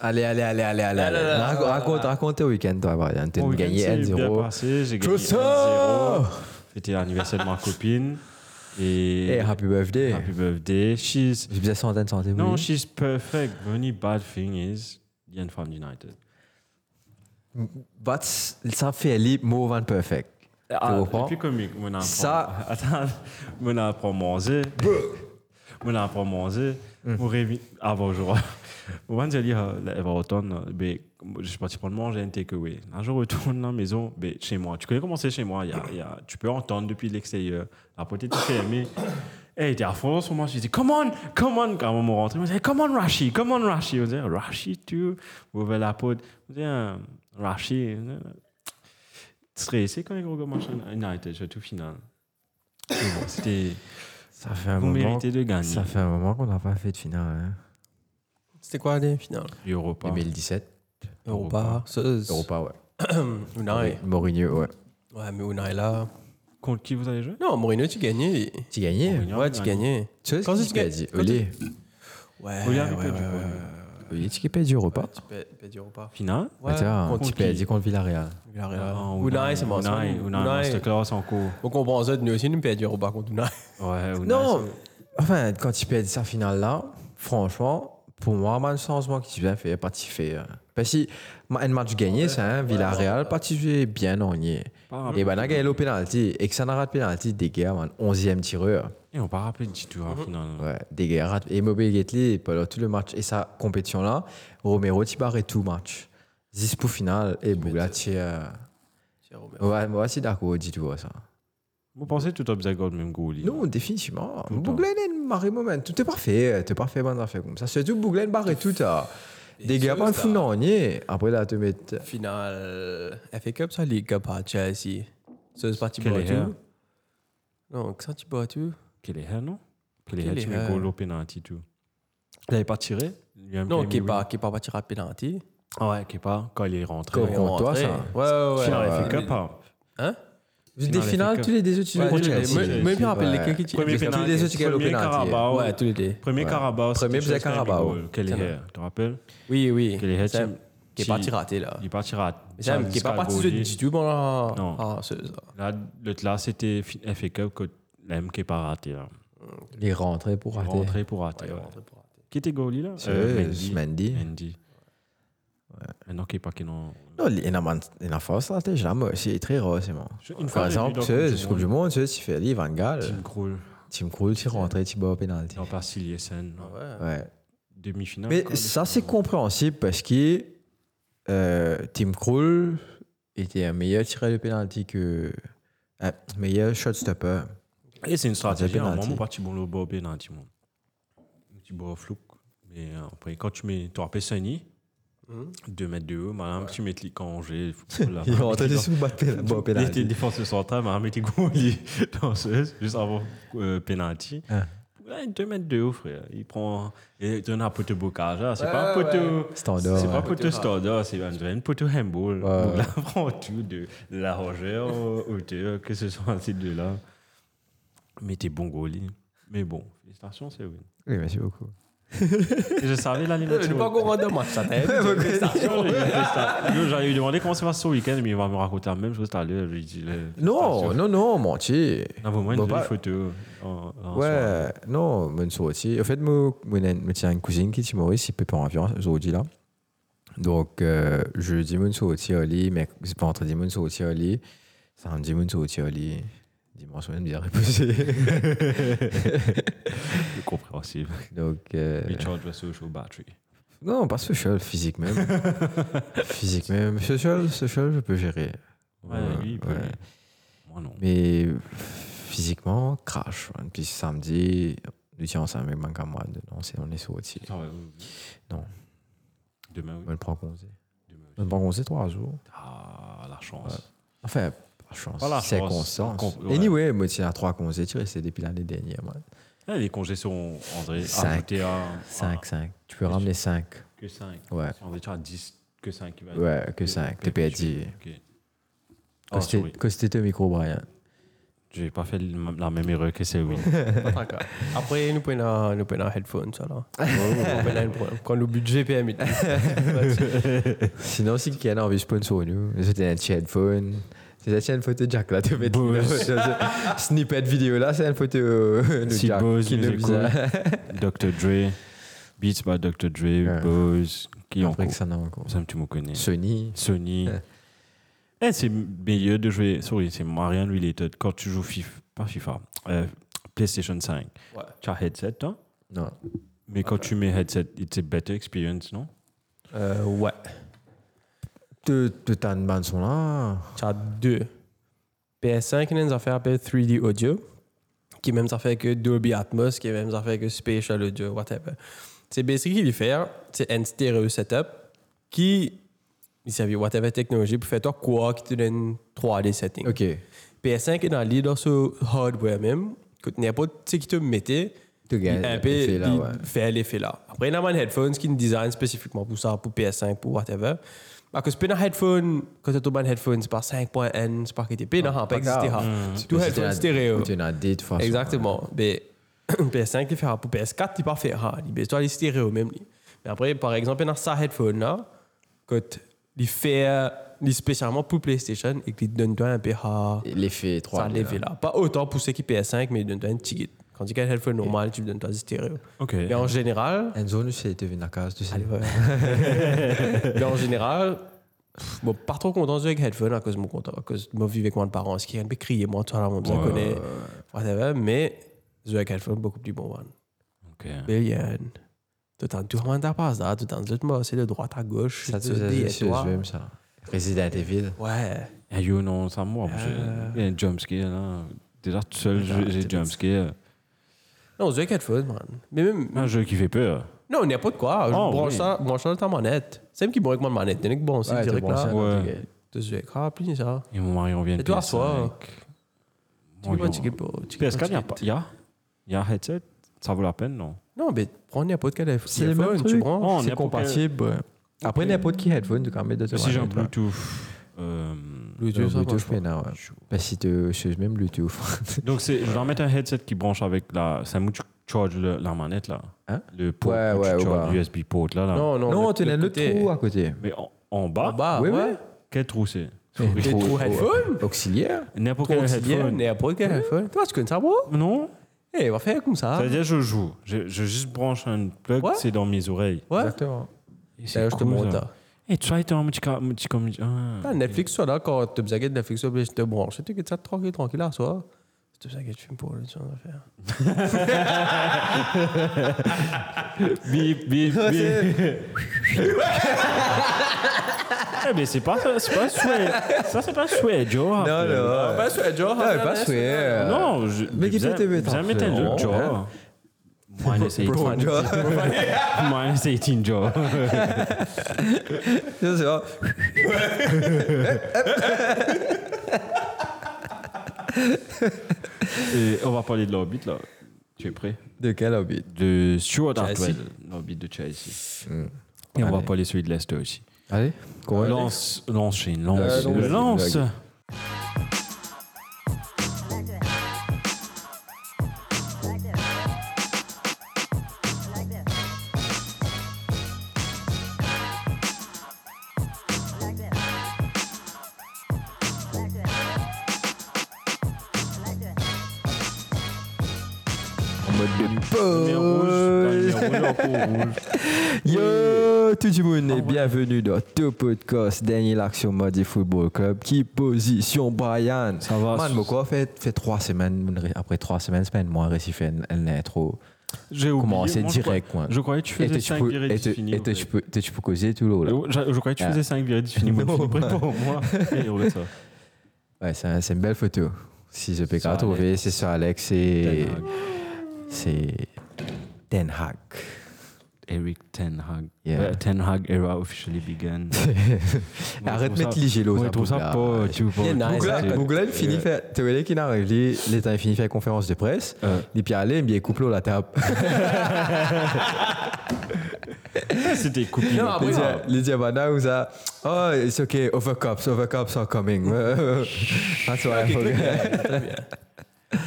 Allez, allez, allez, allez, allez. Là, là, allez. là, Raconte, là, là, raconte, là. raconte tes week-ends, toi, Brian. T'as Mon week-end gagné s'est bien 1-0. passé, j'ai Tout gagné ça 1-0. Fêté l'anniversaire de ma copine. Et Hey, Eh, happy birthday. happy birthday. She's, J'ai bien santé, santé. no, oui. she's perfect. The only bad thing is, Yen from United. But ça fait libre, more than perfect. Ah, tu C'est comprends? plus Ah, comique. Mon apprend- Ça- Attends, mon apprend manger. Mon apprend manger. Hum. Mon Ah, réveil. Avant, je vois. Moi, j'ai dit, Everton, ben, je suis parti pour le manger un takeaway. Un jour, retourne à la maison, ben, chez moi. Tu connais comment c'est chez moi. il y a- il y a- tu peux entendre depuis l'extérieur. La porte était fermée. Et il était à fond dans son match. Il dit, Come on, come on. Quand on est rentré, on dit, Come on, Rashi, come on, Rashi. On dit, Rashi, tu. On ouvre la porte. hein, On dit, Rashi. Stressé quand les gros gars Ah, match United, surtout final. Mais bon, c'était. Ça fait Ah un Vous moment. méritez de gagner. Ça fait un moment qu'on n'a pas fait de finale. hein. C'était quoi l'année finale Europa. 2017. Europa. Europa. Europa, ouais. Unai. Mourinho, ouais. Ouais, mais Unai là. Contre qui vous avez joué Non, Mourinho, tu gagnais. Tu gagnais. Mourinho. Ouais, tu gagnais. Tu sais Quand ce tu qu'il a gagnes- dit quand tu- Olé. Ouais. Oli Eh, ouais, avait ouais, perdu, ouais, quoi, ouais. Olé, tu qui perds du Europa. Tu perds- perds du repas. Final Ouais, Ah, Tiens, contre tu qui perds contre Villarreal. Villarreal. Ah, Unai, c'est bon. ça. Unai, Unai, Masterclass en cours. Donc on pense nous aussi, nous perdions au bas contre Unai. Ouais, Unai, Non, enfin, quand tu perds sa finale là, franchement, pour moi, mal changement qui vient fait participer. euh. Parce que ma- un match gagné, c'est un Villarreal participer bien gagné. Pas Et ben, a gagné le penalty. Et que ça n'a pas de penalty, Deguerre, man, 11e tireur. c'est- Et on pas rappelé du tout en Mhm. finale. Ouais, Deguerre rate. Et Mobile Gately, pendant tout le match et sa compétition là, Romero, tu barres tout match. 10 pour finale et Boula, tu euh, Ouais, moi aussi, d'accord, dis-toi ça. Vous pensez tout top Zagor, même goal Non, définitivement. le temps. Bouglen et Marie Moment, tout est parfait. Tout est parfait, bonne affaire comme ça. Surtout Bouglen, barre et tout. ah. Des gars, sûr, pas de ça. fou, non, nier. Après, là, te mettre. Finale FA Cup, ça, League Cup à Chelsea. Ça, c'est parti Quel pour est tout. her? Non, que ça, tu bois tout. Quel est her, non Quel est her, Quel est tu mets her? goal au penalty, tout. Vous n'avez pas tiré Non, qui n'est pas qui est pas parti à penalty. Ah Ouais, qui est pas. Quand il est rentré. Quand- Ils contre ont toi, rentré. ça. Ouais, ouais, ouais. Final FA Ouais. Cup, hein. Hein Des finales, tous les deux, tu Ouais, les tous les Chelsea, deux. Chelsea. Même même plus rappeler Ouais. les quelqu'un qui Premier Tous les penalty, deux, tu gagnes au premier penalty. Carabao. Ouais, tous les deux. Premier Ouais. Carabao. c'était Premier faisait Chelsea Carabao. Bigol. Quel est her, tu te rappelles Oui, oui. Quel est her, Ça, tu- Qui est tu- parti raté, là. Il est parti raté. Mais ça, qui n'est pas parti Scarboy. du tout, bon, là. Non. Ah, c'est ça. Là, le là c'était fi- FA Cup que l'aime qui est pas raté. Là. Les rentrées pour rater. Rentré pour rater. ouais. Qui était goalie là Euh, C'est eux, c'est Mendy. Mendy. Maintenant qui est pas qui non. Non, il y en a man- il y en a force, là, t'es jamais. C'est très rare, c'est moi. Je- une Par fois, j'ai vu exemple, dans tu la Coupe sais, du la Coupe du Monde, tu sais, tu fais les Van Gaal, Tim Krul, Tim Krul, tu rentres, tu bats au penalty. non pas Silliesen, Ouais. demi-finale. Mais quoi, ça, c'est compréhensible parce que euh, Tim Krul était un meilleur tireur de pénalty que. Un meilleur shot stopper. Et c'est une stratégie. hein. À un penalty. moment, pas tu bon le bas au penalty, moi. Tu bats au flou. Mais euh, après, quand tu mets, tu rappelles Sunny, 2 mètres de haut, bah, madame, tu mets les congés. Hmm. Il est rentré sous le bas de pén- bas au J'étais pénalty. défenseur central, bah, m'a remis tes goaliers danseuse juste avant euh, penalty. Ah. Ouais, deux mètres de haut, frère. Il prend. Il donne un poteau bocage. là. C'est pas un poteau. Standard, C'est pas un ouais. poteau standard, c'est un vrai poteau Ouais, handball. Donc là, on prend tout de la rangère, hauteur, que ce soit ces deux-là. Mais t'es bon goalie. Mais bon, félicitations, c'est win. Oui, merci beaucoup. Et Je Euh, savais Je ne l'animation. pas encore rendre match, ça t'aide. J'allais lui demander comment se passe ce week-end, mais il va me raconter la même chose tout à l'heure. Je lui dis, euh, Non, non, non, menti. Ah, vous, moi, une Bon, jolie bah- photo. en- en soirée. Ouais, non, mon sortie. En fait, mon, mon, mon tiens, une cousine qui est humoriste, il peut pas en avion aujourd'hui là. Donc, euh, jeudi, mon sortie au lit, mais c'est pas vendredi, mon sortie au lit, samedi, mon sortie au lit, dimanche, on bien reposé. C'est compréhensible. Donc, euh, Recharge the social battery. non, pas social, physique même. physique même. Social, social, je peux gérer. Ouais, lui, il peut, lui. Moi, non. Mais physiquement, crash. man. Puis samedi, nous étions ensemble avec ma camarade. On s'est- on est sortis. Attends, ouais, oui. Non. Demain, oui. On le prend congé. Demain, oui. On le prend congé trois jours. Ah, la chance. Enfin, pas chance. Pas la c'est chance. constance. Com- ouais. Ah. Anyway, moi, tiens, à trois congés, tu restes depuis l'année dernière. man. Là, les congés sont, André, Cinq. ajoutés à. Cinq, à- cinq. Tu peux ramener cinq. Que 5. Ouais. On est déjà à 10. Que 5 qui va Ouais, que cinq. T'es perdu. Ok. Ah, Costé sorry. costé ton micro, Brian. J'ai pas fait le- la même erreur que c'est oui. D'accord. Après, nous prenons nous prenons un headphone, ça là. Nous prenons un problème. Quand le budget permet. Sinon, si quelqu'un a envie de sponsor nous, c'était un petit headphone. C'est la chaîne photo de Jack là, tu mets Bose. snippet vidéo là, c'est une photo euh, de Si Jack Bose qui nous nous écoute. Dr. Dre, Beats by Dr. Dre, Ouais. Bose, qui a encore Après que ça non, encore. Ça, tu me connais. Sony. Sony. Ouais. Eh, c'est meilleur de jouer. Sorry, c'est Marian Related. Quand tu joues FIFA, pas FIFA, euh, PlayStation 5, Ouais. tu as headset, toi. Non. Mais quand tu mets headset, it's a better experience, non Euh, ouais. Deux deux tas de bandes sont là. Tu as deux. PS5, il y a une affaire appelée 3D Audio, qui est même ça fait que Dolby Atmos, qui est même ça fait que Spatial Audio, whatever. C'est basically qu'il fait, c'est un stéréo setup qui, il servait whatever technologie pour faire toi quoi qui te donne 3D setting. Ok. PS5 est dans le leader sur hardware même, que tu n'as pas, tu sais, qui te mettait, Tu gagnes. un peu C'est là, puis ouais. faire l'effet là. Après, il y a un headphone qui est design spécifiquement pour ça, pour PS5, pour whatever. Parce que c'est un headphone, quand tu as un headphone, c'est pas 5.1, c'est pas KTP, Ah, non, pas existé. Mm. hein. Tout C'était headphone un- stéréo. Tu en as dit de façon. Exactement. Mais PS5, il fait ça. Pour PS4, il ne fait pas. Il baisse les stéréo même. lui. Mais après, par exemple, dans sa headphone là, quand il fait euh, il est spécialement pour PlayStation et qu'il donne toi un peu ah, L'effet 3. ça levé là. Pas autant pour ceux qui PS5, mais il donne toi un petit guide. Quand tu as un headphone normal, tu lui donnes toi du stéréo. Ok. Mais en général, Enzo, nous, c'est devenu la case, tu sais. Allez, ouais. mais en général, pff, bon, pas trop content avec headphone à cause de mon content, à cause de mon vivre avec mes parents, ce qui est un peu crié, moi, tu vois, là, moi, je connais, whatever, mais avec headphone, beaucoup plus bon. one. Ok. Billion. Tout en tout, en passe là, tout en tout, moi, c'est de droite à gauche. Ça, de- tu de- sais, et c'est toi. même ça. Resident Evil. Ouais. Eh, yo, non, ça moi. parce que- Euh. Il y a un jumpscare, là. Déjà, tout seul, j'ai- j'ai jumpscare. Non, avec headphone, man. Mais même, Un jeu qui fait peur. non, il n'y a pas de quoi. Je Oh, branche oui. ça, branche ça dans ta manette. C'est même qui branche avec ma manette. T'es bon, c'est Ouais, t'as direct bon ça, là. non, Ouais. tu gagnes. Tu sais, ah, plus ça. Et mon mari, on vient de Et toi, PS5. toi Tu Mon peux pas Dieu. ticket pour. tu peux pas PS4, il y a ticket. pas. Il y a Il y a un headset Ça vaut la peine, non Non, mais prends n'importe quel téléphone. C'est le même Tu truc. branches. Oh, C'est n'importe quel- compatible. ouais. Après, n'importe qui headphone, tu quand même de te Si j'ai un mettre là. Bluetooth. euh, Euh, Bluetooth, ça Bluetooth, marche je peux, non, ouais. Bah, si tu sais même Bluetooth. Donc, c'est- je dois mettre un headset qui branche avec la. C'est où tu charges le- la manette, là. Hein Le port. Ouais, où tu ouais, charges ouais. USB port, là. là. pas. Non, non. Non, le- tu as le le côté- trou à côté. Mais en, en En bas, bas, Oui, ouais. oui. quel trou c'est Des trous headphone Auxiliaire N'importe Ton quel headphone, headphone. n'importe quel headphone. Toi, tu connais ça, bro Non Eh, on va faire comme ça. Ah. Ça veut dire je joue. Je, je juste branche un plug, Ouais. c'est dans mes oreilles. Ouais. Exactement. Et D'ailleurs, je te montre ça. Et tu as été un petit ca- un petit comme. Putain, Netflix, soit là, quand tu besoin de Netflix, soit je te branche. Tu que ça tranquille, tranquille, là, soit. Si tu besoin que tu fumes pour le genre d'affaires. Bip, bip, bip. Eh, mais c'est pas ça, c'est pas souhait. Ça, c'est pas souhait, Joe. Non, non. Ah, Pas sur Joe, Non, pas souhait. Non, je. Mais qui peut t'aider, J'ai jamais été t'en le fais. Joe. Ouais. Minus 18. Bro, Joe. Minus 18, Joe. Ça, c'est vrai. Et on va parler de l'orbite, là. Tu es prêt De quel hobby De Stuart Chelsea. Hartwell, l'orbite de Chelsea. Et on va Allez. parler celui de Leicester aussi. Allez, quoi Lance, lance, Shane, lance. Euh, donc, Le vas-y, lance. vas-y. En mode de Lumière rouge, pause. lumière rouge, encore rouge. Yo, tout le Ah monde, et bienvenue dans Top Podcast, dernier action Mardi Football Club. Qui position, Brian Ça va. Man, pourquoi fait, fait trois semaines, après trois semaines, semaine, moi, réussi fait une- une intro. J'ai oublié. Comment c'est Moi, je direct, crois- quoi. Je croyais que tu faisais tu 5 peux- virées et tu- finies. et tu peux- et tu peux causer tout l'eau, là. Je, je croyais que tu Ah. faisais 5 virées finies. Moi, Non. je suis prêt pour moi. Et regarde ça. Ouais, c'est un- c'est une belle photo. Si je peux Sur la trouver, c'est ça, Alex. C'est. Ten Hag. C'est. Ten Hag. Eric Ten Hag. Yeah. Ouais, Ten Hag era officially began. Arrête de trouve mettre ça- les gélos. Moi, je trouve ça pas. Tu vois. Il y en a un, Google- ça, Bougla, Ouais. Bougla, il finit fait. Tu vois, qu'il arrive, lui, les temps, il finit fait conférence de presse. Euh. Il puis allez, il coupe l'eau la table. C'était coupé. Non, après, Les ouais. dia- Les diamants, ou ça. Oh, it's okay, overcops, overcops are coming. That's why I forgot.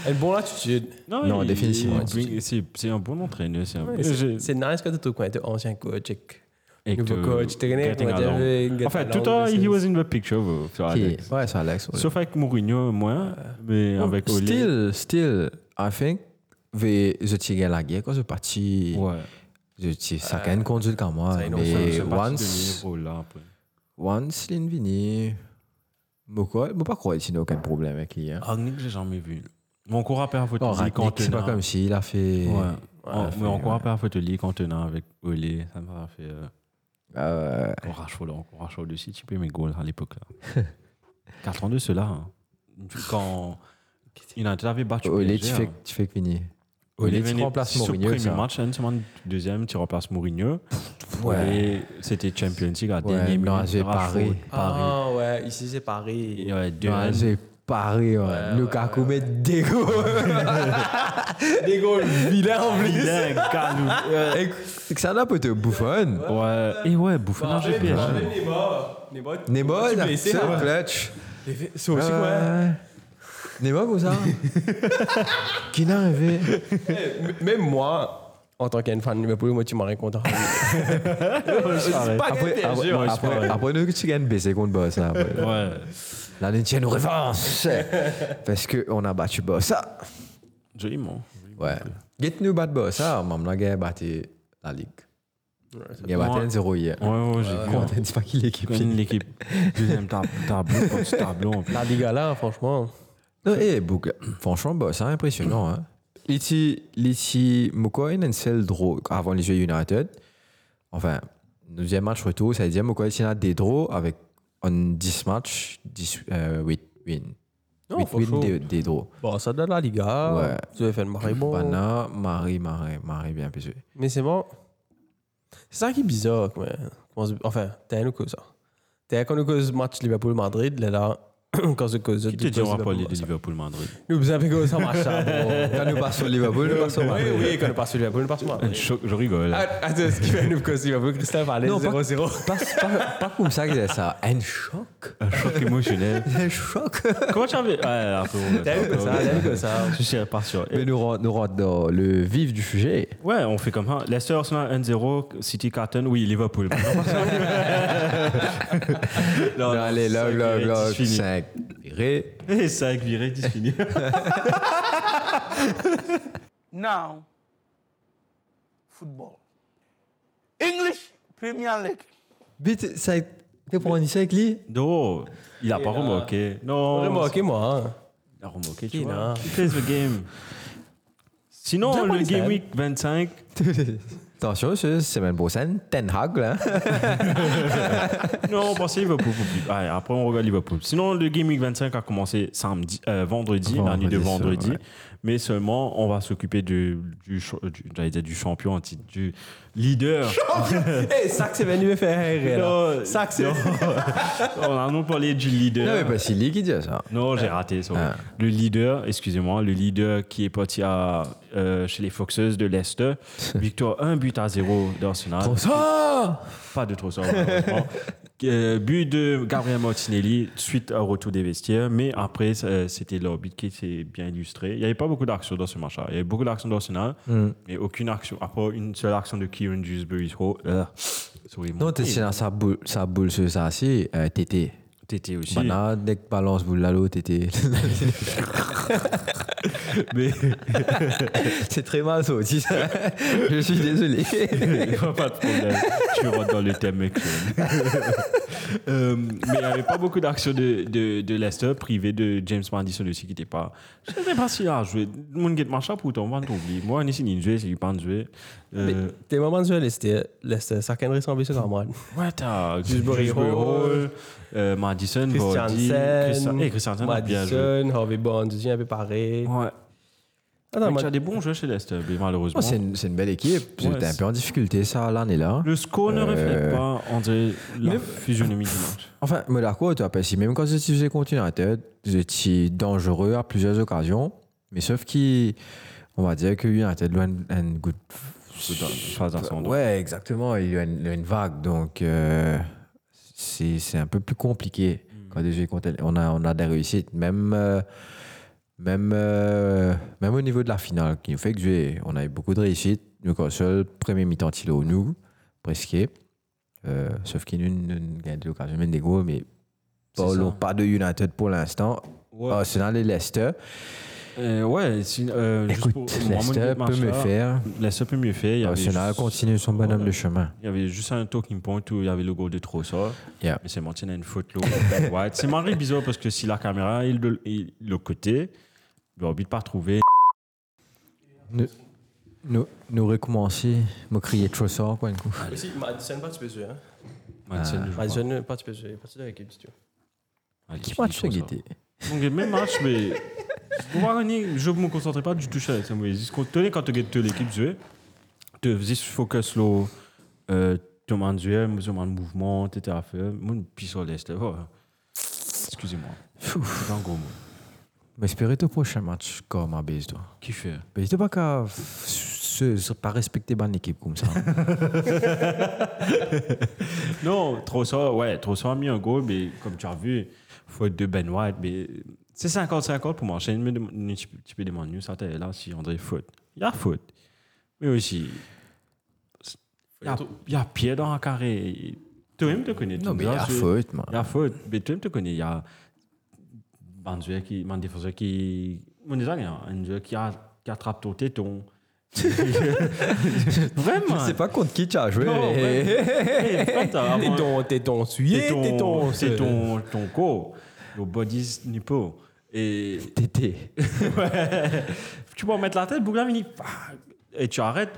Une bonne attitude. Non, il- définitivement. il bring- C'est c'est un bon entraîneur. C'est un Ouais, Je- C'est c'est nice quand t'es au coin, t'es ancien coach, et que nouveau coach, t'es rien getting along. euh, En fait, tout le temps, he was in the picture euh, sur Ouais, Alex. c'est Alex. ouais. Sauf avec Mourinho, moi, mais Oh, avec Oli. Still, still, I think, ve- je tirais la guerre quand je parti. Ouais. Je tire, ça a une conduite quand moi. ça, non, ça, Mais C'est parti once, de niveau, là, après. once, il est venu. Je ne pas croire qu'il n'y a aucun problème avec lui. hein. Ragnick, Ah, j'ai jamais vu. Mais encore après, il faut Non, te dire Ragnick, Cantona. c'est pas comme s'il a fait. hein. Ouais. En- fait, mais encore ouais. après, il faut te lire Cantona avec Oli. Ça m'a fait. euh, Euh, Courage chaud, là, courage chaud de City, mais mes goals à l'époque. là. 4-2, ceux-là. hein. Quand United avait battu Olé, PSG, tu hein. fais, tu fais que finir. Olé, tu venait remplaces sur Mourinho. premier ça. match, une semaine, deuxième, tu remplaces Mourinho. Ouais. Et c'était Champions League à Ouais, dernier non, minute, c'est Rashford, Paris. Paris. Ah ouais, ici c'est Paris. Et, ouais, deux Non, un. J'ai paré. ouais. Lukaku met des Des goals vilains en Il plus. est galou. Et que ça n'a pas été bouffonne. Ouais. Et Bah, ouais, Bouffon a joué PSG. Neymar. Neymar. Nemo, tu il a blessé, fait un hein. clutch. C'est aussi quoi Ouais. Nemo, comme ça. Qui n'a rêvé M- Même moi, en tant qu'un fan de Liverpool, moi tu m'as rien content. C'est pas que Après, ah, t'es après, jure. ouais, après, c'est après, pareil. nous, tu gagnes BC contre Boss. hein, après. Ouais. Là, nous tiens nous revanche. Parce qu'on a battu Boss. ah. Joliment. Ouais. Get nous battre Boss. ah, Maman, là, il a battu la Ligue. Il a battu Ouais. 1-0 hier. Ouais, ouais, j'ai vu. Comment t'as dit pas qu'il est équipé Comme l'équipe. Deuxième tab- tableau, petit tableau. en plus. La Liga là, franchement. Non, eh, Bouk- franchement, bah, c'est impressionnant. Hein. L'iti, l'iti, Mokoy, Nensel, draw avant les Jeux United. Enfin, deuxième match retour, ça veut dire Mokoy, il a des draws avec en 10 matchs, 10 euh, 8 wins. Non, 8 wins, franchement. des, des draws. Bon, ça donne la Liga. Ouais. Tu vas faire le marais bon. Bana, Marie, Marie, Marie, bien plus. Mais c'est bon. C'est ça qui est bizarre. quoi. Comment se- Enfin, t'as un cause ça. T'as quand nous cause match Liverpool-Madrid, là, là, quand nous cause. Qui te dit on va parler de Liverpool-Madrid Nous, vous avez cause ça marche. ça, bon. Quand nous passons Liverpool, nous passons Oui, Madrid. oui, quand nous passons Liverpool, nous passons Madrid. Je je rigole. Ah, Attends, ce qui fait nous cause Liverpool, Christophe allez Non, pas- 0-0. Pas, pas, pas comme ça que c'est ça. Un choc. Un choc émotionnel. Un choc. Comment tu avais Ah, après, on- T'as un cause ça, t'as un cause ça. Je suis reparti sur. Mais nous rentrons nous rentrons dans le vif du sujet. Ouais, on fait comme ça. Leicester, Arsenal 1-0, City, Carton, oui, Liverpool. non, Non, allez, log, cinq log, virés, log. dix finis. 5 virés. Et 5 virés, 10 finis. Now, football. English Premier League. Bit, ça t'es pour un avec lui Non, il a pas remarqué. Non, Remarquez, moi. hein. il a remarqué, Il tu vois. a- Il plays the game. Bien Sinon, le pensé, Game hein. Week 25, Attention, c'est semaine prochaine, Ten Hag là. non, on pensait Liverpool. faut plus. Ouais, après, on regarde Liverpool. Sinon, le Game Week 25 a commencé samedi, euh, vendredi, la nuit de Vendredi, vendredi. ça, ouais. Mais seulement, on va s'occuper du, du, cho- du, j'allais dire du champion en titre, du leader. Eh, Sax est venu me faire rire. Non, là. Sax est. non. on a non parlé du non, mais leader. pas Ah. si lui qui dit ça. Non, j'ai raté. sorry. Le leader, excusez-moi, le leader qui est parti à, euh, chez les Foxes de l'Est. Victoire 1 but à 0 d'Arsenal. ça Pas de trop sort, malheureusement. Euh, but de Gabriel Martinelli suite au retour des vestiaires, mais après, ça- euh, c'était l'orbite qui s'est bien illustré. Il n'y avait pas beaucoup d'actions dans ce match-là. Il y avait beaucoup d'actions d'Arsenal, Mm. mais aucune action, à part une seule action de Kieran Dewsbury. Oh, euh, sorry, mon Non, t'es nez. dans sa boule, sa boule sur ça, si, euh, tété. Tété aussi. Bana, dès que balance boule là, l'autre, tété. Mais c'est très mal sorti ça. Je suis désolé. il n'y a pas de problème. Tu rentres dans le thème, mec. Euh, mais il n'y avait pas beaucoup d'actions de, de, de Leicester, privé de James Madison aussi, qui n'était pas. Je ne sais pas s'il a joué. Mon gars, machin, pourtant, on va t'oublier. Moi, on est signé, je suis pas joué. Euh, T'es maman de Leicester, Leicester, ça qu'André s'en sur moi. ouais, t'as. Dewsbury Dewsbury Hall, euh, Madison, Vardy, Christian- eh, Christiansen a bien joué. Madison, Harvey Barnes, j'ai un peu pareil. Ouais. Attends, tu as Ah moi, des bons joueurs chez Leicester, mais malheureusement. Oh, c'est une, c'est une belle équipe. Ouais, J'étais un c'est- peu en difficulté ça l'année là. le score ne reflète pas, on dirait, la Mais- physionomie du match. Enfin, mais la cour, tu as passé, même quand j'étais chez Continental, j'étais dangereux à plusieurs occasions, mais sauf qu'il, on va dire que United a une, une good Phase ascendante. Ouais, exactement, il y a une, il y a une vague, donc euh, Hmm. c'est c'est un peu plus compliqué quand déjà on a, on a des réussites. Même, euh, Même, euh, même au niveau de la finale, qui nous fait que j'ai- on a eu beaucoup de réussite. Newcastle, premier mi-temps, Tilo, nous, presque. Euh, sauf qu'il y a une, une, gagne des occasions, même des gros, mais C'est pas, ça. l'eau, pas de United pour l'instant. Ouais. Arsenal et Leicester. Euh, ouais, si- euh, juste Écoute, pour- Mohamed Leicester peut Marshall, me faire. Leicester peut mieux faire. Il y avait Arsenal juste- continue son bonhomme Ouais. de chemin. Il y avait juste un talking point où il y avait le goal de Trossard. Yeah. Mais c'est Martin and Foot, l'autre, Ben White. C'est marrant bizarre parce que si la caméra est de est le côté, l'orbite pas retrouvé. Nous, nous recommencer, me crier trop sort, quoi, un coup. Ah, Aussi, Madison, pas tu peux jouer. Hein? Ah. Madison ne joue pas. Madison, euh, pas tu peux jouer. Pas tu peux l'équipe du tout. Ah, Qui qui va dit Trossard. guetter Donc, même match, mais. Pour voir Rani, je ne me concentrais pas du tout sur ça. Mais quand tu quand tu guettes l'équipe jouer, tu faisais ce focus là, euh, tu m'as dit, tu m'as mouvement, tu as fait. Moi, une pisse au lest. oh. Excusez-moi. C'est un gros mot. Mais espérez au prochain match, comme à base, toi. Qui fait Mais c'est pas qu'à f- se, se pas respecter ban l'équipe comme ça. Non, Trossard, ouais, Trossard a mis un goal, mais comme tu as vu, faute de Ben White, mais c'est 50-50 pour moi. Je me demande- tu peux- tu peux demander, ça t'es là, si André faute. Il y a faute. Mais aussi, il y a- il y a pied dans un carré. Toi-même te connais. tu non, me mais il y a diras, tu- faute, man. Il y a faute, mais toi-même te connais. Il y a un joueur qui, un défenseur qui, mon désolé, il y a un joueur qui, a, qui attrape ton téton. Vraiment. pas contre qui tu as joué. Non, mais- mais pourquoi t'as vraiment- Téton, téton souillé, c'est ton, téton. c'est ton, ton corps, your body's nipple. Et Tété. tu peux en mettre la tête, Bougamini. Et tu arrêtes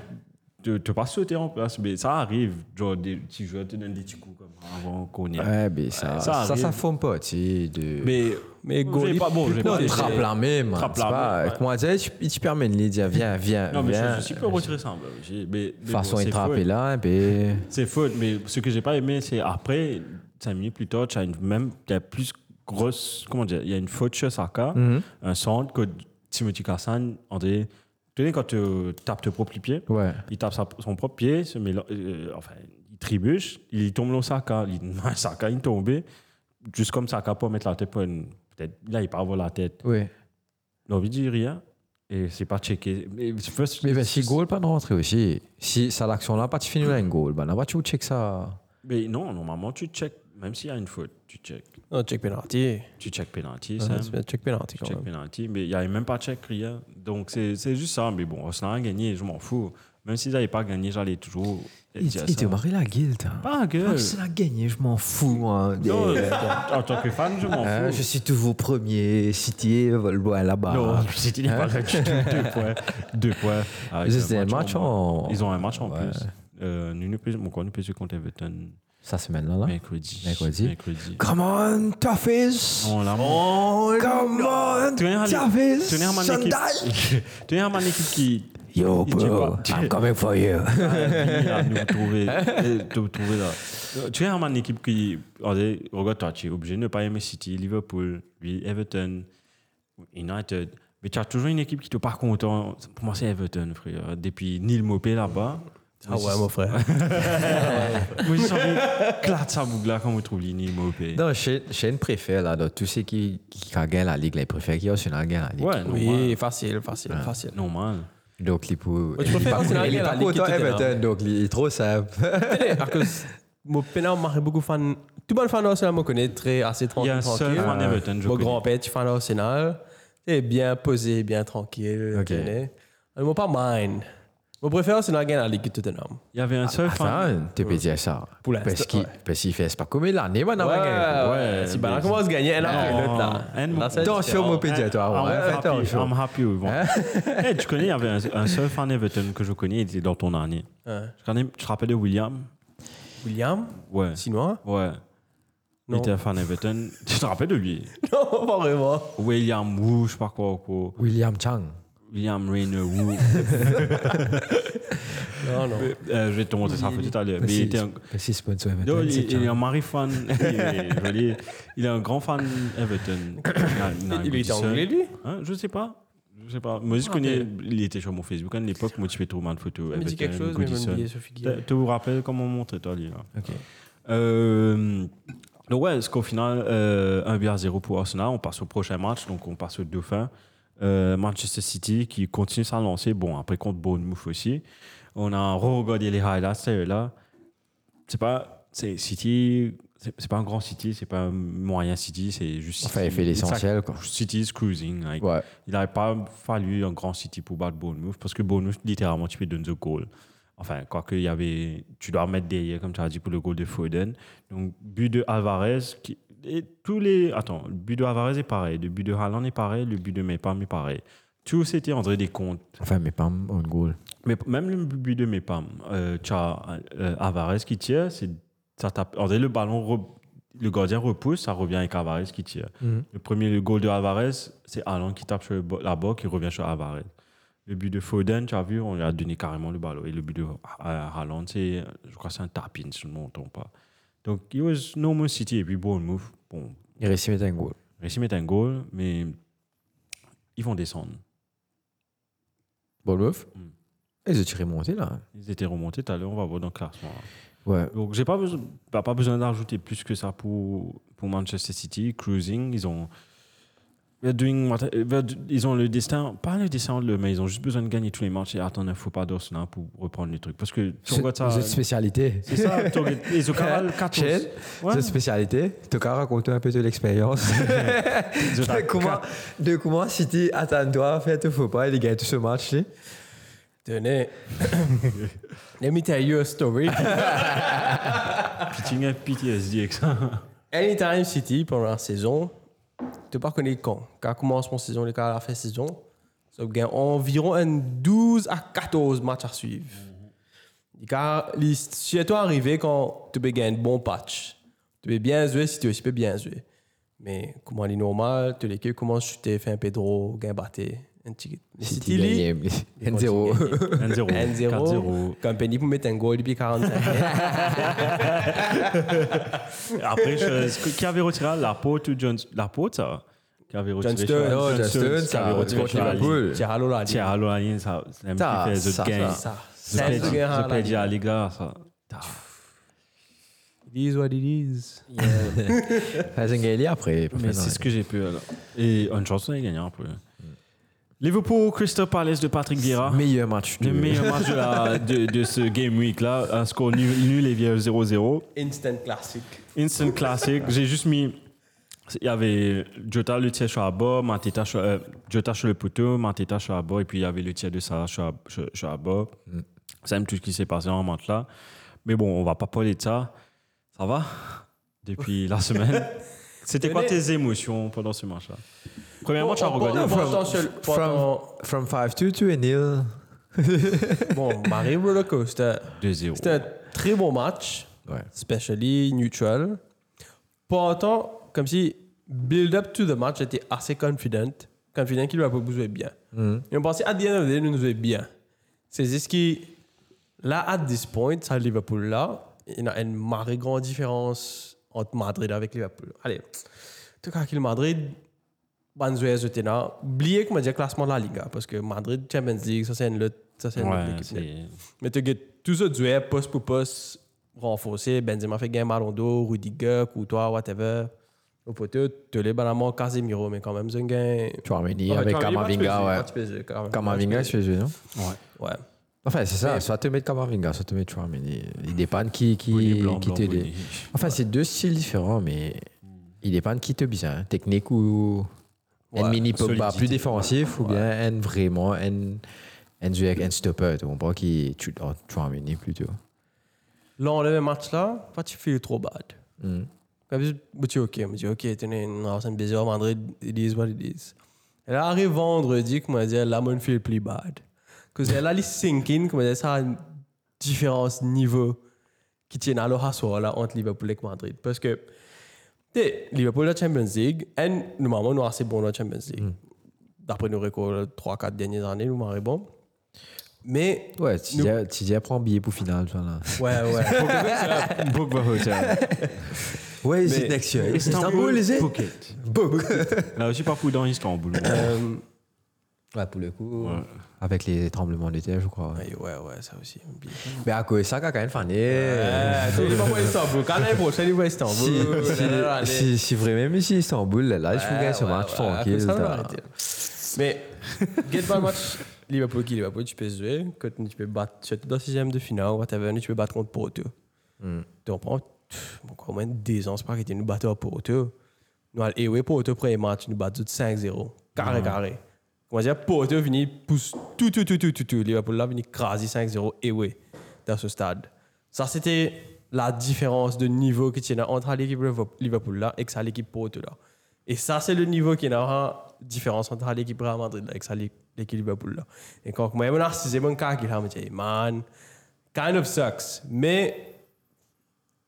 de te pas sauter en place. Mais ça arrive, genre, des petits joueurs te donnent des petits coups comme avant qu'on y Ouais, mais ça, Ouais, ça ça, ça, arrive. forme pas, tu sais. De... Mais, mais Vous avez goalie pas bon, plus j'ai non, pas- protégé. trappe la même. Trappe Trappe la la main, même. euh, Comment dire, tu- il te permet de lui dire, viens, viens, Non, mais viens. je, suis pas retirer ça. mais j'ai- Mais, mais façon bon, c'est attrapée faute. là, puis C'est faute, mais ce que j'ai pas aimé, c'est après, cinq minutes plus tard, tu as une même, t'as plus grosse, comment dire, il y a une faute chez Saka, un centre que Timothy Kassan, André, tu sais, quand tu tapes tes propres pieds, ouais. il tape sa- son propre pied, se met, là- euh, enfin, il trébuche, il tombe dans Saka. Il, Saka, il est tombé. Juste comme Saka pour mettre la tête, pour une- peut-être, là, il part avoir la tête. Ouais. Non, il dit rien. Et c'est pas checké. Mais, first- Mais ben, si goal pas de rentrer aussi. Si ça l'action là, pas tu finis là un goal, ben là, pas tu check ça. mais non, normalement, tu check. Même s'il y a une faute, tu check. Non, check penalty. Tu check penalty, Ah, Ouais, Sam. tu fais Check penalty Tu quand check même. penalty. Mais il n'y avait même pas check, rien. Donc, c'est c'est juste ça. Mais bon, Arsenal a gagné, je m'en fous. Même s'ils n'avaient pas gagné, j'allais toujours. Il, dire il ça. te marie la guilde. hein. Pas gueule. Ah, c'est la gagner, je m'en fous, moi. Des- Non, en tant que fan, je m'en Hein, fous. je suis toujours premier, City, euh, ouais, là-bas. Non, c'était il est hein? pas là du tout. Deux points. Deux points. Ah, ils Mais c'était ont un match en- Ils ont un match en Ouais. plus. Euh, nous, nous, plus- mon coin, nous, plus contre Everton Ça, c'est maintenant, là. mercredi. Hein? Mercredi. Oh, Mercredi. Come on, Toffees! On l'a Come on, Tenez à Toffees! tenez à mon Sunday! équipe. Tenez à mon équipe qui. Yo, Il dit bro, pas- I'm coming for you. Vini, là, nous trouver, Hein euh, de vous trouver là. Euh, Tu es vraiment une équipe qui. Regardez, regarde, toi, tu es obligé de ne pas aimer City, Liverpool, lui, Everton, United. Mais tu as toujours une équipe qui te part content. Pour moi, c'est Everton, frère. Depuis Neil Mopé là-bas. Ah ouais, mon frère. Moi, j'ai senti clate sa boucle là quand on trouve Neil Mopé. Non, Shane Shane préfère, là, de tous ceux qui, qui gagnent la ligue, là, il préfère qu'il y ait gagne la ligue. Ouais, Oui, normal. facile, facile, facile. Normal. Donc, il peut. tu préfères Arsenal il est gagne la pas ligue content qui était là. Everton, donc il est trop simple. Eh, Parce que mon pénal m'a beaucoup fan. Tout bon fan d'Arsenal me connaît très assez Il y tranquille. a un seul tranquille. en Everton, je Mon connais. grand-père, tu fan d'Arsenal. C'est bien posé, bien tranquille. Ok. tu connais. Mais moi, pas mine. Mon préféré, c'est la gagne à la Ligue de Tottenham. Il y avait un ah, seul fan. Attends, tu peux dire Ah, ça. Pour l'instant, Parce qu'il ouais. parce qu'il fait, c'est pas comme l'année, maintenant, Ouais, gagné. ouais. Si mais- Bernard commence à gagner, un après Non. l'autre, Ah, là. Un Là, moment. c'est Oh. Attention, différent. mon pédia, toi. ouais, I'm happy, attention. Ah, Hein? I'm happy with one. Eh, tu connais, il y avait un, un seul fan Everton que je connais, il était dans ton année. Hein. Je connais, tu te rappelles de William William, Ouais. chinois Ouais. Il Non. était un fan Everton. tu te rappelles de lui Non, pas vraiment. William Wu, je sais pas quoi, quoi. William Chang. William Rayner Wu. Non, non. Euh, je vais te montrer sa photo tout à l'heure. Mais il était un. C'est sponsor Non, Everton. il, c'est il est Chang. un mari fan. Il est, je veux dire, il est un grand fan Everton. Il a- a un Il petit était son. anglais, lui Hein, Je sais pas. Je sais pas. Moi, je connais. Il était sur mon Facebook à l'époque. Moi, tu fais trouver une photo. Il me dit Everton, quelque chose, mais je Goodison. me oublié, Sophie Tu Guillaume. te vous rappelles comment montrer toi, lui là. Ok. Euh, donc ouais, parce qu'au final, euh, 1 but à 0 pour Arsenal, on passe au prochain match, donc on passe au dauphin. Euh, Manchester City qui continue sa lancée. Bon, après contre Bournemouth aussi. On a regardé les highlights, ça et là. C'est pas. C'est City. C'est c'est pas un grand City, c'est pas un moyen City, c'est juste. Enfin, City. il fait l'essentiel, It's quoi. like City is cruising. like, Ouais. il n'aurait pas fallu un grand City pour battre Bournemouth parce que Bournemouth, littéralement, tu peux donner le goal. Enfin, quoi qu'il y avait, tu dois mettre derrière, comme tu as dit, pour le goal de Foden. Donc, but de Alvarez, qui, et tous les. Attends, le but de Alvarez est pareil, le but de Haaland est pareil, le but de Mepam est pareil. Tout c'était André des comptes. Enfin, mais pas un goal. Mais même le but de Mepam, euh, tu as euh, Alvarez qui tire, c'est, ça tape, André, le ballon, re- le gardien repousse, ça revient avec Alvarez qui tire. Le premier le goal de Alvarez, c'est Alan qui tape sur le bo- la boque qui revient sur Alvarez. Le but de Foden, tu as vu, on lui a donné carrément le ballon. Et le but de Ha- Haaland, c'est, je crois que c'est un tapping, si je ne me trompe pas. Donc, it was normal City et puis Bournemouth. Bon, Il réussit à mettre un goal. Messi met un goal, mais ils vont descendre. Bournemouth Mm. Ils ont tiré monté, là. Ils étaient remontés tout à l'heure, on va voir dans le classement. Ouais. Donc, j'ai pas besoin, bah, pas besoin d'ajouter plus que ça pour, pour Manchester City. Cruising, ils ont. they're doing what- they're do- ils ont le destin, pas le destin, le, mais ils ont juste besoin de gagner tous les matchs et attendre un faux pas d'Arsenal pour reprendre le truc. Parce que tu C'est regardes ça. une spécialité. C'est ça, tu regardes- ils ont quand même 14. Chel, Ouais. cette spécialité, tu as raconté un peu de l'expérience. Ils ont de, comment, de comment City attends-toi, fait te faut pas, il gagne tout ce match. là. Tenez. Let me tell you a story. pitching un PTSD avec ça. Anytime City, pendant la saison, tu pas connais quand. Quand commence mon saison, les gars, à la fin de saison, ça gagne environ un 12 à 14 matchs à suivre. Les gars, les- si tu es arrivé quand tu peux gagner un bon patch, tu peux bien jouer si tu aussi peux bien jouer. Mais comment est normal, tu l'équipe commence à chuter, faire un Pedro, gagne batté, un ticket. Les City, lui, gagne, il gagne zéro. 1-0. 1-0. 4-0. Compagnie pour mettre un goal depuis 45 Après, je- qui avait retiré la peau de Jones La peau, ça Qui avait retiré Stones. John Oh, John Stones, Stones, qui ça, avait retiré contre sur la Liverpool. ligne. Cool. Thiago Lola. Tiens, allô, Alien, ça, c'est un Ça, petit peu ça, The Game. Ça. The Ça, Pledge- c'est un The Alien. Pledge à l'égard, ça. Ta- It is what it is. Enfin, Gaëli après. Mais c'est ce que j'ai pu, alors. Et une chanson est gagnant, un peu. Liverpool, Crystal Palace de Patrick Vieira. meilleur match. Le meilleur match de, la- de, de ce Game Week-là. Un score nul, nul et via 0-0. Instant classique. Instant classique. J'ai juste mis. Il y avait Jota le tir sur la barre, Mateta sur, euh, Jota sur le poteau, Mateta sur la barre, et puis il y avait le tir de Sarah sur, la- sur, sur la barre. Mm. C'est même tout ce qui s'est passé en match là. Mais bon, on va pas parler de ça. Ça va Depuis la semaine. C'était quoi Tenez. tes émotions pendant ce match-là Premier Bon, match à on regarder. parle- Enfin, Pendant seul- From, pendant- from 5-2, tu es nil. Bon, Mario euh, Roller Coaster. 2-0. C'était un très bon match, Ouais. especially neutral. Pourtant, comme si build-up to the match, j'étais assez confident. Confident qu'il va pouvoir jouer bien. Mm-hmm. Et on pensait, à the end of the day, nous jouer bien. C'est juste qui, là, at this point, ça Liverpool là, il y a une marée grande différence entre Madrid avec Liverpool. Allez, tout cas, qu'il Madrid, Banzuez, Zotena, oubliez qu'on m'a dit le classement de la Liga, parce que Madrid, Champions League, ça c'est une lutte, ça c'est une Ouais, autre équipe. c'est- Mais tu as tout ça duel, poste pour poste, renforcé. Benzema fait gain Malondo, Rudiger, Courtois, whatever. Au poteau, tu les balles à mort Casemiro, mais quand même, c'est un gain. Ah, Tu vas revenir avec Kamavinga, ouais. ouais. Kamavinga, tu fais jouer, non Ouais. Enfin, c'est ça. Soit te mettre Kamavinga, soit te mettre Chouameni. Il dépend qui, Bonnie qui, blanc, qui blanc, t'aide. Bonnie. Enfin, c'est deux styles différents, mais il dépend de qui te bien. hein. Technique ou un Ouais, mini Pogba solidité. plus défensif ou bien un vraiment un un joueur, un stopper, tu comprends qui tu dois tu dois amener plutôt. Là, on a un match là, pas tu feel trop bad. Hmm. Comme je me dis, ok, je me dis, ok, tenez, non, c'est un baiser au Madrid, it is what it is. Et là, arrive vendredi, comme on dit, là, je me feel plus bad. Parce que là, les sinking, comme on dit, ça a une différence niveau qui tient à l'heure à soir là entre Liverpool et Madrid. Parce que, tu sais, Liverpool la Champions League, et normalement, nous sommes assez bons dans la Champions League. D'après nos records, 3-4 dernières années, nous sommes bons. Mais, Ouais, Nous- Tidia Tidia prend un billet pour finale toi là. ouais, ouais. Pogba Hotel. Ouais, c'est c'est next year. Istanbul, les Phuket. Là aussi, pas fou dans Istanbul. Euh, Ouais, pour le coup. Avec les tremblements de terre, je crois. ben, ouais, ouais, ça aussi. oublié. Mais à cause de ça, quand même, fané. Eh, tu dis pas pour Istanbul. Quand l'année prochaine, il va à Si, Istanbul. si, si, si vraiment ici Istanbul, là, je pourrais ce match tranquille. Ça t'as- va arrêter. Mais, get by match, Liverpool qui Liverpool, tu peux jouer. Quand tu peux battre, tu es dans le sixième de finale, whatever, tu peux battre contre Porto. Donc, on prend, pff, bon, quoi, au moins deux ans, c'est pas qu'ils nous battent à Porto. Nous, allons éwé Porto, premier match, ils nous battent 5-0. Carré, carré. Comment dire, Porto vient pousse tout, tout, tout, tout, tout, tout. Liverpool là, vient craser 5-0, éwé, dans ce stade. Ça, c'était la différence de niveau qui tient entre l'équipe Liverpool là et que ça, l'équipe Porto là. Et ça, c'est le niveau qui est la différence entre l'équipe Real Madrid là, et que ça, l'équipe Liverpool là. Et quand moi, je me suis dit, mon cas, je me dis, man, kind of sucks. Mais,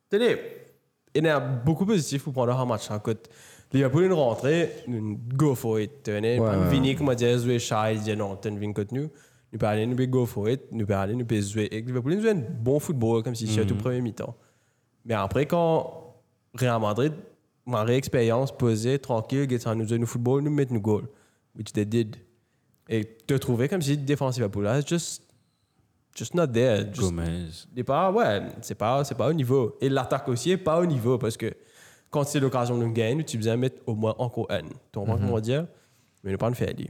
tu sais, il y en a beaucoup positif pour prendre un match. hein, Écoute, Liverpool est rentré, nous go for it. Tu sais, Ouais, ouais, Vini, comme on dit, jouer Charles, il dit non, tu viens contre nous. Nous pouvons aller, nous pouvons go for it, nous pouvons aller, nous pouvons jouer. Et Liverpool, nous joue un bon football, comme si Mhm. c'était tout premier mi-temps. Mais après, quand Real Madrid, ma réexpérience, posée, tranquille, get nous jouer nous football, nous mettre nous goal, which they did. Et te trouver comme si défensive à Poula, it's just, just not there. Just, Gomez. il est pas, ouais, c'est pas, c'est pas au niveau. Et l'attaque aussi est pas au niveau parce que quand c'est l'occasion de gagner, tu besoin mettre au moins encore un. Tu comprends comment dire? Mais ne pas le faire, lui.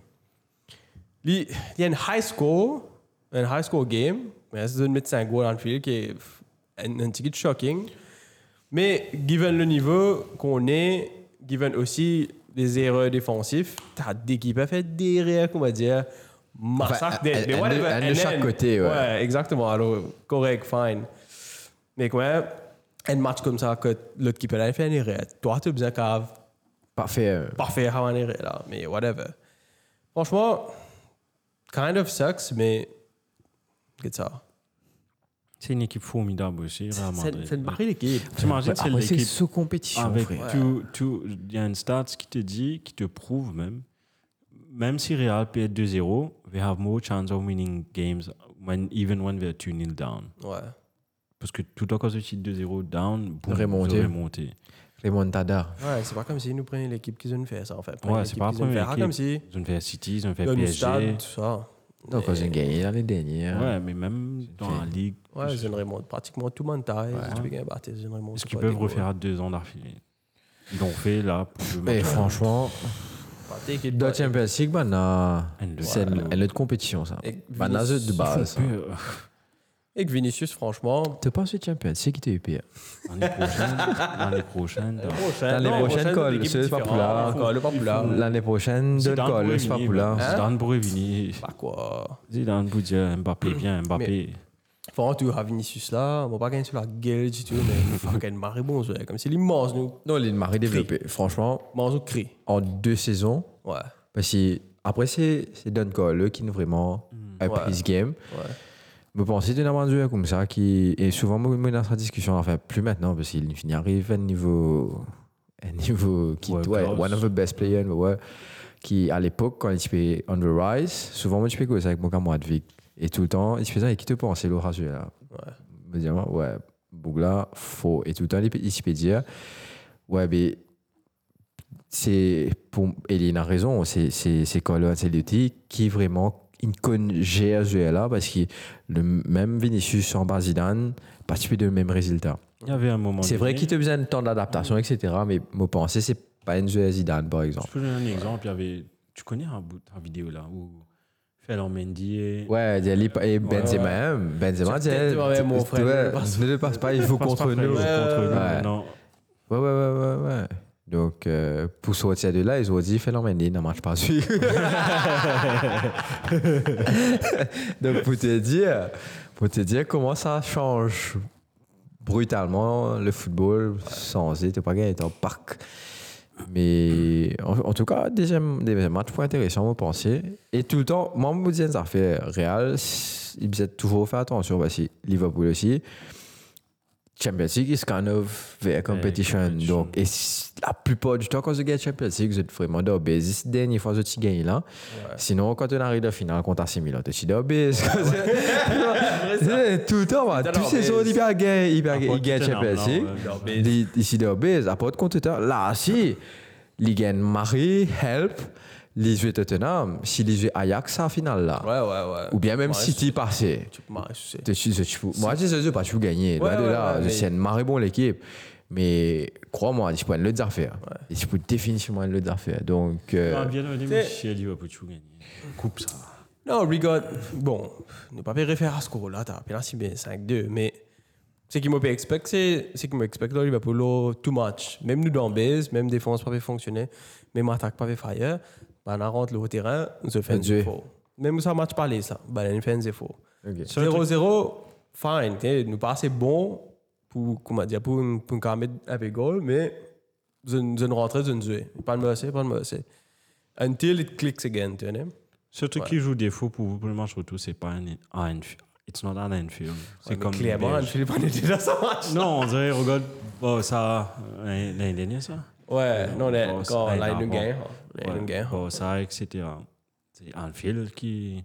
Lui, Il y a un high score, un high score game, mais c'est de mettre 5 goals dans le field qui est pff, un, un petit peu shocking. Mais, given le niveau qu'on est, given aussi les erreurs défensives, t'as des équipes à faire des erreurs, qu'on va dire, massacre Enfin, des- des un- un- whatever, un de and chaque then- côté, ouais. Ouais, exactement. Alors, correct, fine. Mais quoi, un match comme ça, que l'autre équipe a fait une erreur, toi, tu as besoin qu'à Parfait. euh, pas faire une erreur, là, mais whatever. Franchement, kind of sucks, mais get ça. C'est une équipe formidable aussi, Real Madrid. C'est une barre d'équipe. T'imagines, c'est Après, Ah, c'est l'équipe Ah, sous compétition, avec frère. tout, tout- il y a une stat qui te dit, qui te prouve même, même si Real perd 2-0, we have more chance of winning games when, even when we are 2-0 down. Ouais. Parce que tout à cause de titre 2-0 down, boum, Remonter. vous remontez. Remontada. Ouais, c'est pas comme si nous prenions l'équipe qu'ils ont fait ça, en fait. Prennent Ouais, l'équipe c'est pas la qu'ils ont fait. première Ah, équipe. comme si, Ils ont fait City, ils ont fait dans le PSG. stade, tout ça. Donc, Mais- ils hein. ont gagné l'année dernière. Ouais, mais même dans la ligue, Ouais, je ne remonte pratiquement tout mon taille. Je peux gagner, bah, t'es- je ne remonte est-ce qu'ils pas peuvent des goals. refaire deux ans d'affilée Ils l'ont fait là pour le Mais match. franchement, Bah, t'es équipe- dans Champions League, bah, non. And- c'est Ouais. une une autre compétition, ça. Et Bah, non, c'est de Ils font base. ça. peur. Et que Vinicius, franchement. T'as pas ce Champions League qui t'est pire. L'année prochaine, l'année prochaine, dans- prochaine, L'année prochaine, colle, c'est pas pas Poulard. Colle, pas Poulard. L'année prochaine, de hein. Zidane col, pourrait c'est pas venir, pour là. mais Zidane pourrait venir. Pas quoi. Zidane vous dit euh, Mbappé, bien, Mbappé. Faut tu as Vinicius là, on va pas gagner sur la gueule du tout, mais fucking marre bon, c'est comme si l'immense nous. Non, l'île Marie développée. Franchement, Mange nous crie. en deux saisons, Ouais, parce que après, c'est c'est Don Cole qui nous vraiment a Ouais. pris ce game. ouais. Je pensais d'un aventure comme ça, qui est souvent mené dans sa discussion, enfin plus maintenant, parce qu'il n'y arrive à un niveau, un niveau qui Ouais, ouais, classe. one of the best players, mais ouais, qui à l'époque, quand il se fait on the rise, souvent moi je fais quoi ça avec mon camarade Vic, et tout le temps, il se fait ça, et qui te pense, c'est Laura là. Ouais. Me dire, ouais, Bougla, faux, et tout le temps, il- il se fait dire, ouais, mais c'est pour Eline a raison, c'est c'est c'est Carlo Ancelotti qui vraiment gère ce là parce que le même Vinicius en bas Zidane participe de même résultat. Il y avait un moment. C'est vrai donné- qu'il te besoin de temps d'adaptation etc. Mais mon pensée c'est pas une à Zidane par Je exemple. peux donner un exemple. Il y avait... Tu connais un bout un vidéo là où Fernand Mendy et- Ouais, Dialli et Benzema, hein. Benzema, Tu- Dialli, tu- ouais, mon tu- frère, ouais, ne le passe ne le passe pas, il faut Passe contre pas, nous. frère, il joue contre nous, Ouais. maintenant. Ouais, ouais, ouais, ouais, ouais. Donc, euh, pour sortir de là, ils ont dit, fais l'emmener, ne marche pas dessus. Donc, pour te dire, pour te dire comment ça change brutalement le football sans être pas gagné en parc. Mais en, en tout cas, deuxième, deuxième match pour intéressant, vous pensez. Et tout le temps, moi, je me disais, ça fait Real, ils faisaient toujours faire attention parce que Liverpool aussi. Champions League is kind of their competition. competition. Donc, et s- la plupart du temps, quand je gagne Champions League, vous êtes vraiment dans base. C'est la dernière fois que tu gagnes là. Sinon, quand on arrive à la finale contre Assimilan, tu es dans base. Ah Tout le temps, man. T'es Toutes dans ces base. saisons, il perd gain, il perd gain, Après, il gagne Tottenham, Champions League. là, ouais. Dans base. Li- Ici, dans base, à part de compteur, là, si, il gagne Marie, help, il joue Tottenham, si il joue Ajax, à finale là. Ouais, ouais, ouais. Ou bien même Ouais, City passé. Tu tu- marre, tu sais. Tu- tu- tu- tu- Moi, je ne sais pas, tu peux gagner. Ouais, Loin de ouais, là, ouais, mais- c'est une marée bonne l'équipe. Mais crois-moi, tu peux le dire faire. Et tu peux définitivement le dire faire. Donc, euh, Ah, bien, là, les c'est- mouchis, elle dit, ouais, Pochou, gagne. Coupe ça. Non, regarde, bon, ne pas faire référence à ce là t'as appelé 5-2, mais ce qui m'a fait expect, c'est ce qui m'a expect là, Liverpool, là, too much. Même nous dans base, même défense pas fait fonctionner, même attaque pas fait fire, ben, on rentre le terrain, the fans Dieu. est faux. Même ça match pas les ça, ben, les fans est faux. ok. 0-0, fine, t'sais, nous pas assez bon pour, comment dire, pour, pour nous mettre avec goal, mais nous nous rentrer, nous tuer. Pas de mercy, pas de mercy. Until it clicks again, tu vois. Ce truc qui joue défaut pour vous pour le match retour, c'est pas un ah, à Anfield. It's not an Anfield. C'est Ouais, mais comme. clairement, PSG. Philippe, on était déjà ça match. Non, on dirait, regarde, bon, ça. L'année l'année dernière, ça Ouais, non, mais Bon, quand c'est- là, il nous bon. gagne. Il Ouais, nous gagne. bon, ça, etc. C'est Anfield qui.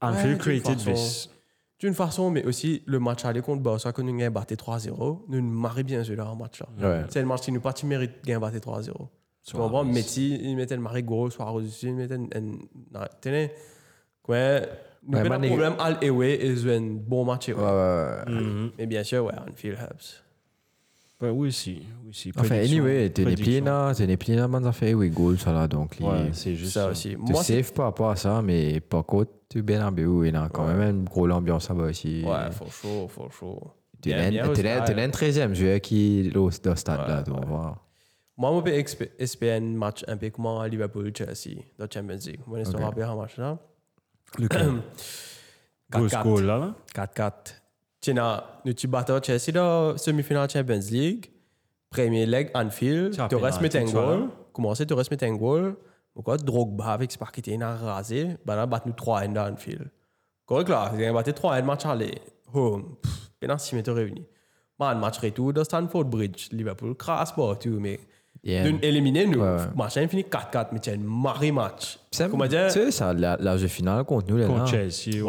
Anfield d'une created façon. this. D'une façon, mais aussi le match aller contre Barça, quand nous gagnons, battait 3-0, nous nous marie bien celui-là en match. là. Ouais. C'est le match qui nous partit mérite de gagner, battait 3-0. Tu Suarez. comprends? Messi, il mettait le mari gros, Suarez aussi, il mettait. un- un- Non, tenez. Quoi? Nous Ouais, avons Mané- un problème, Al et ouais, et ils ont un bon match. et ouais. Ouais, ouais, ouais. Mhm. Mais bien sûr, ouais, Anfield helps. Ouais, oui, si. Oui, si. Enfin, Prédiction. anyway, er t'es né Prédiction. plié là, t'es né plié là, bonne affaire, oui, goal, ça là. Donc, les- Ouais, c'est juste. Ça aussi. Tu Moi, c'est. saves pas à part ça, mais par contre, tu Bernabeu, il a quand même une grosse ambiance là-bas aussi. Ouais, for sure, for sure. Tu Bien, bien, Oscar. l'as un 13e joueur qui est au ce stade là, tu vas voir. Moi, je peux exp- espérer un match un peu comme à Liverpool-Chelsea dans la Champions League. Moi, je Ok. me rappelle un match là. Gros score 4-4. là, là. 4-4. Tiens, là, nous tu battons Chelsea dans semi-finale Champions League. Premier leg, Anfield. Tiens, Tu restes pénalty, mettre un tu vois, là. goal. Commencé, tu restes mettre un goal. Pourquoi Drogba avec ce parquet il a rasé. Ben là, battu nous 3-1 dans Anfield. Correct là, il a battu 3-1 match aller. Home. Pff, Pendant 6 minutes réunis. Man, match retour dans Stanford Bridge. Liverpool, crasse pas, tout, mais. Yeah. D'une éliminer nous. Ouais, ouais. Match infini 4-4, mais tiens, maré match. Ça, Comment dire Tu sais, ça, la, la jeu finale contre nous, là. Contre non? Chelsea. Ouais, Le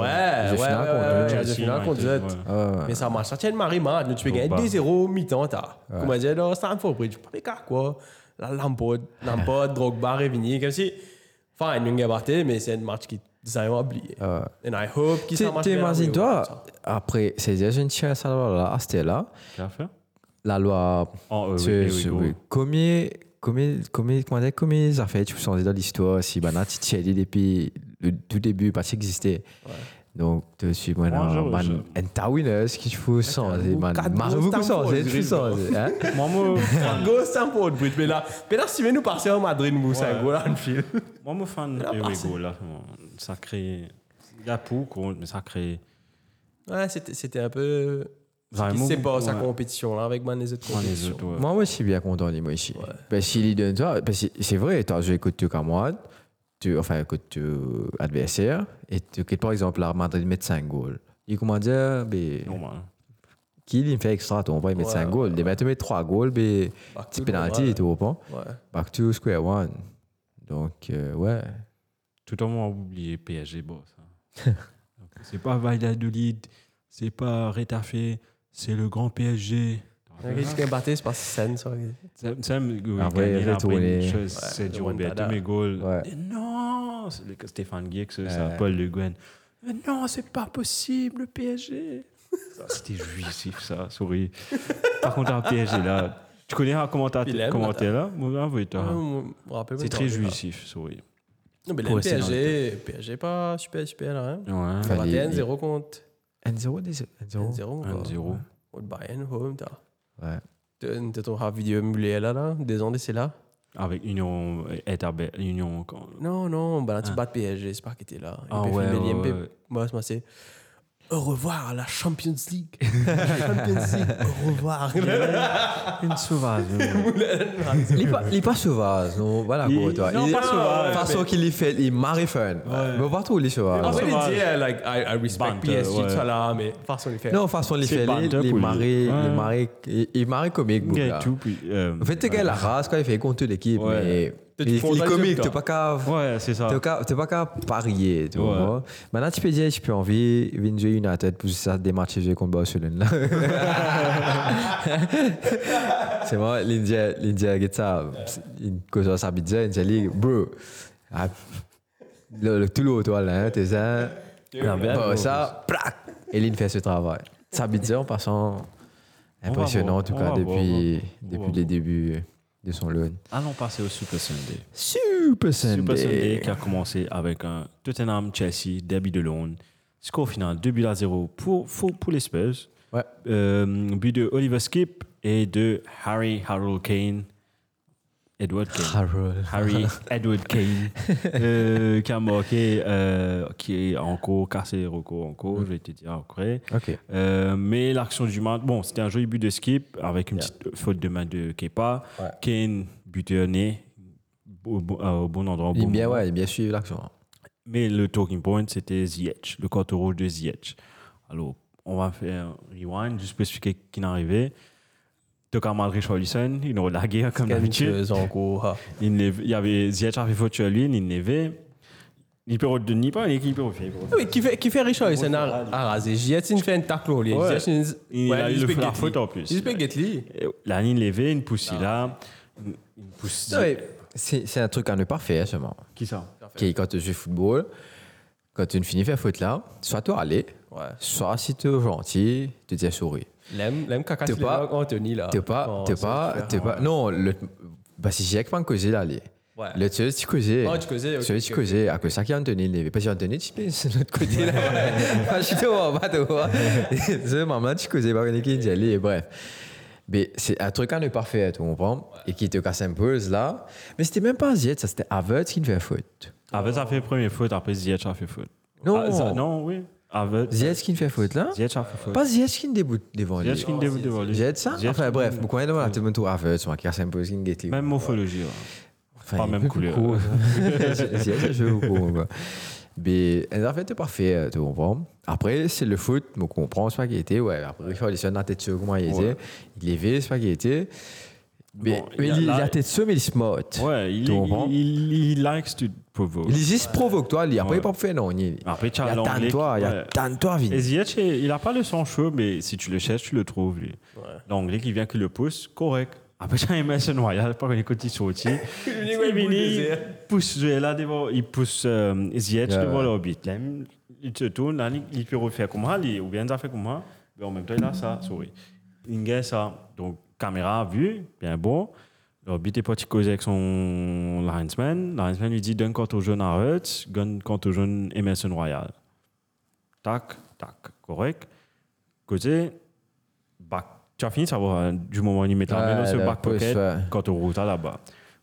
ouais, ouais, final ouais, contre ouais, Chelsea, le final contre United, Zut. ouais. Ah, ouais. Mais ça marche, ça tient le mari match. Tu peux gagner Drogba. 2-0 mi-temps, t'as. Comment dire, là, Stanford Bridge, pas des cas, quoi. La Lampard, Lampard, Drogba, Revigny, comme si. Enfin, nous avons battu, mais c'est un match qui nous avons oublié. And I hope qu'il s'en Tu- marche bien, oui, oui, T'imagines-toi, après ces élections à Salvador, là, c'était là, Quelle affaire la loi. Oh, euh, tu- oui, tu- oui, oui. oui. Combien. Combien, combien, comment dire, combien les affaires tu peux changer dans l'histoire si ben, là, tu t'y allais depuis le tout début, parce qu'il existait. Donc, tu suis moi, Moi, non, je- man, je- un Tawinners qui faut changer, man. quatre Marre gros beaucoup Stanford, changer, tu Green, changer. hein. Moi, moi, ça. Go Stanford Bridge, mais là, mais là, si nous passer en Madrid, nous, c'est un goal à Anfield. moi, moi, fan Là, de bah, Ewego, là. Ça crée. Il y a pour, contre, mais ça crée. Ouais, c'était c'était un peu. Vraiment, Il sait pas sa ouais. compétition, là, avec man, les autres Prends les compétitions. autres, ouais. Moi, moi, je suis bien content de moi ici. Parce qu'il donne ça. Parce que c'est vrai, tu as joué contre tes camarades, tu, enfin, contre tes adversaires, et tu quittes par exemple la Madrid met 5 goals. Il comment dire, ben, Normal. qui il fait extra, on va mettre Ouais, 5 goals. Les mecs, tu mets 3 goals, ben, Back petit to penalty, normal. tu comprends? Ouais. Back to square one. Donc, euh, ouais. Tout le monde a oublié PSG, bon, ça. Donc, c'est pas Valladolid, c'est pas Rétafé, c'est le grand PSG. Ah, Qu'est-ce Ah qu'il a battu, c'est pas scène, ça. C'est- c'est un- oui, Après, gagner, retourner. après, chose, C'est du Roberto remontada. Megol. Ouais. Mais Non, c'est le- Stéphane Guix, ça, Ouais. Paul Le Guen. Mais non, c'est pas possible, le PSG. Ça, C'était jouissif, ça, souris. Par contre, un PSG, là, tu connais un Il commentateur aime, commentaire là Mauvais envoyé, Ouais, toi. me rappelle C'est même très pas, je sais pas. jouissif, souris. Non, mais Pour le rester dans le PSG, PSG pas super, super là. Hein. Ouais, Enfin, les- 21 0 contre 1-0, 1-0. 0 1-0. Contre Bayern, home, t'as. Ouais. T'as t'as ton vidéo mulé là, là. Désolé, c'est là. Avec Union. Etabel, Union. quand- Non, non, bah là, tu Ah. bats PSG, c'est pas qu'il était là. Il Ah peut ouais, filmer ouais, l'IMP. ouais. Moi, c'est moi, c'est. Au revoir à la Champions League. Champions League, au revoir. Ah. Une sauvage. Il est pas- il est pas sauvage, non, voilà, Il- gros, toi. non, Il- pas sauvage, façon qu'il est fait, il marie fun. Mais partout, il est sauvage. On va sauvage. dire, like, I, I respect Banter, PSG, ouais. tout ça là, mais façon de faire. Non, façon, les C'est fait, pas les, top les ou les- marées, les Ouais. marées, il il marée comique, bouc, Gay là. tout, puis. euh, En fait, t'es ouais. gars la race quand il fait contre l'équipe, Ouais. mais Tu il, prends il est pas le comique, jeu, t'es pas toi. qu'à Ouais, c'est ça. t'es pas- t'es pas qu'à parier, tu Ah. Ouais. vois. Maintenant, tu peux dire, tu peux envie, venir jouer United pour ça des matchs jouer contre Barcelone, là. C'est moi, l'Indien, l'Indien, get ça, une cause de sa bizarre, il dit, bro, ah, le, le tout l'eau, toi, là, hein, t'es ça. Bah, bien, Bon, bon, ça, plac, Eline fait ce travail. Sa bizarre, en passant, Impressionnant en tout on cas va voir, depuis, on va depuis voir. les débuts de son loan. Allons passer au Super Sunday. Super Super Sunday Sunday. qui a commencé avec un Tottenham-Chelsea, derby de Londres. Score final 2 buts à 0 pour, pour, pour les Spurs. Ouais. Euh, but de Oliver Skip et de Harry Harold Kane. Edward Kane. Harold. Harry Edward Kane euh, qui a marqué, euh, qui est encore cassé les records encore, je vais te dire après. Ok. Euh, mais l'action du match, bon, c'était un joli but de skip avec une petite euh, faute de main de Kepa. Ouais. Kane, buteur né, au, bon- euh, au bon endroit. Au Il bon est bien, moment. ouais, il est bien suivi l'action. hein. Mais le talking point, c'était Ziyech, le carton rouge de Ziyech. Alors, on va faire un rewind juste pour expliquer qui n'arrivait. Tokamal Richarlison, il nous lagué comme d'habitude. Quelques encore. ah. Il lève- il y avait Ziyech a fait faute sur lui, il levait. Il peut retenir pas, il peut refaire. Oui, qui fait, qui fait Richard Hudson à, à raser. Jetson fait un tacle au lieu. Ouais. Jetson- Il a eu il le- se fait la Gately. faute en plus. Il se fait Gately. Là, il levait, une pousse là, une pousse. Ah Ouais, C'est c'est un truc à ne pas faire, sûrement. Qui ça Qui est quand tu joues au football, quand tu ne finis faire faute là, soit tu aller, Ouais. soit si tu es gentil, tu dis souris. L'aime, l'aime caca, T'es c'est pas- le Anthony là. T'es pas, Quand t'es ça se pas, fait, t'es hein. pas. Non, le, bah si j'ai pas causé là, allez. Ouais. Le tu tu causais. Ah, tu causais, ok, Celui tu ok, causais, à cause de ça qui a Anthony Lévy. Parce qu'Anthony, tu penses de l'autre côté là. Ah, Je te vois pas, te vois. Ce moment, tu causais par une qui dit allez, bref. Mais c'est un truc à ne pas faire, tu comprends? Et qui te casse un peu là. Mais c'était même pas Ziet, ça c'était Avert qui ne fait faute. Avec Ah, bah, ça fait première faute, après Ziyech a fait faute. Non. Ah, bah, ça- non, oui. Avec Ziet qui ne fait faute là? Ziyech a fait faute. Pas Ziet qui ne déboute devant lui. Ziyech qui déboute devant lui. Ziet ça? Ziyech Enfin qui- bref, vous connaissez devant tout le monde tout Avert, tu casse un peu, qui ne guette lui. Même morphologie. ouais. Enfin, Pas il même peut couleur. beaucoup. C'est assez chaud, quoi, quoi. Mais en fait, c'est parfait, euh, tu comprends. Après, c'est le foot, je comprends, c'est pas qu'il était. Ouais, après, Richard Lisson, la tête sur comment il était. Il est vieux, c'est pas qu'il était. Mais, Bon, mais il y a il, là- la tête sur, mais il se motte. Ouais, il, Tu comprends il, il, il likes to provoke. Il juste provoque, toi, lui. Après, Ouais. il peut pas faire non. Il, Après, il tu y as a tant de l'anglais toi, qui- il y a ouais. tant de toi, Vin. Et Ziyech, il il a pas le sang chaud, mais si tu le cherches, tu le trouves. lui. L'anglais qui vient, qui le pousse, correct. Après, j'ai Emerson Royal, pas les côtés sortis. unique où il bouge les airs. Il pousse euh, là devant, il pousse euh, Ziyech Ouais, devant ouais. l'orbite. Là, il se tourne, là, il- il peut refaire comme ça, il- ou bien ça fait comme ça. Mais en même temps, il a ça, souris. Il a ça. Donc, caméra, vue, bien bon. L'orbite est parti causer avec son linesman. Le linesman lui dit donne compte au jeune Harrods, donne compte au jeune Emerson Royal. Tac, tac, correct. Côté, back. Tu as fini de savoir hein, du moment où il met la main Ouais, dans ce la back pousse, pocket, ouais. quand au rouge, t'as là-bas.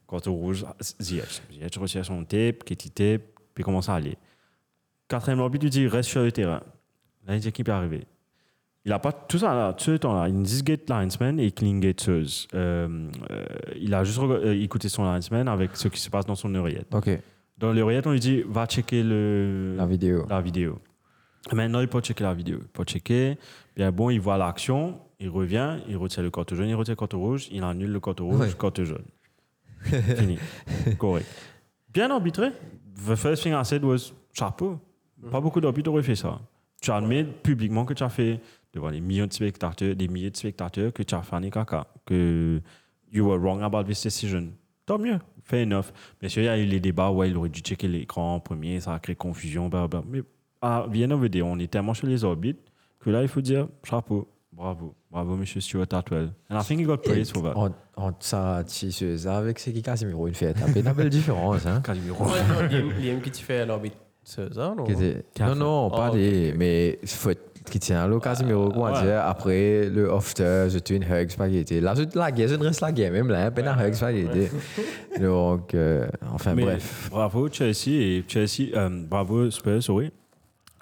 Quand au rouge, Ziyech. Ziyech retire son tape, quitte le tape, puis commence à aller. Quatrième orbite, lui dit reste sur le terrain. Là, il équipe est arrivée. Il n'a pas tout ça là, tout ce temps-là. Il dit get linesman et clean get Sears. Euh, euh, il a juste rega- euh, écouté son linesman avec ce qui se passe dans son oreillette. Ok, Dans l'oreillette, on lui dit va checker le, la vidéo. la vidéo. Maintenant, il peut checker la vidéo. Il peut checker. Bien bon, il voit l'action, il revient, il retire le carton jaune, il retire le carton rouge, il annule le carton rouge, Ouais. carton jaune. Fini. Correct. Bien arbitré. The first thing I said was chapeau. Pas beaucoup d'arbitres auraient fait ça. Tu admets publiquement que tu as fait devant les millions de spectateurs, des milliers de spectateurs, que tu as fait un caca, que you were wrong about this decision. Tant mieux. Fair enough. Bien sûr, il y a eu les débats où il aurait dû checker l'écran en premier, ça a créé confusion, blablabla. Mais à Vienne, on veut dire, on est tellement sur les orbites que là, il faut dire chapeau, bravo, bravo, monsieur Stuart Atwell. And I think he got praise for that. En, en ça, tisseuse avec c'est qui Casimiro, il fait taper une belle différence. Hein. Calimero. Ouais, non, Liam- Liam qui t'y fait à l'orbite. C'est ça, non? Que c'est- Tiens, Non, non, oh, pas ok, des. Mais faut qui tient à l'eau, Casimiro, comment ouais. dire, après le after, je tue une hug spaghetti. Là, je te la guerre, je ne reste la guerre, même là, un peine à hug spaghetti. Donc, euh, enfin, Mais bref. Bravo Chelsea et Chelsea, euh, bravo Spurs, oui.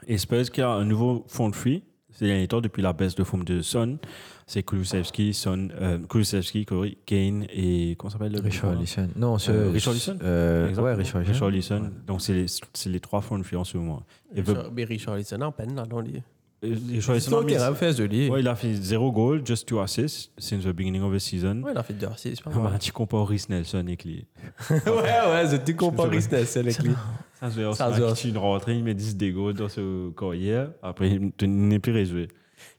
Et Spurs qui a un nouveau fond de free ces derniers temps depuis la baisse de forme de Son. C'est Kulusevski, Son, euh, Kulusevski, Corey, Kane et comment s'appelle le Richard Lisson. Non, ce. Euh, Richarlison euh, ouais, Exactement. Richard Lisson. Richarlison. Donc c'est les, c'est les trois fonds de free en ce moment. Et Richard- Mais Richard Hudson en peine là, dans les. euh, Richarlison Sur a le mis- terrain, fait de lui. Ouais, Ouais, il a fait zéro goal, just two assists since the beginning of the season. il a fait de Darcy, c'est pas Ah, mal. tu compares Rhys Nelson et Clé. Ouais, ouais, c'est tout comparé, c'était celle avec lui. Ça se voit, Ça c'est se un voit. petit une rentrée, il met 10 dégos dans ce courrier. Après, il il n'est plus rejoué.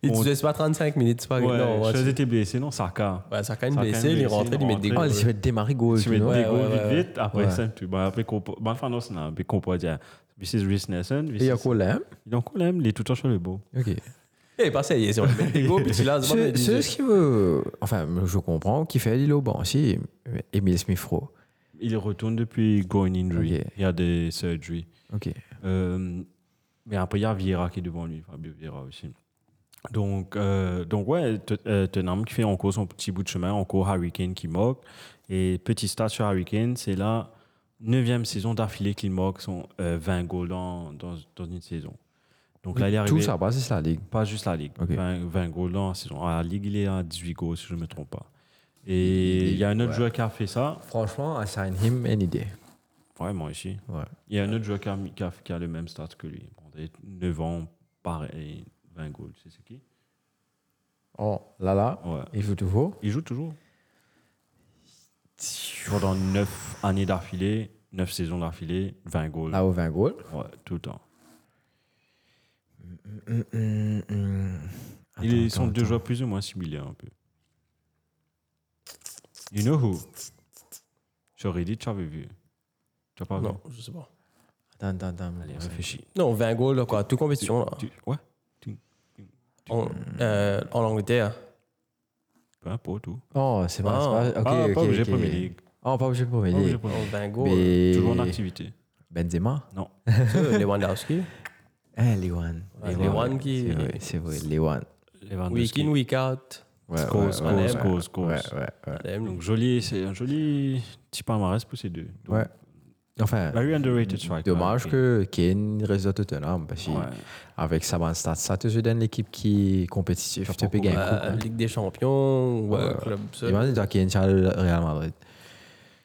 Il On- te laisse pas 35 minutes, c'est pas Ouais, non, ouais, Chose c'est- était blessé, non, Saka. Ouais, ça a quand même Ça a quand blessé, même il est blessé, rentré, il met des il Oh, est goals. rentré. il s'est fait démarrer gauche. Tu mets des non? Ouais, goals ouais, vite, ouais. vite. Après, Ouais. ça, tu bah, après, qu'on peut- bah, enfin, non, c'est un peu qu'on peut dire. This is Rhys Nelson. this Et il y a is- quoi là hein? Il est en colère, il est tout le temps sur le beau. Ok. Eh, Il est passé à Yézon. Mais go, puis tu l'as demandé. C'est c'est ce qui veut. Enfin, je comprends qu'il fait l'île au banc. Si, Emile Smith Rowe. Il retourne depuis groin injury. Ok. Il y a des surgeries. Ok. Euh, mais après, il y a Vieira qui est devant lui, Fabio Vieira aussi. Donc, euh, donc ouais, Tot- euh, Tottenham qui fait encore son petit bout de chemin, encore Harry Kane qui moque. Et petit stat sur Harry Kane, c'est la neuvième saison d'affilée qu'il moque son euh, 20 goals dans, dans, dans une saison. Donc là, il est Tout arrivé, ça, bah, c'est la ligue. pas juste la Ligue, Ok. 20, 20 goals dans la saison. À la Ligue, il est à 18 goals, si je ne me trompe pas. Et il y a un autre Ouais. joueur qui a fait ça, Franchement, assign him any day. vraiment ici. Ouais. Il y a un autre joueur qui a, mis- qui a- qui a le même stat que lui. Bon, des 9 ans, pareil, 20 goals, c'est ce qui Oh, là là, Ouais. il joue toujours. Il joue toujours. Pendant 9 années d'affilée, 9 saisons d'affilée, 20 goals. Là au 20 goals. Ouais, tout le temps. Hum, hum, hum. Ils Attends, sont attends, deux attends. joueurs plus ou moins similaires un peu. You know who? J'aurais dit, tu avais vu. Tu as pas vu? Non, je sais pas. Attends, attends, attends. Allez, réfléchis. Non, 20 goals, là, quoi. Toute compétition, là. Tu- ouais, En, euh, en Angleterre. peu importe où. Oh, c'est pas. Ah. c'est pas- ok, ah, ok, pas obligé ok. Premier League. Oh, pas obligé Premier Pas obligé League. Premier En League. 20 goals. Mais. Toujours en activité. Benzema. Non. euh, ça, Lewandowski. Eh, Lewan. Ouais, Lewan qui- C'est vrai, C'est vrai, Lewan. Week in, week out. Ouais, Scores, Euh, ouais, scores, ouais, scores, ouais, scores. Ouais, ouais, ouais. Damn. Donc joli, c'est un joli petit palmarès pour ces deux. Donc, Ouais. Enfin, Very underrated strike. dommage que Kane reste à Tottenham parce que avec sa bonne stat, ça te donne l'équipe qui est compétitive. Tu peux gagner. Euh, Ligue des champions. Ouais, hein. Ouais. club. Euh, ça. Imagine-toi Kane, tu as le Real Madrid.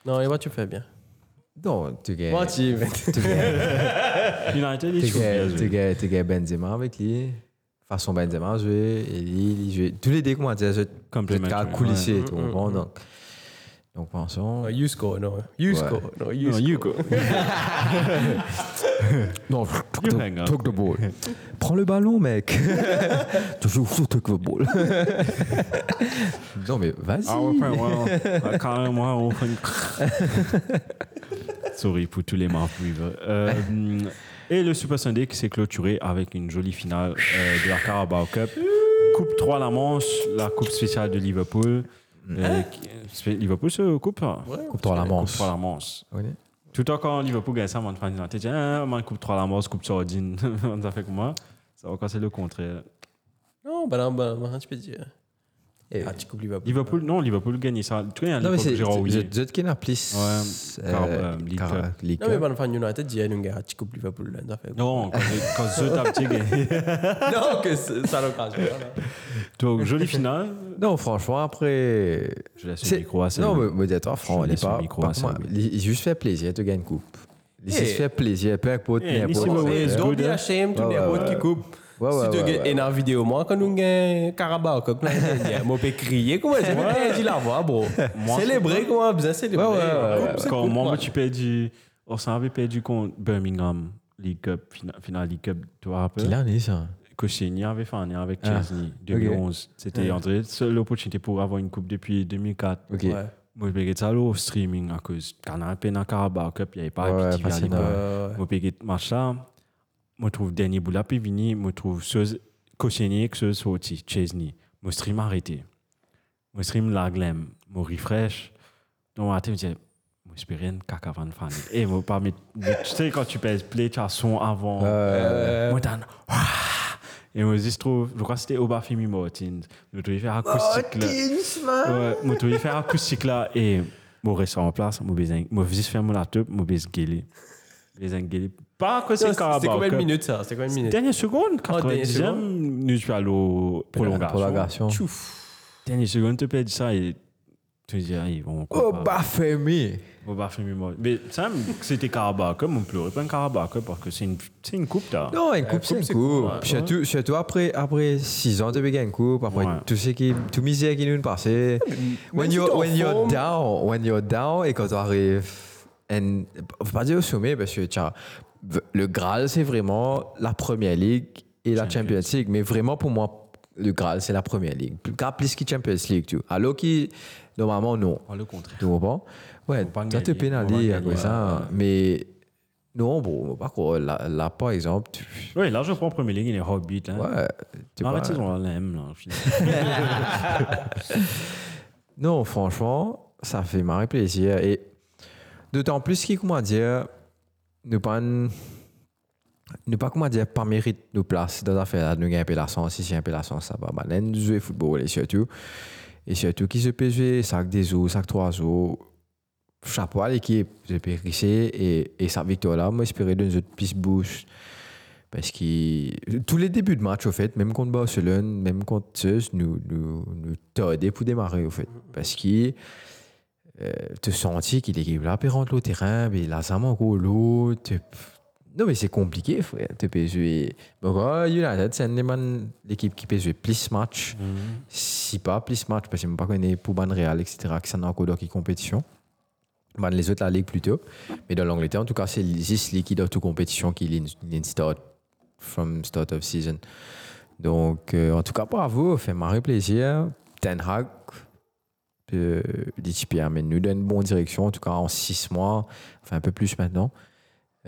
Non, et moi, tu fais bien. Non, tu gagnes. Moi, tu. Tu gagnes- United, tu ils jouent bien, gagnes- tu eux. gagnes- tu gagnes Benzema Ben avec lui. Façon Benzema jouer, et lui, il jouait. Tous les deux, comment dire, je Complémentaire, te ouais. coulisser, tu comprends? Donc, donc, pensons. Non, You score, non. hein. You Ouais. score, non. You Non, score. you go. Non, took You hang the, up. took the ball. Prends le ballon, mec. Toujours sous took the ball. non, mais vas-y. Ah ouais, enfin, ouais, ouais. Carrément, on fait une- Sorry pour tous les marques vivres. Euh, et le Super Sunday qui s'est clôturé avec une jolie finale euh, de la Carabao Cup. Coupe 3 la Manche, la coupe spéciale de Liverpool. Euh, qui- spé- Liverpool se coupe. hein? Coupe-toi Hein la Coupe manche. 3 la Manche. Ouais. Tout en quand Liverpool gagne ça, man, fan, t'es dit, ah, man, coupe 3 la Manche, coupe sordine. On a fait comment Ça encore, c'est le contraire. Non, bah non, bah non, tu peux dire. Ah, tu coupes Liverpool. Liverpool, non, Liverpool gagne ça. Tu connais, à Non, mais l'époque, c'est. Gérard Houllier. Vous êtes qui n'a plus. Ouais, euh, Car- euh, League Car- Cup. League Non, mais Cup. bah, enfin, United, dis à Nunga, tu coupes Liverpool. là, t'as fait- Non, quand quand Zeut a petit gagné. Non, que c'est- ça hein. l'occasion. voilà. Donc, jolie finale. Non, franchement, après. Je laisse c'est- le micro à Non, mais, Samuel. mais dis-toi, franc, il Je est laisse le pas. micro pas à comment- Samuel. Il il juste fait plaisir de gagner une coupe. Il Eh. juste fait plaisir, peu importe. Eh, n'importe. ici, ouais, Et ouais. don't be good, hein. ashamed to Ouais, ouais, n'importe ouais. qui coupe. Ouais, ouais, si tu ouais, gagnes ouais. une vidéo, moi, quand nous gagnons Carabao, quand nous gagnons, moi, je peux crier, comment c'est Mais dis la voix, bro. Moi, Célébrer, comment bien célébrer. Ouais, ouais, ouais, Coupe, ouais, c'est Quand coupe, moi, moi. tu perdu. On s'en avait perdu contre Birmingham League Cup, finale, finale League Cup, tu vois, un peu. Quelle année, ça Koscielny avait fait un an avec Ah, Chesney, 2011. C'était André, seule opportunité pour avoir une coupe depuis 2004. Ok. Ouais. Moi, je payais ça au streaming à cause qu'on a un peu dans Carabao Cup, il n'y avait pas Ouais, de petit bah, pas vernis, ça, quoi. Euh, Moi, payais ce match-là. Moi, je trouve dernier bout là, puis Vini, moi, je trouve chose Koscielny, que ce sorti, Chesney. Moi, stream arrêté. Moi, stream la glem. Moi, refresh. Donc, attends, je me disais, moi, je peux rien caca avant de faire. Et moi, pas mettre- mettre- Tu sais, quand tu pèses play, tu as son avant. euh, Moi, t'as un- Ouah Et moi, je trouve, je crois que c'était Obafemi Martins. Nous devons faire acoustique là. Ouais, moi, je devais faire acoustique là. Et mon restaurant en place, moi, je vais faire mon laptop, moi, je vais gueuler. Je vais gueuler. Pas que c'est C'est combien de Carabao. minutes, ça C'est combien de minutes Dernière seconde, Oh, dernière 90e, nous, je suis allé au prolongation. Prolongation. Tchouf. Dernière seconde, tu perds ça et tu te dis, ah, ils vont encore Oh, pas. bah, Femi Obafemi Martins. Mais ça, c'était Carabao Cup, on pleurait pas un Carabao Cup parce que c'est une, c'est une coupe, là. Non, une coupe, c'est une coupe. Surtout, surtout après, après 6 ans, tu peux gagner une coupe. Après, Ouais. tout ce qui, tout misère qui nous passe. When, si you're, t'es en when you're forme- down, when you're down, et quand tu arrives, and, on peut pas dire au sommet, parce que tiens, le Graal, c'est vraiment la première ligue et la Champions League. Mais vraiment, pour moi, le Graal, c'est la première ligue. Le Graal plus que Champions League, tu vois. Alors que, normalement, non. Oh, le contraire. Tu comprends? Ouais, pas toi, t'es gagner, faut pas pénalisé à gagner, cause de ça. Mais Non, bon, par contre, là, là, par exemple, tu- Oui, là, je prends Premier League, il est Hobbit. Hein. ouais, tu Arrête, vois. ils ont la même, là. finalement. Non, franchement, ça fait marrer plaisir. Et d'autant plus qui, comment dire, ne pas, ne pas, comment dire, pas mérite nos places dans l'affaire. là. Nous avons un peu la sens, ici un peu la sens, ça va mal. Nous jouons au football et surtout, et surtout qui se peut jouer, sac des os, sac trois os. Chapeau à l'équipe, je peux risquer. Et, et sa victoire-là, moi, espérer d'une autre piste boost. Parce que tous les débuts de match, au fait, même contre Barcelone, même contre Zeus, nous, nous, nous tordait pour démarrer, au fait. Parce que euh, te sentis qu'il est là, puis rentre au terrain, puis là, ça manque au lot. tu- Non, mais c'est compliqué, frère. Tu peux jouer. Bon, oh, United, c'est une des bonnes- l'équipe qui peut jouer plus match. Si pas plus match, parce que je ne pas connais pour Ban Real, etc., que ça n'a encore d'autres compétition. Ban les autres, la Ligue plutôt. Mais dans l'Angleterre, en tout cas, c'est juste l'équipe de toute compétition qui l'instaure from start of season. Donc, euh, en tout cas, bravo, fait marrer plaisir. Ten Hag, euh, DTP amène nous dans une bonne direction, en tout cas en six mois, enfin un peu plus maintenant.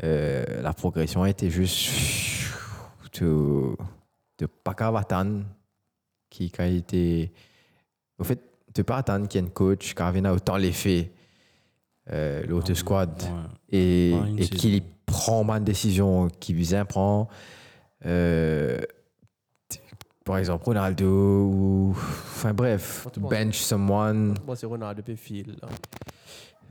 Euh, la progression était juste de, de Pakavatan qui qui a été. Au fait, de pas attendre qu'il y ait un coach qui a autant l'effet, euh, l'autre squad Ouais. et, Ouais, une et saison. qu'il prend bonne décision, qu'il bien prend. Euh, t- par exemple, Ronaldo ou. Enfin bref, Moi, tu penses- bench someone. Moi, c'est Ronaldo et Phil. Là.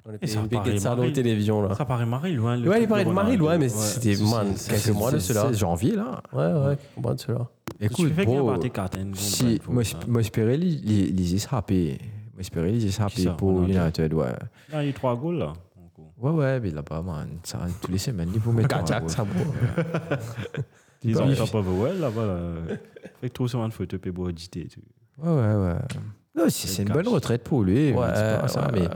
On est Et ça payé paraît de ça à la Marie. télévision. Là. Ça paraît Marie loin. le Ouais, truc il paraît de Marie, Ronaldo. ouais, mais Ouais. c'était C'est- man, c'est- quelques c'est- mois de c'est- cela. 16 janvier, là. Ouais, ouais, comprends tu là. Écoute, hein. Tu fais bro, bien par tes cartes. hein, si, bon, moi, bah, moi, j'espérais les is happy. Moi, j'espérais les is happy ça, pour Ronaldo United, ouais. faut- Ah, Il y a eu trois goals, là. en gros. Ouais, ouais, mais là-bas, man, ça, tous les semaines, ils vous mettent un goal. Ils ont Ouais. top of the world, là-bas. là. Fait que tout sur un photo, puis bon, JT et tout. Ouais, ouais, ouais. Non, c'est c'est une Catch. bonne retraite pour lui. Ouais, on dit pas ça, ouais, mais. ouais.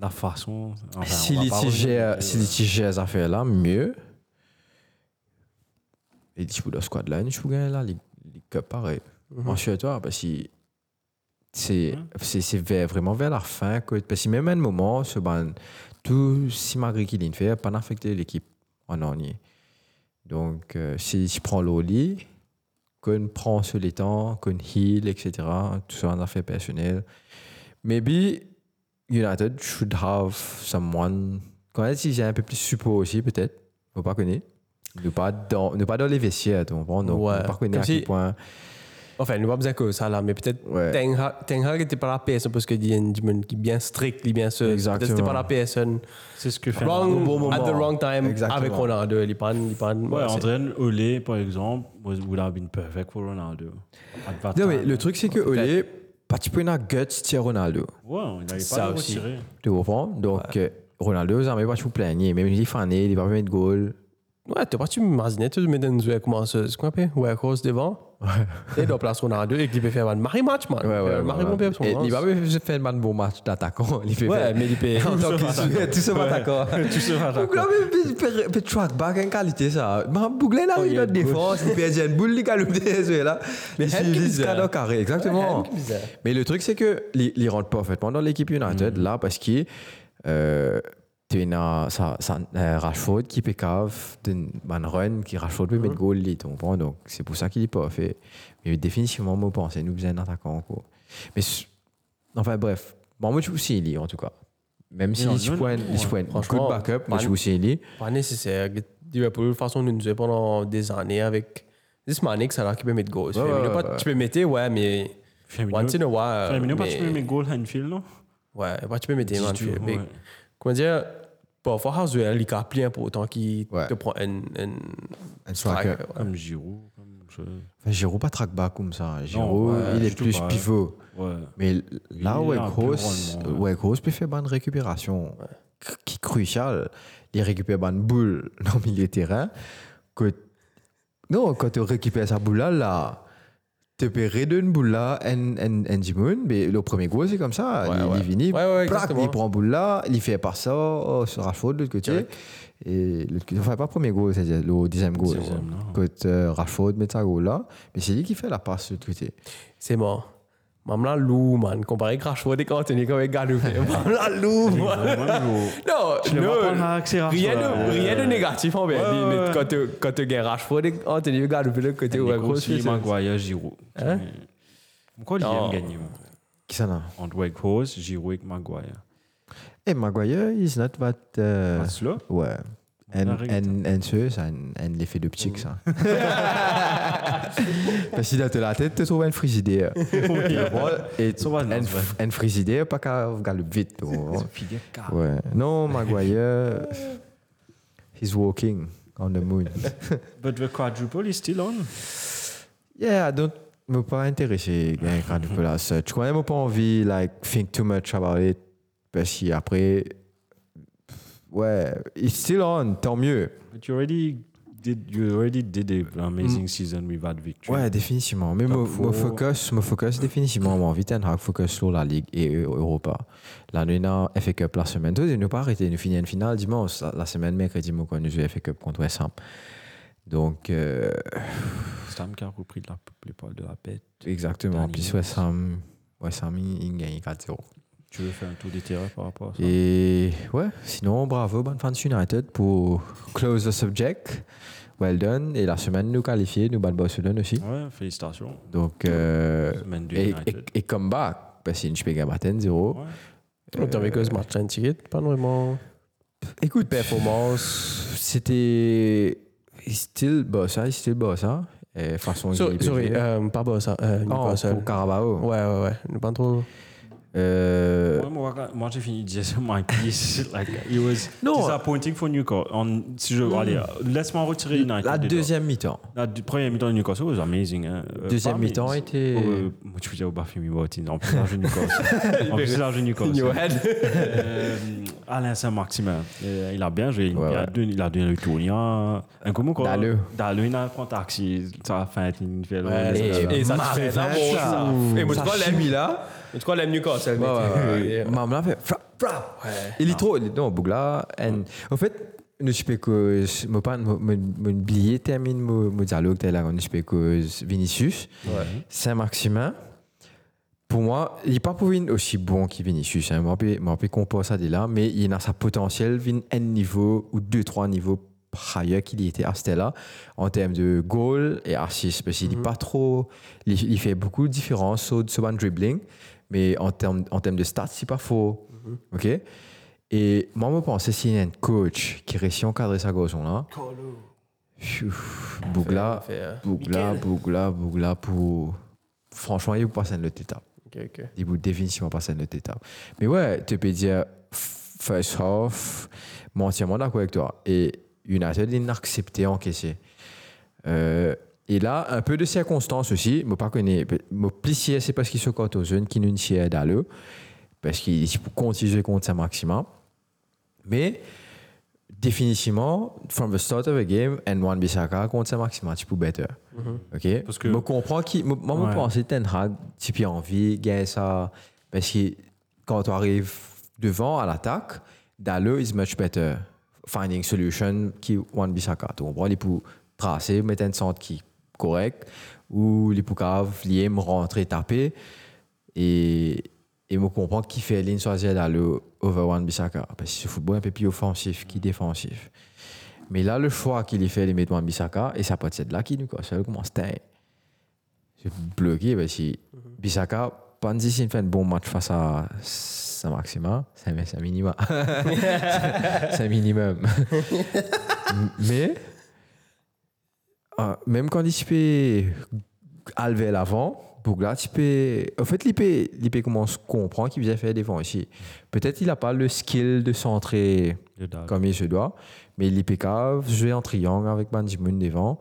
La façon. enfin, on si va les pas petits revenir gèrent- dessus, euh. si les petits gèrent ces affaires-là, mieux. Et si vous la squad là, je vous gagne là, les, les cups pareil. Ensuite, toi, parce que c'est Mhm. c'est- c'est vers- vraiment vers la fin. que- Parce que même à un moment, ce ban, tout si malgré qu'il ne fait, pas affecté l'équipe en en est. Donc, euh, si je prends l'Oli, qu'on prend sur les temps, qu'on heal, etc., tout ça en affaires personnelles, maybe United should have someone. Quand même, si j'ai un peu plus support aussi, peut-être. Faut pas connaître. Ne pas dans, ne pas dans les vestiaires, tu comprends? Donc, Ouais. faut pas connaître Comme à si- quel point. Enfin, nous pas besoin que ça là, mais peut-être Ouais. Ten Hag- Ten Hag était pas la personne parce qu'il y a une monde qui est bien strict, il est bien sûr. Peut-être Exactement. c'était pas la personne. C'est ce que fait. Wrong, bon moment. at the wrong time, Exactement. avec Ronaldo, il est pas. il est pas- Ouais, c'est- André Olé, par exemple, was- would have been perfect for Ronaldo. At that Non, mais time. le truc, c'est que Olé, pas tu peux une guts, c'est Ronaldo. Ouais, il n'avait Ça pas de aussi. retirer. Tu comprends? Donc, euh, Ronaldo, ça m'a pas tout plaigné. Même il est fané, il est pas mis de goal. Ouais, t'es pas tu m'imaginer, tu me donnes jouer comment ça, c'est quoi, pé? Ouais, cause devant. Et dans place Ronaldo, et qui peut faire un mari match, man. Mari mon père, son Euh, Et Il va Ouais, pas faire un bon match d'attaquant. Il fait faire- mais il peut. En tant que tout seul attaquant. Tu sais, Donc là, mais- mais- mais- mais track back, une qualité ça. Mais Bouglin, là, Oh, il a une défense, il perd une boule, il a le E, là. Mais Henry il bizarre. cadre carré, exactement. Henry bizarre. Mais le truc, c'est que les les rentre parfaitement dans l'équipe Hmm. United, là, parce que euh, tu as ça, ça, euh, Rashford qui pécave, tu as un run qui Rashford Hmm. peut mettre goal, il comprend. Donc c'est pour ça qu'il n'est pas fait. Mais définitivement, moi, pensez, nous, besoin un attaquant, quoi. Mais s- enfin, bref. Bon, moi, je vous signe, lui, en tout cas. Même si non, je non, prends un non, good franchement, backup, moi, pas- je vous signe, lui. Pas nécessaire. Liverpool, de toute façon, nous nous jouons pendant des années avec. This manic, ça là qui peut mettre go. Ouais, ouais, Firmino, ouais, pas- ouais. Tu peux mettre, ouais, mais. Firmino, Once in a euh, while. Firmino, pas tu peux mais- aimer goal Hanfield, non Ouais, bah, tu peux mettre des man, Dis-tu, mais- ouais. Comment dire, parfois, Haswell, il capte un peu autant qu'il Ouais. te prend un. un- Un striker, striker. ouais. Comme Giroud, comme je- Enfin, Giroud pas track back comme ça. Giroud, ouais, il est du tout plus pas, ouais. pivot. Ouais. Mais là, Il a un peu Weghorst, le rôle, ouais. Weghorst peut faire bonne récupération, cr- qui est crucial. Il récupère bonne boule dans le milieu de terrain. Que... Non, quand tu récupères sa boule là, là tu peux redonner une boule là, en, en, en Jimoun, mais le premier goal, c'est comme ça. Ouais, il, ouais. il finit, Ouais, ouais, plac, exactement. il prend boule là, il fait par ça, oh, sur Rashford de l'autre côté. Et l'autre côté- enfin, pas premier goal, c'est-à-dire le deuxième goal. Deuxième, non. Quand euh, Rashford met sa goal là, mais c'est lui qui fait la passe de l'autre côté. C'est mort. Mamla lou, man. Comparé crash des contenus comme Galou. Mamla lou, man. Non, Je le vois prendre non. un accélérateur. Rien de, rien de négatif en Belgique, ouais, ouais. mais quand tu quand tu gagnes Rashford, on te dit, regarde, oh, le côté où Ouais, est gros, gros, si c'est- Maguire, Giroud. Hein? Pourquoi il Non. aime gagner moi Qui ça, non Entre Wake Horse, Giroud et Maguire. Eh, Maguire, is not what. euh, Parce là, ouais. En, Daar ging en, en ce, ça, en, en l'effet de p'tique, ça. Parce qu'il a de la tête, te trouve un frigidaire. Et Zo was het en, als wel. en frigidaire, pas qu'à galop vite. hoor. figure car. Ouais. Non, Maguire, he's walking on the moon. But the quadruple is still on. Yeah, I don't. M'ai pas intéressé hein, quand tu peux la search. Quand même, pas envie, like, think too much about it. Parce qu'après. Ouais, it's still on, tant mieux. But you already did, you already did a- an amazing season with that victory. Mm. Ouais, définitivement. Mais Top mon four. mon focus, mon focus, définitivement, mon Vita Hag focus sur la Ligue et euh, Europa. Là, nous avons FA Cup la semaine. Tous, ils nous pas arrêté. Nous finissons une finale dimanche. La- La semaine mercredi, nous avons joué FA Cup contre West Ham. Donc, euh, Stam qui a repris de la- l'épaule de la bête. exactement. Dernier Puis match. West Ham, West Ham, il il gagne 4-0. Tu veux faire un tour des terrains par rapport à ça Et ouais, sinon, bravo, bonne fin de United pour close the subject. Well done. Et la semaine, nous qualifier, nous battre Barcelone aussi. Ouais, félicitations. Donc, euh, Semaine du et, et, United. et comeback. Parce que je peux gagner 0. Ouais. Donc, t'avais que ce match un ticket, pas vraiment. Écoute, Performance. c'était. il Still Bossa, il still Bossa. Et façon. Sorry, il- sorry, euh, pas beau ça. Euh, Oh, Newcastle. pour Carabao. Ouais, ouais, ouais. Nous pas trop. Euh, Ouais, moi, quand- moi j'ai fini de dire ça, my piece. Like, it was Non. disappointing for Newcastle. On- si je, allez, euh, laisse-moi retirer United. la dedans. deuxième mi-temps. La du- première mi-temps de Newcastle was amazing. hein. Euh, Deuxième parmi- mi-temps était. Euh, moi, tu veux dire au Bafimi Boateng, en plus large de Newcastle. en plus large de Newcastle. head. Euh, Alain Saint-Maximin, euh, il a bien joué. Il, Ouais, il a ouais. donné, il a donné le tournant. Un coup, moi, quand- Dalleux. Dalleux, il a pris un taxi. Ça a fait un fait le- Ouais, le- et- le- et ça te fait Marvin, d'amour, ça. ça. Et moi, tu vois, l'aime, il a. Tu vois, l'aime Newcastle. Ouais, ouais, ouais. Ouais, Maman fait frappe, frappe. Il est trop. il est- Non, Bougla. and- En fait, nous, je peux que. je- Mon pan, mon- mon mon billet termine mon mon dialogue. t'as là, Nous, je peux que Vinicius, Saint-Maximin. Pour moi, il n'est pas pour une aussi bon que Vinicius. Hein. Moi, je moi, je comprends ça dès là, mais il a sa potentiel, vin un niveau ou deux, trois niveaux higher qu'il y était à Stella en termes de goal et assist. Parce Mhm. qu'il n'est pas trop. Il, il fait beaucoup de différence sur sur un dribbling, mais en termes, en termes de stats, c'est pas faux. Mhm. OK? Et moi, je pense que s'il y a un coach qui réussit à encadrer sa gosse, là. Pfiou, Bougla, Fait, euh, Bougla, Bougla, Bougla pour. Franchement, il passe à une autre étape. Ok, ok. Il vous définitivement passer à une autre étape. Mais ouais, tu peux dire f- first half, moi entièrement d'accord avec toi. Et United, il n'a accepté, encaissé. Euh, et là, un peu de circonstances aussi. Je ne pas connaître. Je plissier, c'est parce qu'ils sont contre aux jeunes qui nous tiennent dans le. Parce qu'ils continuent contre un maximum. Mais définitivement, from the start of the game, and one Bissaka contre un maximum, tu peux better. Ok? Mm-hmm. Parce que- Je comprends qui. Moi, moi, je Ouais. pense que Ten Hag, tu peux envie, gagner ça. Parce que quand tu arrives devant à l'attaque, Dalo is much better. Finding solution qui One Bissaka. Tu comprends? Les pour tracer, mettre un centre qui est correct, ou les pour cave, les me rentrer, taper. Et, et je comprends qui fait ligne choisir Dalo over One Bissaka. Parce que ce football est un peu plus offensif qui défensif. Mais là, le choix qu'il y fait, il met Wan Bissaka, et ça partir de là qui nous commence à J'ai bloqué parce que Bissaka, Panzi, s'il fait un bon match face à Saint-Maxima, c'est un c'est un minima. c'est un minimum. Mais, euh, même quand il se fait alver l'avant, Bougla, tu peux. En fait, l'IP, l'IP commence à comprendre qu'il vient faire devant ici. Peut-être qu'il n'a pas le skill de centrer le Dalleux. comme il se doit. Mais l'IPK jouait en triangle avec Banjimun devant.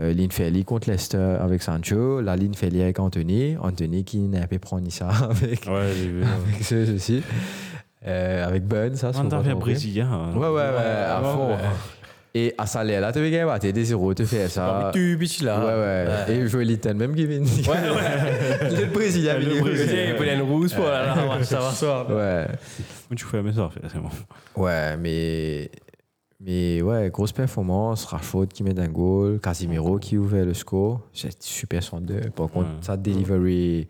Euh, Linfeli contre Leicester avec Sancho. La Linfeli avec Anthony. Anthony qui n'a pas pris ça avec, Ouais, j'ai vu. avec ceux aussi. Euh, avec Bun, ça. c'est On pas t'a fait trop brésilien. hein. bien. Ouais, ouais, ouais, à Ouais, fond. ouais. Et à Salé, là, tu veux gagner, bah, t'es des zéros, tu fais ça. Parmi tu, bitch, Ouais, là. hein. ouais. Et jouer Little, même Kevin. Ouais, ouais. le Brésilien, Le il est Brésilien. Il peut aller le rouge pour là, là, ouais, ça va, ça va. Ouais. Mais Tu fais un message, c'est bon. Ouais, mais. Mais ouais, grosse performance. Rashford qui met un goal. Casimiro qui ouvre le score. C'est super 102. Par contre, Ouais. sa delivery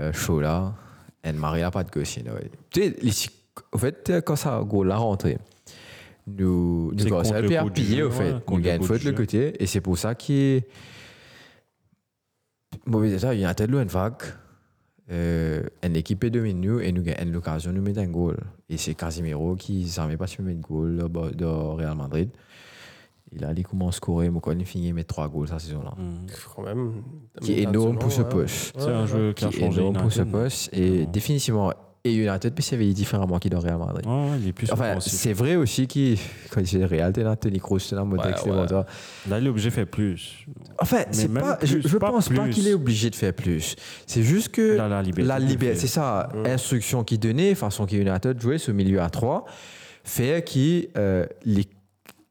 euh, show là, et Maria pas de cochine. ouais. Tu sais, les- en fait, euh, quand ça go la rentrée, nous nous C'est commençons contre à le faire coup du piller jeu, au fait, ouais, on contre le gagne coup faute du le jeu. côté et c'est pour ça qu'il mauvais état, il y a un tel une vague. Euh, une équipe domine nous et nous gagnons l'occasion de mettre un goal. Et c'est Casimiro qui s'armait pas sur mettre goal de, Bo- de Real Madrid. Et là, il commence à scorer, Mokon, il finit à mettre 3 goals cette saison-là. Mm. Quand même. hein. Qui est énorme pour ce poche. C'est un jeu qui a Qui est changé. énorme pour ce United. poste. Et Non. définitivement, et United PCV est différemment qu'il de Real Madrid. Ouais, ouais, il est plus Enfin, offensif. c'est vrai aussi qu'il, quand il est Real, t'es là, Tony Kroos, t'es là, mode Ouais, etc. ouais. Là, il est obligé de faire plus. Enfin, c'est même pas, je, plus, je pas pense pas plus. qu'il est obligé de faire plus. C'est juste que Là, la liberté. la de liberté, faire. c'est ça, instruction qui donnait, façon qui United jouait ce milieu à 3, fait qui euh, les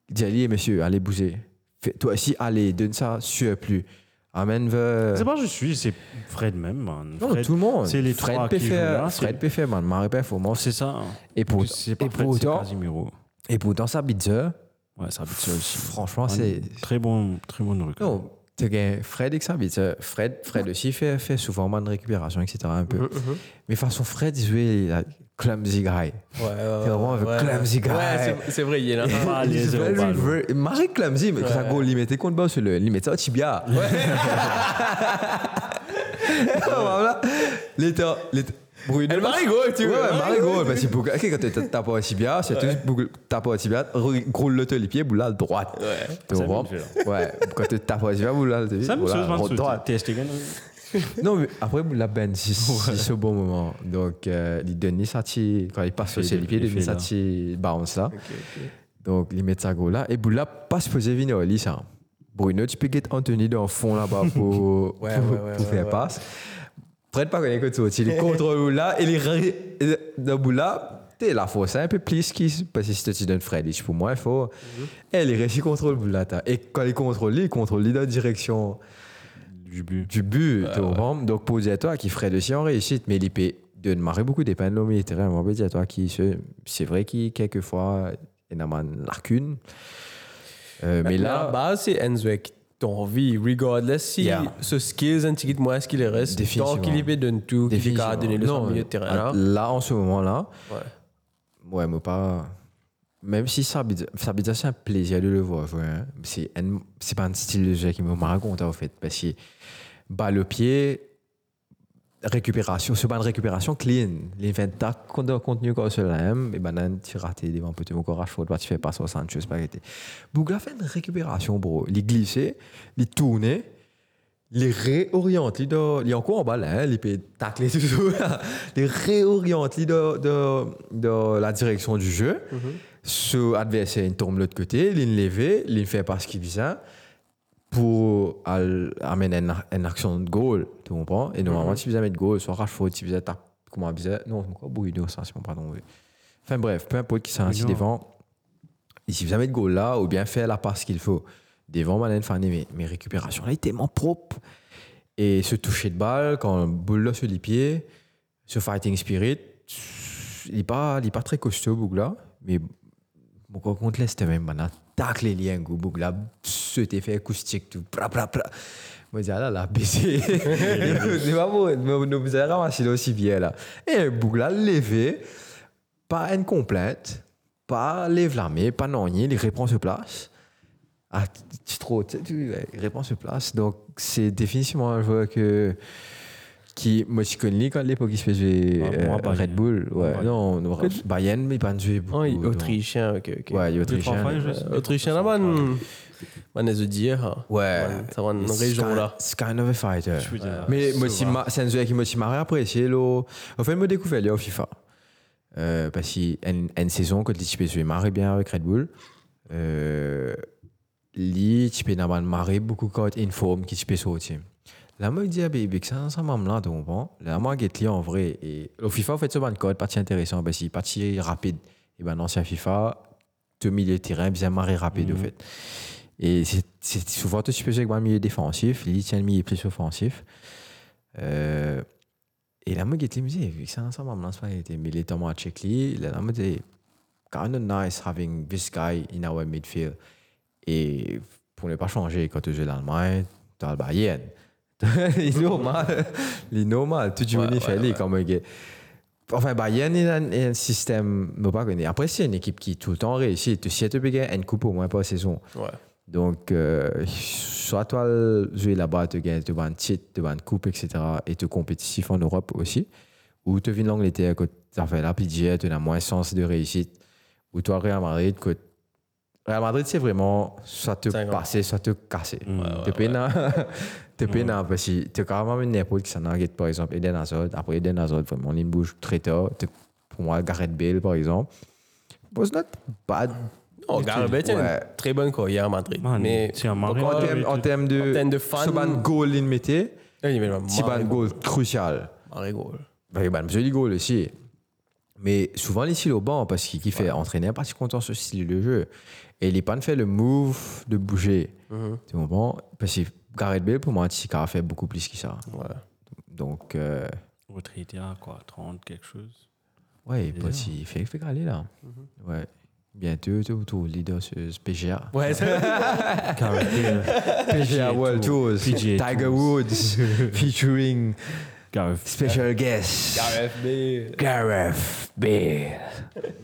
dit allez monsieur, allez bouger. Fais- toi aussi, allez, donne ça, surplus. Amène ve- C'est pas je suis, c'est Fred même, man. Non, Fred, tout le monde. c'est les Fred trois qui Peffer, jouent là, c'est- Fred Peffer, man, marée performance. C'est ça. hein. Et pour, C'est pas et Fred, pour c'est autant, Casimiro. et pourtant ça pizza, Ouais, ça habite ça aussi. franchement, Un c'est Très bon, très bon recul. non. t'as gagné Fred et que ça pizza. Fred, Fred aussi fait, fait souvent moins de récupération, etc. Un Mm, Mm-hmm. peu. Mais façon, Fred jouait la clumsy guy. Ouais, ouais, ouais. C'est vraiment un ouais. clumsy guy. Ouais, c'est- c'est vrai, il est là. Ah, Il les se zéro fait, lui, balle, veut- Marie Clumsy, mais que ça Ouais. go, il mettait contre bas sur le. Il mettait au tibia. voilà. Les temps- les temps- Bruno- Elle marie gros, tu Ouais, vois. ouais, Marie go, parce que pour- ok, quand tu tapes au tibia, c'est juste pour- tapes au tibia, re- groule le les pieds, boule à droite. Tu Ça comprends me fait, Ouais, quand tu tapes au tibia, boule à Ça me droite. saoule, man. Testé, Non, mais après, la Ben, c'est c'est ce bon moment. Donc, euh, il donne ça, tu- quand il Ah, passe Il sur fait- les pieds, il il donne fait ça, là. tu bounce là. Donc, il met ça go là. Et Boula, pas supposé venir au lit, ça. Bruno, tu peux get Anthony dans le fond là-bas pour, Ouais, pour, ouais, ouais, pour ouais, faire ouais. passe. Fred, pas connaît que tu Il contrôle Boula et il rit. Dans Boula, t'es la force un peu plus qui. Parce que si tu donnes Fred, il- pour moi, il faut. Mhm. Elle, il réussit à contrôler Boula. t'as. Et quand il contrôle, lui, il contrôle lui dans la direction Du but. Euh, du but, tu comprends Donc, pour dire à toi qui ferait aussi en réussite, mais l'IP de marrer beaucoup des panneaux militaires, on va dire à toi qui, se- c'est vrai qu'il, quelquefois, il y en a une lacune. Bah, Euh, mais Maintenant, la là, base, c'est Enzo qui ton vie, regardless si Yeah. ce skills un ticket moi, est-ce qu'il reste, tant Définitivement. qu'il y fait donne tout, qu'il est capable de donner le définitivement. son milieu de terrain. là. Non, euh, là, en ce moment-là, Ouais. ouais, mais pas. Même si ça, ça c'est un plaisir de le voir jouer. hein. C'est un- c'est pas un style de jeu qui me raconte, en fait. Parce que balle au pied, récupération, ce ban de récupération clean. L'inventaire contenu comme cela même, et ben là, tu raté devant peut-être encore à chaud, tu fais pas 60 choses, pas été. Bougla fait une récupération, bro. Il glissait, il tournait, il réoriente, il doit- il est encore en balle, hein, il peut tacler tout ça. Il réoriente il doit- doit- doit la direction du jeu. Ce adversaire, il tombe de l'autre côté, il lève, il fait pas ce qu'il vient pour al- amener une, une action de goal, tu comprends Et normalement, si vous avez de goal, soit Rashford, si vous avez tap- comment vous avez- non, c'est quoi Bruno, ça, c'est mon pardon. oui. Enfin bref, peu importe qui s'est assis Bruno. devant, et si vous avez de goal là, ou bien faire la passe qu'il faut, devant Malen Fané, mais, mais récupération là, il est tellement propre. Et ce toucher de balle, quand boule là sur les pieds, ce fighting spirit, il n'est pas, il est pas très costaud, Bougla, mais mon corps contre l'Est, c'était même, man, tacle les liens, go, Bougla, ce t'es fait acoustique, tout, bla, bla, bla. Moi, je dis, ah là, là, baisé. C'est pas bon, mais nous vous avez ramassé là aussi bien, là. Et Bougla, levé, pas une complainte, pas lève l'armée, pas non, rien, il répond sur place. Ah, tu- tu trop, tu, tu- ouais, il répond sur place. Donc, c'est définitivement un joueur que. Qui, moi, je connais quand à l'époque, il se faisait euh, Ah, moi, Bayern. Red Bull. Ouais. Bayern. Non, non, Bayern, mais pas joué Ah, beaucoup. il est donc. autrichien, ok, ok. Ouais, il est autrichien. Euh, Autrichien, là, man, man, les dire, hein. Ouais. Man, ça va, une It's région, kind- là. It's kind of a fighter. Je veux dire, euh, Mais ça moi, va. si ma- c'est un jeu qui m'a marré apprécié. Là. En fait, je me découvert là, au FIFA. Euh, parce qu'il y a une, une saison quand l'équipe se marré bien avec Red Bull. Euh, l'équipe n'a pas marré beaucoup quand une forme qui se sorti. Là, moi, je dis, ah, baby, que ça, ça m'a là, tu comprends? Là, moi, je suis en vrai. Et au FIFA, en fait, ce ban code, parti intéressant, parce qu'il est parti rapide. Et ben, l'ancien FIFA, deux milieux de terrain, bien marré rapide, au fait. Et c'est- c'est souvent tout supposé avec un milieu défensif, il tient le milieu plus offensif. Euh, et là, moi, je me dis, vu que c'est un ensemble, je pas été militant à Tchekli. Là, je me dis, kind of nice having this guy in our midfield. Et pour ne pas changer, quand tu joues l'Allemagne, tu as le Bayern, il est normal. Il est normal. Tout le Ouais, monde ouais, fait ouais. les comme un gars. Enfin, bah, il y a un- il y a un il y a un système, mais pas connu. Après, c'est une équipe qui tout le temps réussit. Tu sais, tu peux gagner une coupe au moins par saison. Ouais. Donc, euh, soit toi, jouer là-bas, tu gagnes, tu vas un titre, tu vas une coupe, etc. Et tu es compétitif en Europe aussi. Ou tu viens de l'Angleterre, quand tu fait la PGA, tu as moins sens de réussite. Ou toi, Real Madrid, quand Real Madrid, c'est vraiment soit te Cinquante. passer, soit te casser. Ouais, ouais, Tu peines à- tu peines à- parce que tu as carrément une épaule qui s'en arrête, par exemple, Eden Hazard. Après Eden Hazard, vraiment, il me bouge très tard. T'es- Pour moi, Gareth Bale, par exemple, was not bad. Oh, Du Gareth tout. Bale, c'est Ouais. une très bonne carrière à Madrid. Man, mais c'est un Madrid. Encore, En Ouais, termes- oui, en tout- termes de. en termes de fans- Ce ban goal, il mettait. il met le Si ban Mario- goal crucial. Mario Goal. Ben, ben, je dis goal aussi. Mais souvent, il est au banc parce qu'il qu'il fait entraîner un parti content ce style de jeu. Et il n'est pas de faire le move de bouger. Tu comprends Parce que Gareth Bale, pour moi, Tika a fait beaucoup plus que ça. Ouais. Donc, euh, Retraité à quoi 30, quelque chose. ouais, il peut- il fait, il fait râler là. Ouais. Bientôt, tout, tout, leader sur ce PGA. Ouais, c'est- Gareth euh, PGA World Tours. PGA Tiger Tours. Woods featuring Gareth. special guest. Gareth Bale. Gareth Bale.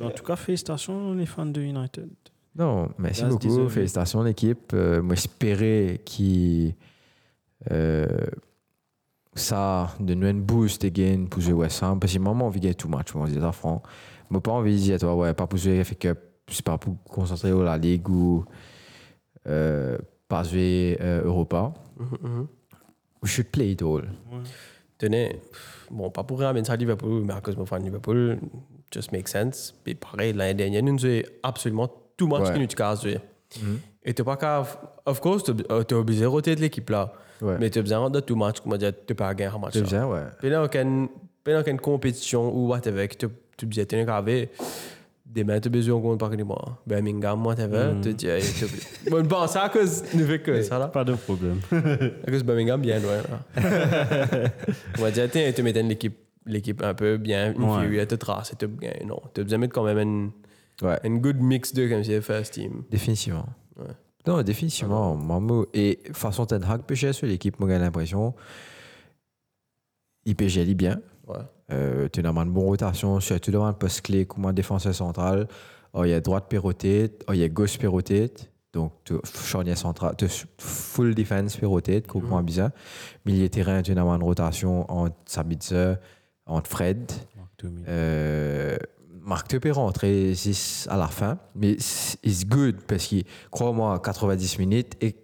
En tout cas, félicitations les fans de United. Non, merci Grâce beaucoup. désolé. Félicitations l'équipe. Euh, moi, j'espérais qu'il euh, ça donne un boost again pour jouer West Ham. Parce que maman, envie de gagner tout match. Moi, je dis ça franc. Moi, pas envie de dire, toi, ouais, pas pour jouer FA Cup, c'est pas pour concentrer au la Ligue ou euh, pas jouer euh, Europa. Mm-hmm, We should play it all. Tenez, bon, pas pour ramener ça à Liverpool, mais à cause de mon fan Liverpool, just makes sense. Puis pareil, l'année dernière, nous avons absolument tout match Ouais. que nous avons joué. Et tu pas qu'à. Of course, tu es obligé de roter de l'équipe là. Ouais. Mais tu as besoin de rendre tout match, comme on dit, tu pas gagner un match. C'est là. bien, ouais. Puis là, aucune, puis là, aucune compétition ou whatever, que tu tu disais, tu es gravé, des mains, tu as besoin de par moi. Birmingham, whatever, Hmm. tu dis, hey, tu- Bon, bon, ça, à cause, nous fait que ça là. Pas de problème. À cause Birmingham, bien loin là. On va dire, tiens, tu mettais une l'équipe l'équipe un peu bien, une Ouais. fille, tu traces, tu bien, non. Tu as besoin de mettre quand même une, ouais. une good mix de, comme si c'était first team. Définitivement. Ouais. Ah Non, définitivement. Mamou. Et façon Ten Hag pêchait sur l'équipe, moi j'ai l'impression. Il pêchait il est bien. Ouais. Euh, tu as une bonne rotation, surtout devant le poste clé, comme un défenseur central. Oh, il y a droite péroté, oh, il y a gauche péroté. Donc, tu charnière centrale, tu full defense Mhm. péroté, comme un bizarre. Milieu terrain, tu as une bonne rotation entre Sabitzer, entre Fred. Euh, Marc Tepe est rentré six à la fin, mais it's it's good parce que, crois-moi, 90 minutes et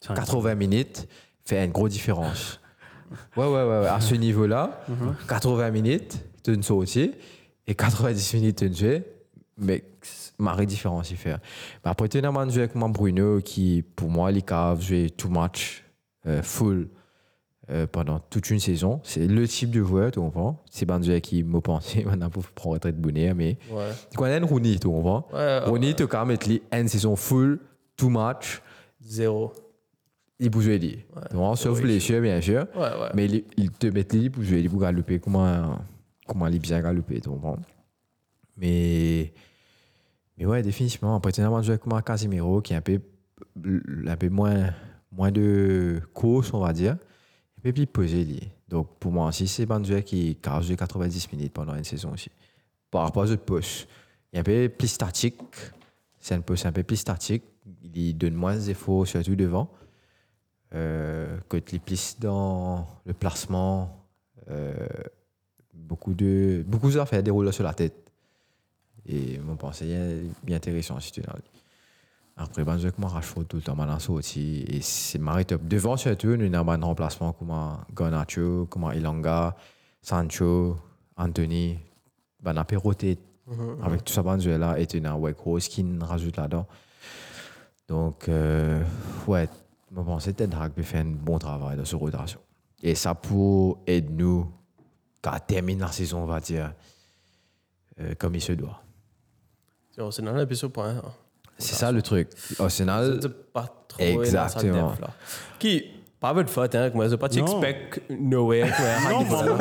80 minutes fait une grosse différence. ouais, ouais, ouais, ouais, à ce niveau-là, 80 minutes, tu ne aussi, et 90 minutes, tu ne sais, mais marée différence, il fait. Mais après, tu as un joueur comme Bruno qui, pour moi, les caves, joué tout match, euh, full. euh, pendant toute une saison, c'est le type de joueur, tu comprends? C'est un joueur qui me pensait maintenant pour prendre retraite bonheur, mais Ouais. tu connais Rooney, tu comprends? Ouais, Rooney, tu as quand même été une saison full, tout match, Zéro. il bougeait dit. Non, sauf oui. blessure, bien sûr. Ouais, ouais. Mais il, il te met les pour jouer, pour galoper. Comment, comment il est bien galopé, tu comprends Mais, mais ouais, définitivement. Après, tu as un joueur comme un Casemiro qui est un peu, un peu moins, moins de course, on va dire. Un peu plus posé, lui. Donc, pour moi aussi, c'est un joueur qui qui a joué 90 minutes pendant une saison aussi. Par rapport à ce poste, il est un peu plus statique. C'est un poste un peu plus statique. Il donne moins d'efforts, surtout devant euh, côté plus dans le placement, euh, beaucoup de beaucoup d'affaires déroulent sur la tête. Et mon pensée est bien intéressant si tu l'as lu. Après, ben, je vais comment Rashford tout le temps, Malanso aussi. Et c'est marré top. Devant, surtout, nous avons un remplacement comme Garnacho, comme Ilanga, Sancho, Anthony. Ben, on a péroté avec tout ça, ben, je vais là. Et tu as un Whitehorse qui nous rajoute là-dedans. Donc, euh, ouais, je pense que Ten Hag peut faire un bon travail dans cette rotation. Et ça pour aider nous quand elle termine la saison, on va dire, euh, comme il se doit. On s'est dans la sur point. hein. C'est ça le truc. Arsenal, C'est pas trop Euh, Exactement. Exactement. Qui, pas votre faute, hein, comme ça, pas tu Non. expect nowhere. Non,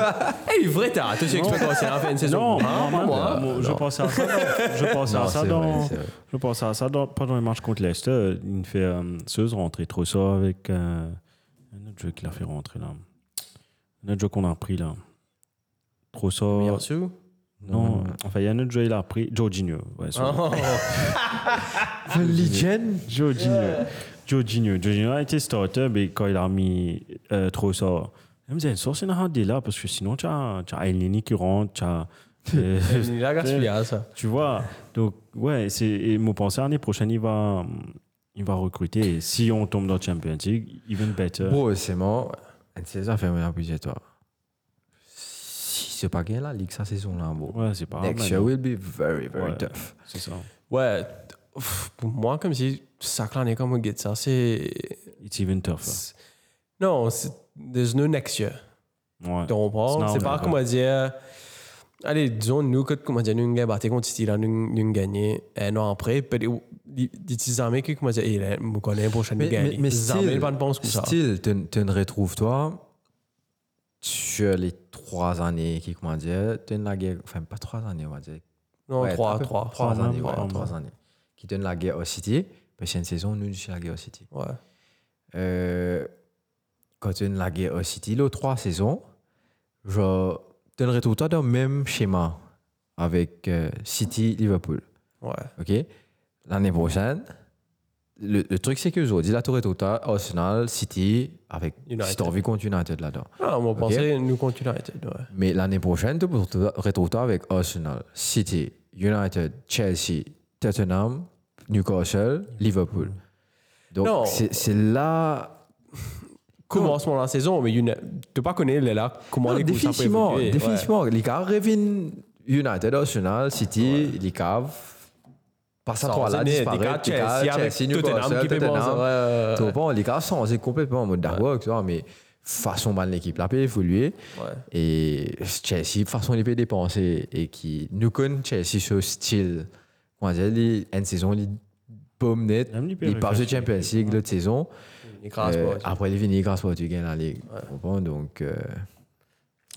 Hey, vrai, t'as, tu expect qu'on s'est en fait une saison. Non, hein, moi, pas moi. moi, je pensais à ça. dans- Je pensais Non, à ça c'est vrai, dans. c'est vrai. Je pensais à ça dans, pendant le match contre Leicester. Il me fait euh, Seuse rentrer trop ça avec euh, Un autre jeu qui l'a fait rentrer là. Un autre jeu qu'on a repris là. Trossard. Bien sûr. Non, enfin, il y a un autre jeu, il a repris. Jorginho. Ouais, sur- Oh, Religion Jorginho. Jorginho. Jorginho a été starter, mais quand il a mis euh, Trossard, il me disait, ça, c'est un délai là, parce que sinon, tu as, tu as El Nini qui rentre, tu as. euh, il a gaspillé ça. tu vois, donc, ouais, c'est. Et mon pensée, l'année prochaine, il va, il va recruter. Et si on tombe dans Champions League, even better. Bro, c'est mort. Un de ces affaires, mais un budget, toi. Si c'est pas gagné la Ligue cette saison-là, bro. Ouais, c'est pas Next mal, year hein. will be very, very Ouais. tough. C'est ça. Ouais, t- pff, pour moi, comme si Saklan est comme un guide, ça, c'est. It's even tough. c'est- Non, c'est- there's no next year. Ouais. Tu comprends? Non, C'est pas d'accord. comment dire. Allez, disons, nous, que, comment dire, nous, nous battons contre City, là, nous, nous gagnons un an après. Puis, les petits amis qui, comment dire, eh, là, nous connaissons prochaine Mais, gagne. mais, mais still, pas de pense comme ça. still, tu tu ne retrouves-toi sur les trois années qui, comment dire, tu ne la guerre, enfin pas trois années, on va dire. Non, Ouais, un trois, peu- trois. Trois trois années, ans, ouais, trois trois années. Qui donne la guerre au City, parce qu'il y a une saison, nous, chez la guerre au City. Ouais. Euh, quand tu la guerre au City, les trois saisons, genre, tu ne retrouves-toi dans le même schéma avec euh, City, Liverpool. Ouais. OK? L'année prochaine, le, le truc, c'est que aujourd'hui, la Tour est totale, Arsenal, City, avec United. si t'as envie, contre United là-dedans. Ah, mon pensée, nous continuons à être. Ouais. Mais l'année prochaine, tu peux te retrouver avec Arsenal, City, United, Chelsea, Tottenham, Newcastle, Liverpool. Non. Donc, c'est c'est là. Commencement de la saison, mais Uni- tu ne pas connaître les là, comment Non, les coups, ça peut définitivement, évoluer, ouais. définitivement. Les gars reviennent United, Arsenal, City, les gars. Passe à Sans toi là, aimer, disparaît. des gars, les gars, Chelsea avec Tottenham qui peut penser, ouais, ouais, ouais. Tu comprends, les gars sont c'est complètement en mode dark tu vois, mais façon ban l'équipe là peut évoluer. Ouais. Et Chelsea, façon les peut dépenser et qui nous connaît Chelsea ce style. Comment dire, les- une saison, les pommes nettes, Même les peut les passes de réfléchir, Champions League l'autre saison. Il crasse Euh, pas, ouais, après les vignes, grâce à tu gagnes la Ligue. Tu comprends, donc. euh,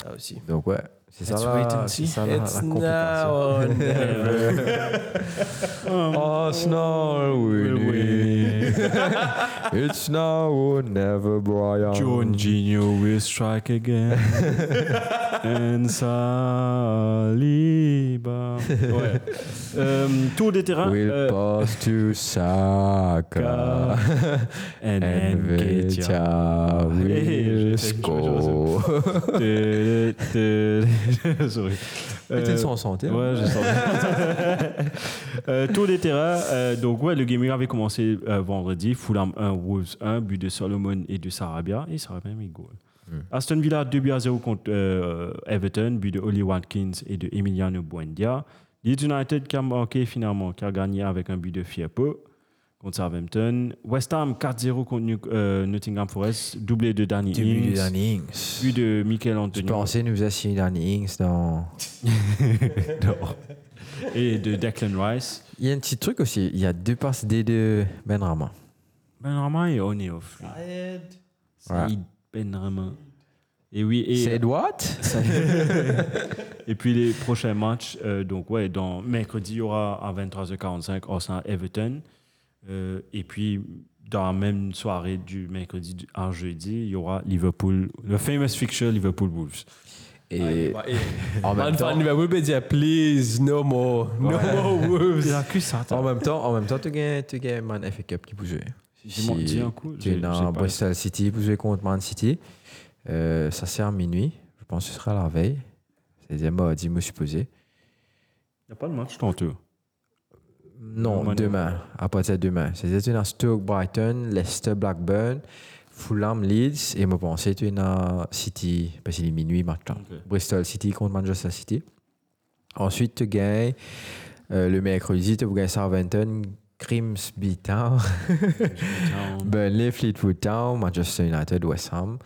ça aussi. donc ouais, c'est ça, Let's la- wait c'est and see. ça la, la It's compétition. now or never. Oh, it's now or Oui. It's now or never, Brian. Jorginho will strike again. And Saliba. Ouais. Euh, tour des terrains. will euh, pass to Saka. and And Nketiah. Vetia Hey, will j'ai fait- score. Télé, télé. Sorry. Euh, santé. Ouais, j'ai senti. Euh, tour des terrains. euh, donc, ouais, le gaming avait commencé euh, vendredi. Fulham 1, Wolves 1, but de Solomon et de Sarabia. Et Sarabia a mis goal. Hmm. Aston Villa 2 buts à 0 contre euh, Everton, but de Oli Watkins et de Emiliano Buendia. Leeds United qui a marqué finalement, qui a gagné avec un but de Firpo contre Southampton. West Ham 4-0 contre New- euh, Nottingham Forest, doublé de Danny Du but de Ings, Danny Ings. but de Michael Je Anthony pensais nous assigner Danny Ings dans. et de Declan Rice. Il y a un petit truc aussi. Il y a deux passes D de Ben Rama. Ben Rama est on et off. lui. Saïd Ben Rama. Et oui, et, euh, C'est what? et puis les prochains matchs, euh, donc ouais, dans mercredi, il y aura à 23h45 Arsenal Everton. Euh, et puis dans la même soirée du mercredi du- à jeudi, il y aura Liverpool, le famous fixture Liverpool Wolves. Et Bah, eh, en Man même fan temps. Liverpool peut dire please no more, no more Wolves. En même temps, en même temps, tu gagnes, tu gagnes Man FA Cup qui peut jouer. Dis- dis un coup, Tu j'ai- es j'ai pas- dans Bristol City, pour jouer contre Man City. Euh, ça sert à minuit. Je pense que ce sera la veille. C'est-à-dire mardi, me supposé. Il n'y a pas de match tantôt. Non, Demain, demain, à partir de demain. C'est-à-dire tu as Stoke, Brighton, Leicester, Blackburn, Fulham, Leeds, et me penser tu as City, parce qu'il est minuit maintenant. Ok. Bristol City contre Manchester City. Ensuite, tu gagnes euh, le mercredi, tu gagnes Southampton, Grimsby Town, Burnley, Fleetwood Town, Manchester United, West Ham,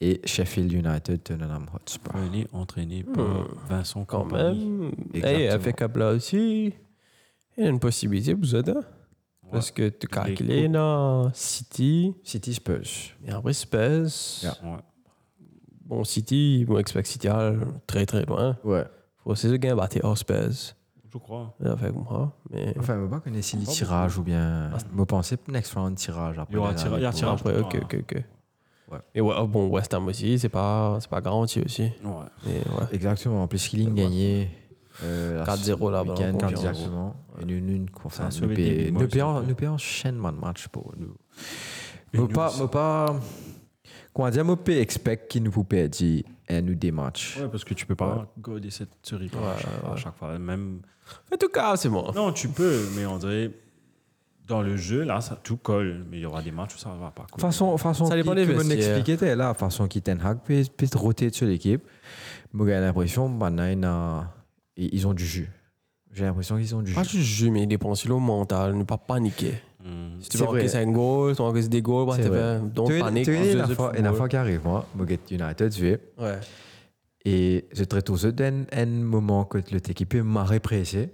et Sheffield United, Tottenham Hotspur. Burnley entraîné par Vincent Quand Compagnie. même. Hey, Exactement. avec Cup là aussi, il y a une possibilité vous êtes hein? Parce que tu calcules dans City, City Spurs. et après Spurs. Yeah. Ouais. Bon, City, bon, expect City ah, très très loin. Ouais. Faut c'est ce gain battre hors Spurs. Je crois. Ça fait comme ça, mais. Enfin, je ne pas connaître si les tirages ou bien. Je pensais next round tirage. après Il y aura la- tira- il y a pour- tirage. Après, ok, ok, ok. Et ouais, oh, bon, West Ham aussi, c'est pas, c'est pas garanti aussi. Ouais. Et ouais. Exactement. En plus, Skilling gagné. euh, la- 4-0 là-bas, le week-end, en conférence. Exactement. Une, une, une Ça a conférence. sauvé des Nous minimums, payons surtout. nous payons enchaînement de matchs pour nous. Et Nous nous pas, aussi. nous pas. Comment dire, nous pas expect qu'ils nous pouvons perdre et nous des matchs. Ouais, parce que tu peux pas goder cette série quoi, à, chaque, à chaque fois. Même... En tout cas, c'est bon. Non, tu peux, mais on dirait, dans le jeu, là, ça, tout colle. Mais il y aura des matchs où ça va pas coller. Façon, façon Ça dépend qui, des que vous vestiaires. expliquez, t'es là, façon qui Ten Hag peut, peut roter sur l'équipe. Moi, j'ai l'impression maintenant, il y en a- ils ils ont du jus. J'ai l'impression qu'ils ont du Pas jus. juste jus, mais des pensées au mental, ne pas paniquer. Mm. Si tu C'est veux vrai. encaisser un goal, si tu encaisses des goals, bah, C'est vrai. whatever, Tu don't vois, panic. tu vois, on joue la du fois- la football. fois qui arrive, moi, moi, j'ai United, tu es. Ouais. Et je très tôt, c'est un, un moment que le équipe m'a repressé.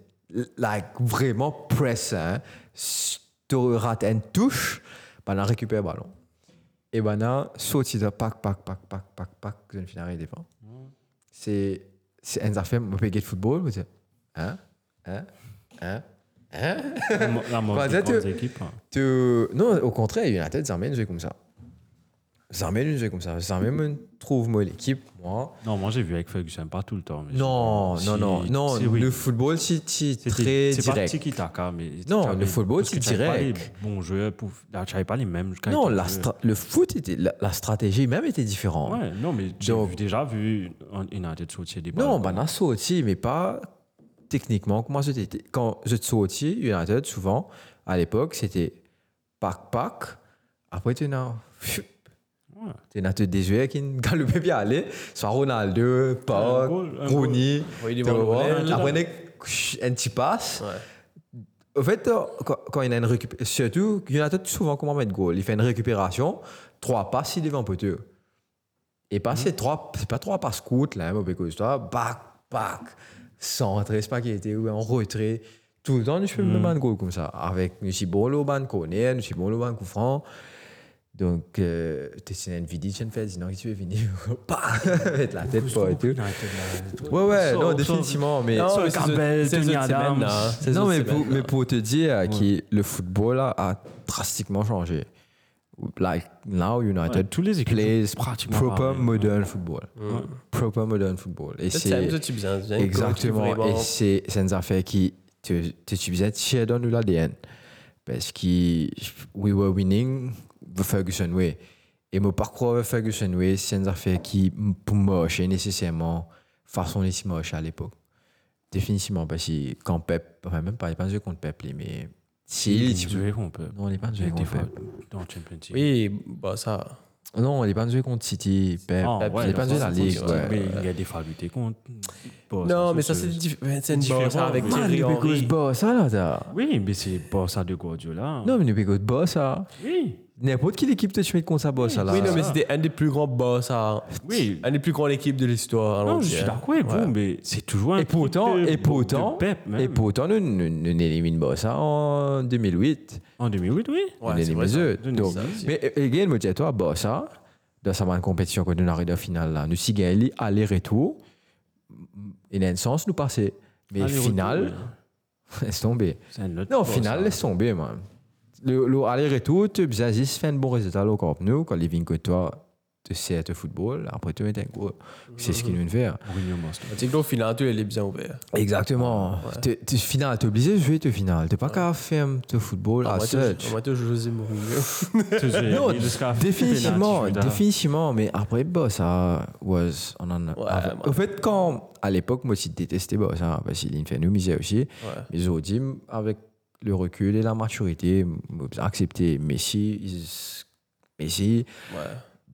Like, vraiment pressé. Hein. Si tu rates une touche, ben, on récupère le ballon. Et ben, on saute, de pack, pack, pack, pack, pack, pack, je ne finis devant. C'est, c'est un affaire, je peux de football, vous dites, hein, hein, hein, hein. Mo- La Bah, moitié ça, des tu- grandes équipes. hein. Tu- Non, au contraire, United, Zarmen joue comme ça. Zarmen joue comme ça. Zarmen trouve, moi, l'équipe, moi. Non, moi j'ai vu avec Ferguson, pas tout le temps. mais Non, si- non, non, non. si, oui. Le football, c'est c'est C'était- très C'est pas direct. tiki-taka, mais. Non, t'avais- le football, parce c'est que t'avais pas direct. les bons joueurs pour. là, J'avais pas les mêmes. Non, qualités la de joueurs. stra- le foot, était, la, la stratégie même était différente. Ouais, non, mais j'ai Donc- vu- déjà vu un- United sauter des balles. non, bah, on sorti, mais pas techniquement. Moi, j'étais- quand je sorti, United, souvent, à l'époque, c'était pack-pack. Après, tu n'as. Ouais. Tu n'as que des joueurs qui ne galopent bien aller. Soit Ronaldo, Paul, goal, un Rooney. tu Oui, des bons vois, relais, Après, un petit passe. Ouais. En fait, euh, quand, quand il y a une récupération, surtout, United souvent comment mettre goal. Il fait une récupération, trois passes, il devant poteau. Et pas ces trois, c'est pas trois passes courtes, là, mauvais cause toi, bac, bac, centré, c'est pas qu'il était ou en retrait. Tout le temps, je fais le même goal comme ça. Avec Nushibolo, Ban Koné, Nushibolo, Ban Koufran. Donc, euh, t'es sur une vidéo, tu fais, sinon, tu veux venir, pas, avec la tête, pas et tout. bah, Ouais, ouais, non, définitivement, mais. Non, Sol mais c'est Campbell, ce- c'est Tony cette Adams. semaine, là, hein. C'est Non, cette mais pour, semaine, mais là. pour te dire que le football là, a drastiquement changé. Like now, United Ouais, tous les équipes plays sont pratiquement proper pareilles. modern football. Proper modern football. Et Peut-être ça, c'est peut-être tu besoin- tu besoin de Hein, coach exactement. vraiment. Et c'est c'est une affaire qui te te suffisait de chez dans l'ADN parce que we were winning the Ferguson way. Et mon parcours avec Ferguson way, c'est une affaire qui m- pour moi, c'est nécessairement façon les moche à l'époque. Définitivement, parce que quand Pep, enfin même pas, il n'est pas un jeu contre Pep, lui, mais si il Ils dit- jouaient qu'on peut. non, il n'est pas un jeu Des contre fois, Pep. dans le Champions League. Oui, bah ça. Non, il n'est pas un jeu contre City, Pep, Ah, Pep, ouais, il n'est pas un dans jeu de la le Ligue. sens où- ouais. Mais il y a des fois à lutter contre. Bon, Non, mais ça, c'est- c'est diff- ouais, c'est une différent, différence avec mais- Man, Thierry le Henry. Pecos boss, ça là, ça. Oui, mais c'est pas ça de Guardiola. Non, mais le Pecos boss, ça. Oui, N'importe quelle équipe te tu mets contre sa boss, ça là. Oui, non, mais c'était un des plus grands boss, à... oui. un des plus grandes équipes de l'histoire. Non, allons je dire. suis d'accord avec vous, mais c'est toujours euh, un Et pourtant, petit peu et pourtant, de Pep, même. et pourtant, nous, nous, nous élimine Bossa en 2008. En 2008, oui. nous Ouais, c'est élimine vrai, ça. eux. Je ne Donc, sais pas. mais euh, again, moi, dis à toi, Bossa, hein. dans sa bonne compétition quand nous arrivons en finale, là, nous si gagnons aller-retour, il a un sens nous passer. Mais Aller-retour, finale, laisse tomber. C'est un autre Non, sport, finale, ça. laisse tomber, man. Le, le aller-retour, tu as juste fait un bon résultat là, au Camp Nou, quand les vignes que toi, tu sais le football, après tu mets un gros. C'est ce qu'ils nous hein. faire. Mourinho Monster. Tu sais que là, au final, tu es bien ouvert. Exactement. T'es Tu final, t'es obligé de jouer te final. T'es pas qu'à faire te football à Ah, Moi, tu search. es José Mourinho. Non, jusqu'à Définitivement, Penalty, définitivement. Mais après, bah, ça was. On en a- Ouais, av- moi- En fait, quand à l'époque, moi aussi, je détestais bah, ça, parce qu'il fait nous misère aussi. Mais aujourd'hui, avec le recul et la maturité, j'ai accepté Messi. is- Messi, Ouais.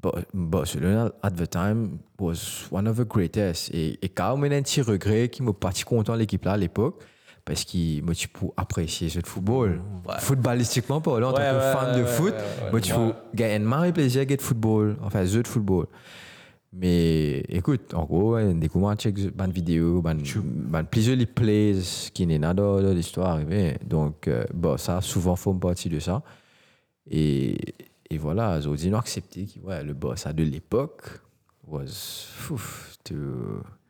Bar- Barcelona, at the time, was one of the greatest. Et, et quand même, un petit regret qui me parti content l'équipe là à l'époque, parce qu'il me dit pour apprécier ce football. Footballistiquement, pas là, en Ouais, tant que ouais, fan ouais, de ouais, foot, ouais, ouais, moi, tu ouais. faut gagner un marrant plaisir à gagner de football, enfin, jeu de football. Mais écoute, en gros, ouais, des coups, check ban vidéo, ban, ban plusieurs les plays qui n'est pas dans dans l'histoire arrivée. Donc, euh, bon, ça, souvent, font partie de ça. Et, et voilà, aujourd'hui, nous accepté que ouais, le boss à de l'époque was. Ouf, euh, tu-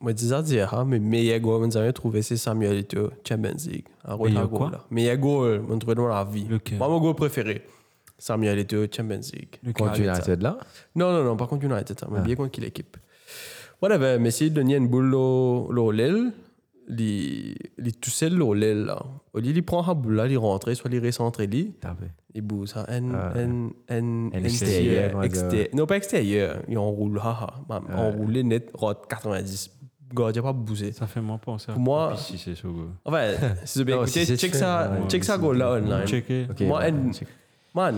Moi, dis à dire, hein, mais meilleur goal, nous avons trouvé, c'est Samuel Eto'o, Champions League. Un rôle Meilleur à goal, quoi là. Meilleur goal, on trouvé dans la vie. Lequel Moi, mon goal préféré. Samuel Eto'o, Champions League. Contre United hein. là. Non, non, non, pas contre United, ça. Mais bien contre quelle équipe. Whatever, mais si donner une boule au au l'aile, il il tout seul au l'aile là. Au lit, il prend la boule là, il rentre, soit il recentre, il il bouge ça. N, Ah. N, N, N- extérieur, extérieur. ouais, extérieur. Non, pas extérieur. Il enroule, haha. Man, Ah. Enroulé net, rate 90. Gardien pas bougé. Ça fait moins penser. à- Pour moi- Si c'est sur Google. Enfin, si c'est bien Non, écouté, si c'est check fait, ça, ouais, check ça, si goal c'est là fait. online. Checker. Ok, Moi, ouais, N- check. Man,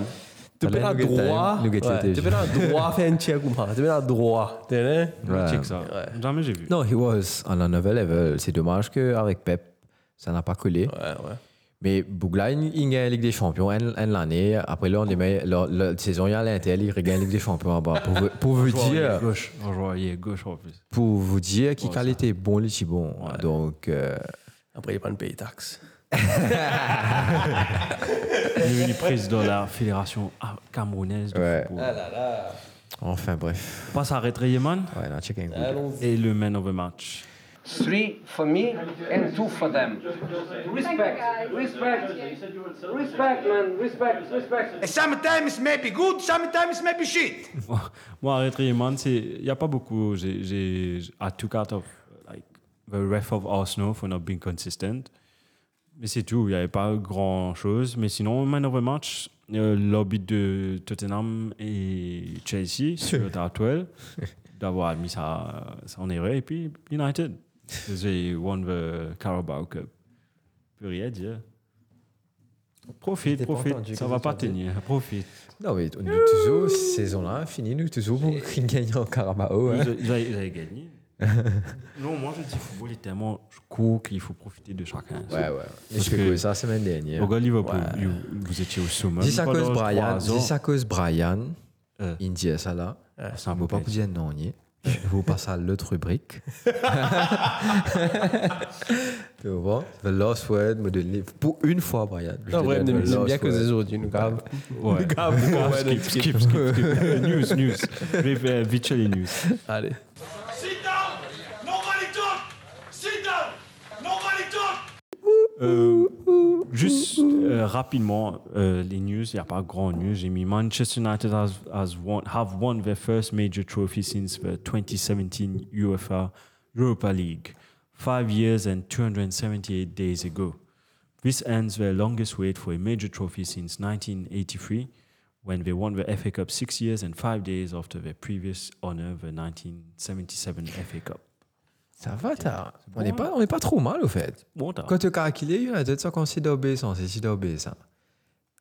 tu peux Alleen pas nog het droit. time, nog het ouais, zitten. Tu peux pas droit faire un check ou pas. Tu peux pas droit. Tu sais, hein? Ouais. Check ça. Jamais j'ai vu. Non, he was on another level. C'est dommage qu'avec Pep, ça n'a pas collé. Ouais, ouais. Mais Bougla, il il gagne la Ligue des Champions en- en l'année. Après, là, on les met, la, la saison, il y a l'Inter, il regagne la Ligue des Champions en bas. Pour, vous- pour vous Joueur, il est dire, gauche. Un joueur, il est gauche en plus. pour vous dire qui Ouais, qualité est bon, les Chibon. Donc, euh, Après, il prend le pays taxe. Il est devenu président de la fédération ah, camerounaise de Ouais. football. enfin, bref. On passe à Retre Yeman Ouais, non, check un coup. et le man of the match. three for me and two for them. Respect, respect, respect, man, respect, respect. Sometimes it may be good, sometimes it may be shit. Moi, Retre Yeman, c'est- il n'y a pas beaucoup. J'ai- J'ai j'ai- I took out of like, the ref of Arsenal for not being consistent. Mais c'est tout, il n'y avait pas grand chose. Mais sinon, man of the match, euh, lobby de Tottenham et Chelsea sur le Tartwell d'avoir mis ça, ça en erreur. Et puis United, they won the Carabao Cup. Plus rien dire. Profite, J'étais pas profite, entendu, ça qu'est-ce va que pas tu as dit tenir. Profite. Non, mais on est toujours, cette saison-là, fini, nous, toujours pour gagner en Caramao. hein. Ils, a- ils a- ils avaient gagné. non, moi je dis football est tellement court qu'il faut profiter de chacun. Ouais, ouais. Mais je Parce que- fais ça la semaine dernière. Regarde Liverpool, you- vous étiez au sommet. Dis ça à cause pendant Brian. trois ans. Dis ça à cause Brian. Euh. Il dit ça là. C'est un Vous peu pas vous dire non, on y est. Vous passez à l'autre rubrique. tu vois The last word, me donner. Pour une fois, Brian. je Non, te vrai, donne nous the disons last bien que word. les autres, ils nous gavent. Ah, Ouais. skip, skip, skip, skip. Euh, news, news. Je vais faire vite chez les news. Allez. Sit down! Nobody talk! Sit down! Nobody talk! Euh, juste euh, rapidement, euh, les news, il n'y a pas grand news. J'ai mis Manchester United has, has won, have won their first major trophy since the 2017 UEFA Europa League, five years and 278 days ago. This ends their longest wait for a major trophy since 1983, when they won the FA Cup six years and five days after their previous honor, the 1977 FA Cup. Ça va, t'as. On n'est pas, on est pas trop mal, au fait. Bon, t'as- Quand tu as il y en a d'autres qui ont si d'obéissance et si d'obéissance.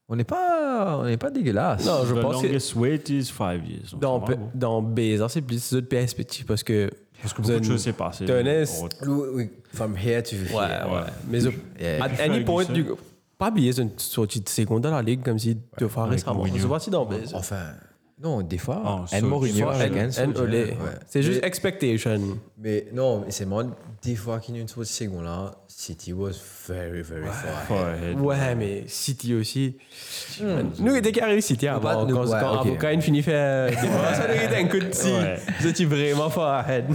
On n'est pas, on n'est pas dégueulasse. Non, je the pense que longest wait is five years. Donc dans, ça va, P- bon. dans Bézard, c'est plus les autres perspectives parce que. Parce que Beaucoup de choses s'est passé. Tenez, Oh, From here to Ouais, ouais. Mais je- euh, Yeah. à any point, du pas oublier une sortie de seconde dans la ligue comme si de faire récemment. Mourinho. Je vois si dans Bézard. Enfin, non, des fois. Oh, Anne so- Mourinho, so- Anne- Anne And Solskjaer, Olé. ouais. E. C'est juste expectation. Mais non, mais c'est moi, des fois qu'il y a une sorte de seconde là, City was very, very far. ahead. forehead. Ouais, mais City aussi. Hmm. Nous, dès qu'il arrive City avant, pas de- quand, ouais, quand ok. Avocat il finit euh, faire des fois, ça nous était un coup de si. Ouais. Vous étiez vraiment fort ahead.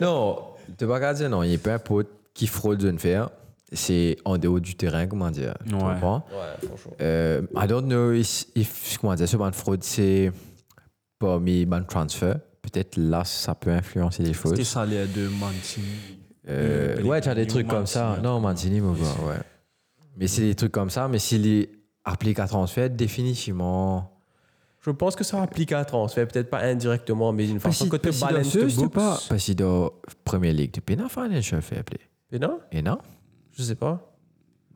Non, tu vas regarder, non, il n'y a pas un pote qui fraude de ne faire. C'est en dehors du terrain, comment dire. Tu Ouais. comprends? Ouais, franchement. Euh, I don't know if, if- comment dire, ce ban de fraude, c'est parmi ban de transfert. Peut-être là, ça peut influencer les choses. C'était ça les deux Mancini. Euh, ouais, tu as des trucs comme hein. ça. Non, Mancini, mauvais, ouais. Mais c'est des trucs comme ça, mais s'il est appliqué à transfert, définitivement. Je pense que ça applique à transfert, peut-être pas indirectement, mais Bah, d'une façon que tu Parce que balances dans tes ce, books. c'est pas parce que dans Premier League tu peux pas faire les choses faibles Mais non, et non je sais pas.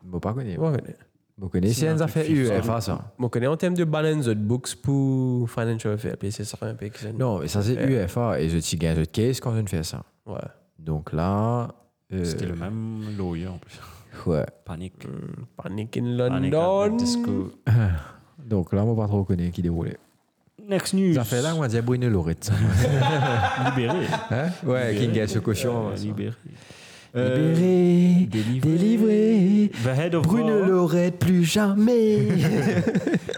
vous pas connaître Moi, je connais. vous connaissez les affaires UEFA ça Moi, je connais en termes de balance de books pour financial fair play, c'est ça un peu que c'est- non mais ça c'est UEFA et je t'y gagne autre case quand je ne fais ça Ouais. donc là euh, Euh, C'était le même lawyer en plus. ouais Panique. Panic in Panique hein. London. at the disco. donc là on va pas trop connaître qui déroulait Next news. les affaires là on va dire Bruno Loretz Libéré. hein ouais qui gagne ce cochon Libéré. Euh, libéré délivré. délivré The head of Bruno war, Loretz plus jamais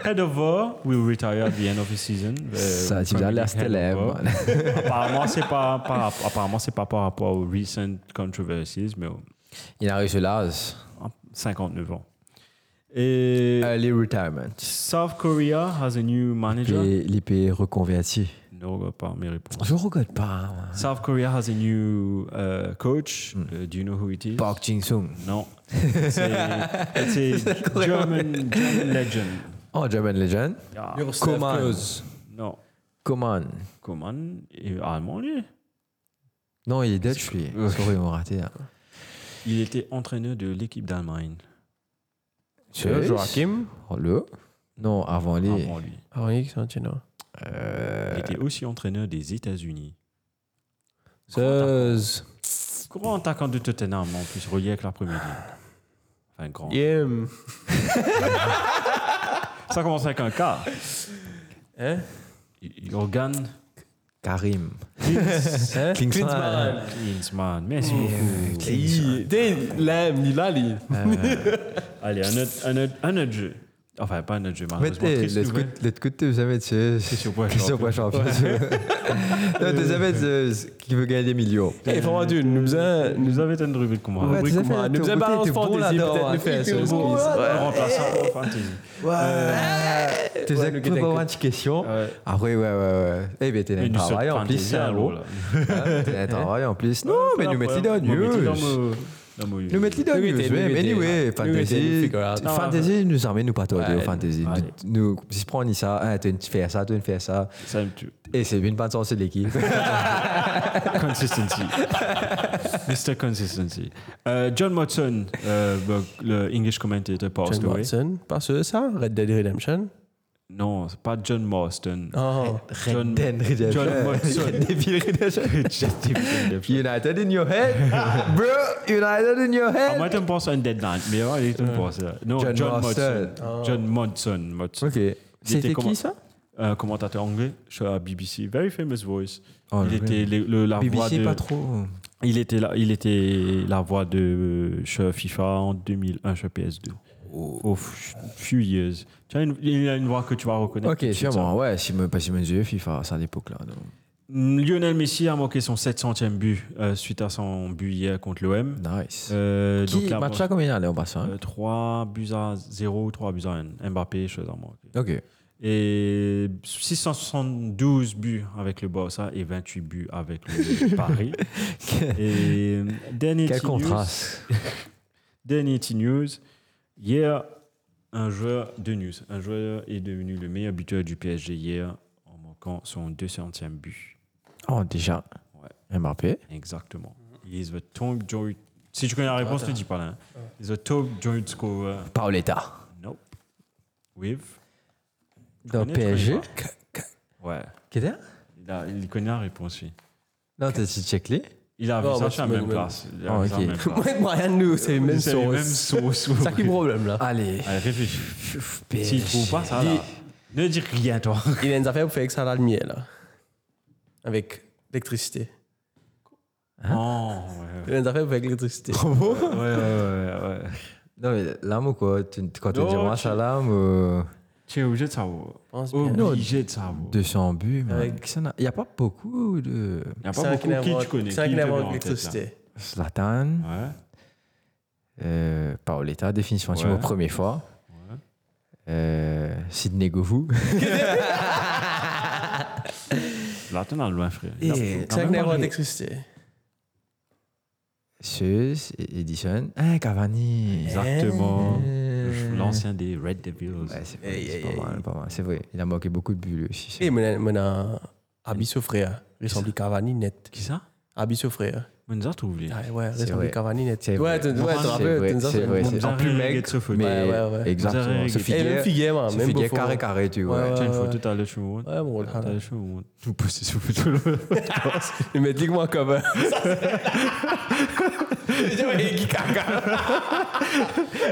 head of war will retire at the end of the season. The ça tu Premier dois League lâcher tes head of lèvres war. Apparemment, c'est pas par, apparemment c'est pas par rapport aux recent controversies, mais il arrive sur l'as en 59 ans. Et Early retirement. South Korea has a new manager. Pays- les pays reconvertis. Ne regarde pas mes réponses. Je regarde pas. hein. moi. South Korea has a new uh, coach. Uh, do you know who it is? Park Jin-sung. No. It's a, it's a German, German legend. Oh, German Legend. Ja. Your Steph Coman. Close. No. Coman. Coman est allemand, lui. Non, il est Dutch, lui. Sorry, on a raté. là. Il était entraîneur de l'équipe d'Allemagne Sure, Euh, Joachim. Oh, Le Non, avant lui. avant lui. Ah oui, c'est un chino. Euh, Il était aussi entraîneur des États-Unis. Zeus. Grand attaquant de Tottenham, en plus, relié avec la première ligne. Enfin, grand. Yim. Ça commence avec un K. Hein? Jorgan Karim. Hein? Klinsmann. Klinsmann. Merci beaucoup. Hey, T'es l'âme, il a l'île. Allez, un autre, un, autre, un autre jeu. Enfin, pas un autre jeu, Ah, Mais malheureusement. t'es, triste l'autre nouvelle. coup- l'autre coup de tête, jamais tu sais. Question pour la Question pour la championne. Non, t'es jamais euh, qui veut gagner des millions. Hey, faut dire, Eh, nous avons. Nous avons une rubrique comme Ouais, moi. t'as Rubrique, fait, moi. t'es Nous au avons bout, Balance t'es bon Fantasy, là-dedans, peut-être hein. le faire, T'es ce bon quiz. là-dedans. Remplaçant pour Fantasy. Eh. Tu sais, nous que gagnons. une question. Ouais. Ah oui, ouais, ouais, ouais. Eh bien, t'es un Mais nous sommes travail en plus, Fantasy, hein, alors, gros. là. Hein, T'es un travail en plus. Non, mais nous mettons les donnes, Nous mettons dans yes. nos- dans nos- Nous mettons les donnes, Nous yes, mettons, ouais, nous mais mettons. anyway, Nous mettons, fantasy. nous figure out. Fantasy nous emmène nous pas toi, Ouais. fantasy. Allez. Nous, nous- si prend ça, ah, tu fais ça, tu fais ça. Ça me tue. Et c'est une bonne chance de l'équipe. Consistency. Mr. Consistency. Euh, John Watson, euh, bah, le English commentator pour John Story. Watson. Parce que ça, Red Dead Redemption. Non, c'est pas John Marston. Oh. John, Red Dead Redemption. John Watson. Red Dead Redemption. United in your head. Bro, United in your Ah, moi, head. je me pense à un deadline, mais ouais, il te pense. euh, Non, John John, Marston. Watson. John Marston. Marston. Ok. Il était C'était comment- qui ça Euh, commentateur anglais sur la BBC. Very famous voice. Oh, il, le était le- le- la voix BBC, de, pas trop. il, était la, il était la voix de sur FIFA en 2001 sur PS2. Oh, f- few years. Tu as une- il a une voix que tu vas reconnaître. tout Ok, de suite, ça. sûrement. Ouais, si me, pas si me dieu FIFA, c'est à l'époque là. donc. Lionel Messi a manqué son 700e but euh, suite à son but hier contre l'OM. Nice. Euh, Qui, donc là, match là, combien il y en a en passant hein 3 buts à 0, 3 buts à 1. Mbappé, chose à manquer. Ok. Et 672 buts avec le Barça et 28 buts avec le Paris. et euh, dernier Quel petit contraste. news- dernier petit news. Hier, un joueur de news. Un joueur est devenu le meilleur buteur du PSG hier en manquant son 200e but. Oh, déjà. Mbappé. Exactement. Il est the top joint. Si tu connais la réponse, tu dis pas là. hein. Ah. He is the top joint scorer. Paoletta. Nope. With. Dans connais, tu PSG. connais Ouais. Qu'est-ce que Il, a- il connaît la réponse, oui. Non, t'as dit check les Il a vu Non, ça moi, sur la tu me même le- place. Il Ah, a vu ça ok. sur la même place. Moi et Brian, nous, c'est les mêmes C'est les mêmes sources. sauces. C'est ça qui est le problème, là. Allez. Allez, réfléchis. S'il PSG. trouve pas, ça là. Ne dis rien, toi. Il y a une affaire pour faire avec ça là, le miel, là. Avec l'électricité. Non, ouais, Il y a une affaire pour faire avec l'électricité. Oh, ouais, ouais, ouais, ouais. Non, mais l'âme ou quoi tu, Quand tu Non, dis moi, tu- ça l'âme. euh, Tu es obligé de savoir. Pense bien. Obligé de savoir. 200 buts, mais Avec- il n'y a pas beaucoup de. Il n'y a C'est pas un qui beaucoup n'a qui tu pas- connais. c'est un qui qui te n'a pas vient en avec tête, là. l'électricité. Zlatan, Ouais. euh, Paoletta, définitivement, Ouais. pour première fois. Ouais. Euh, Sidney Govou. Là, t'es dans le loin, frère. Et- Il a- Eh, C'est un Quand qui n'a même, pas Henri. d'électricité. Seus, Edison. Ah, Cavani. Exactement. Eh. Euh, L'ancien des Red Devils. Ouais, c'est vrai, Aïe, c'est aïe, pas mal, pas mal. C'est vrai, il a manqué beaucoup de buts lui aussi. c'est Et mon mon Abi Sofrea. Ressemble hein. Cavani net. Qui ça Abi Sofrea. Monza, t'as oublié. Ah vrai. ouais, ressemble Cavani net. C'est Ouais, vrai. tu ouais, tu te C'est vrai, rappelles, tu c'est vrai. te c'est- Monza En plus Relegate mec, sauf au- mais Ouais, ouais, ouais. exactement. Monza Ce Relegate. Et figuier, même figure, ce man. Même figuier beau carré Euh, fort. carré, tu Ouais, vois. ouais. Tiens, une photo, t'as le cheveu. euh, Ouais, bon, T'as ouais. le cheveu. Tout posté sur photo. euh, Il met ligue-moi comme.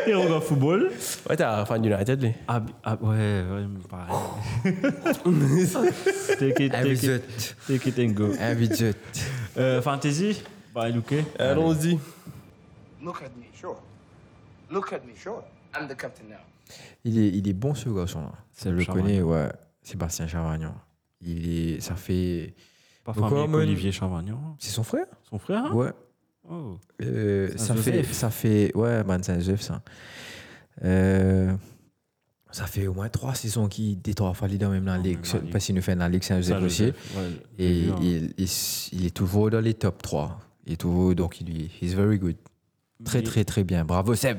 Et on regarde football. Ouais, t'es un fan United, lui. Ah, bi- ah, ouais, ouais, pareil. take Ah, it, take it, Invite, take it and go. ah, invite. Euh, fantasy, by Luke. Allons-y. Look at me. Sure. Look at me. Sure. I'm the captain now. Il est, il est bon ce garçon-là. Je le le Chavargnon. connais, ouais. Sébastien Charvagnon. Il est, ça fait. Pas Beaucoup famille Hamon. Olivier Chamagnon. C'est son frère Son frère hein Ouais. oh. Euh, ça fait, Saint-Joseph. ça fait, ouais, Man Saint-Joseph, ça. Euh, ça fait au moins trois saisons qu'il est trois fois leader même dans la Ligue. dans la Ligue. Parce qu'il nous fait dans la Ligue Oh, Saint-Joseph aussi. Saint-Joseph, ouais, j'ai Et vu, hein. il, il, il est toujours dans les top 3. Il est toujours, donc il est he's very good. Très, Mais- très, très bien. Bravo Seb.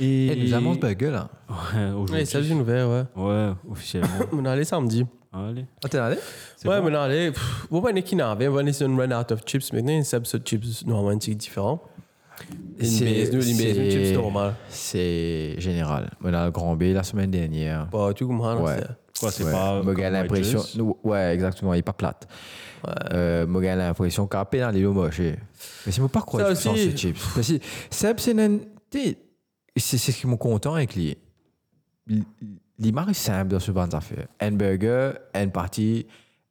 Et, Et nous avons pas gueule. Hein. Ouais, aujourd'hui. Ouais, ça vient ouvert, ouais. Ouais, officiellement. On est allé samedi. Allez. Ah, t'es allé Ouais, mais on est allé. pff, On va aller qui n'arrive. On va aller sur une run out of chips maintenant. C'est un chips normalement un petit différent. Une C'est- BS2, une BS2 chips c'est- normal. C'est général. On a le Grand B la semaine dernière. Pas du Bah, tout comme ça, Ouais. c'est- Quoi, c'est ouais. pas. euh, Moi, j'ai comme l'impression. White Juice Nous- Ouais, exactement. Il est pas plate. Euh, moi, j'ai l'impression qu'à peine il est moche. eh. Mais c'est mon parcours Ça de sens, aussi. ce chips. Parce que Seb, c'est une- t'sais, c'est c'est ce qui m'a content avec lui. L- L'image est simple dans ce genre d'affaires. Un burger, un partie,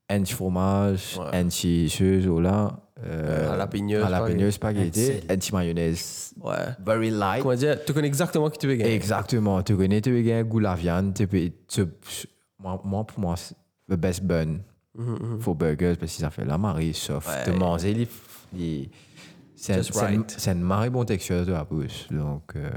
un fromage, un cheese, ou là. Euh, jalapeno, jalapeno, spaghetti. spaghetti, un petit mayonnaise. Ouais. Very light. Comment dire, tu connais exactement qui tu veux gagner. Exactement. Tu connais, tu veux gagner goût la viande. Tu peux, tu- moi, moi, pour moi, c'est the best bun Mm-hmm. for burgers parce que ça fait la marie sauf de manger les. les- c'est un- Just c'est un- right. c'est une marie bonne texture de la bouche. Donc. Euh,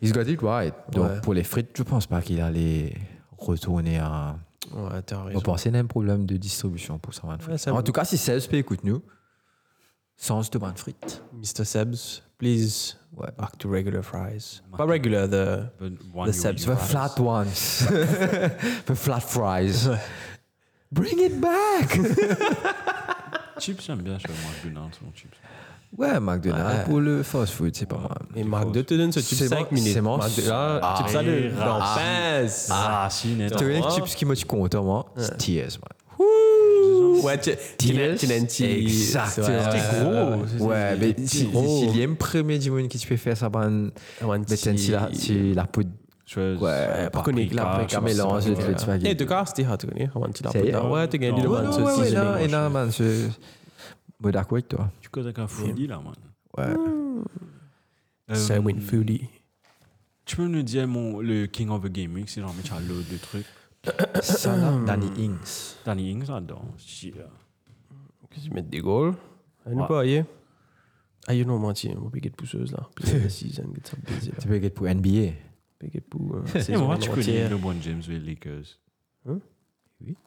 he's got it right. Donc, Ouais. pour les frites, je pense pas qu'il allait retourner à. Ouais, t'as On raison. pensait même problème de distribution pour sa bande Ouais, frites. ça en vaut. tout cas, si CSP écoute nous, sans de bande frites. Mr. Sebs, please Ouais. back to regular fries. Pas regular, the. The one you Sebs. The eat. flat ones. The flat fries. Bring it back! Ah, Chips, j'aime bien chez McDonald's. Mon chips. Ouais, McDonald's Ouais. pour le fast food, c'est pas mal. Et Marc 2 te donne ce chip C'est 5 bon, minutes. c'est bon. Marc II, là, Ah, chip salé. ah, J'en ah, pince. Ah, si, net. Tu connais le Ouais. chips qui m'a dit content, moi? C'est TS, man. Ouais, tu tu l'as tu l'as dit. Exactement. C'est vrai. C'était Ouais, Ouais, mais si gros. il y a un premier du monde qui tu peux faire ça, ben, ouais, mais petit- si la, si la poudre. Ouais, Pas connu que la paprika, paprika, mélange, c'est le pas truc de connu. spaghetti. Et de quoi c'était hâte, tu connais, avant de la C'est- poudre. Ouais, tu gagnes Ouais, du Ouais, ouais, monde, non, ça ouais, aussi, ouais, c'est non, bien. et non, man, c'est. Moi, d'accord avec toi. Tu causes avec un foodie, là, man. Ouais. Euh, C'est win foodie. Tu peux nous dire mon, le King of the Gaming, si jamais tu as l'autre de trucs. Ça, là, Danny Inks. Danny Ings là-dedans. Shit, là. Qu'est-ce que tu mets des goals Elle n'est Ouais. pas aillée. Ah, you know, menti, on va piquer de pousseuse là. Puis la season, get some busy là. Tu peux être pour NBA. Piquer de pou. eh, Et moi, tu connais LeBron James et les Lakers.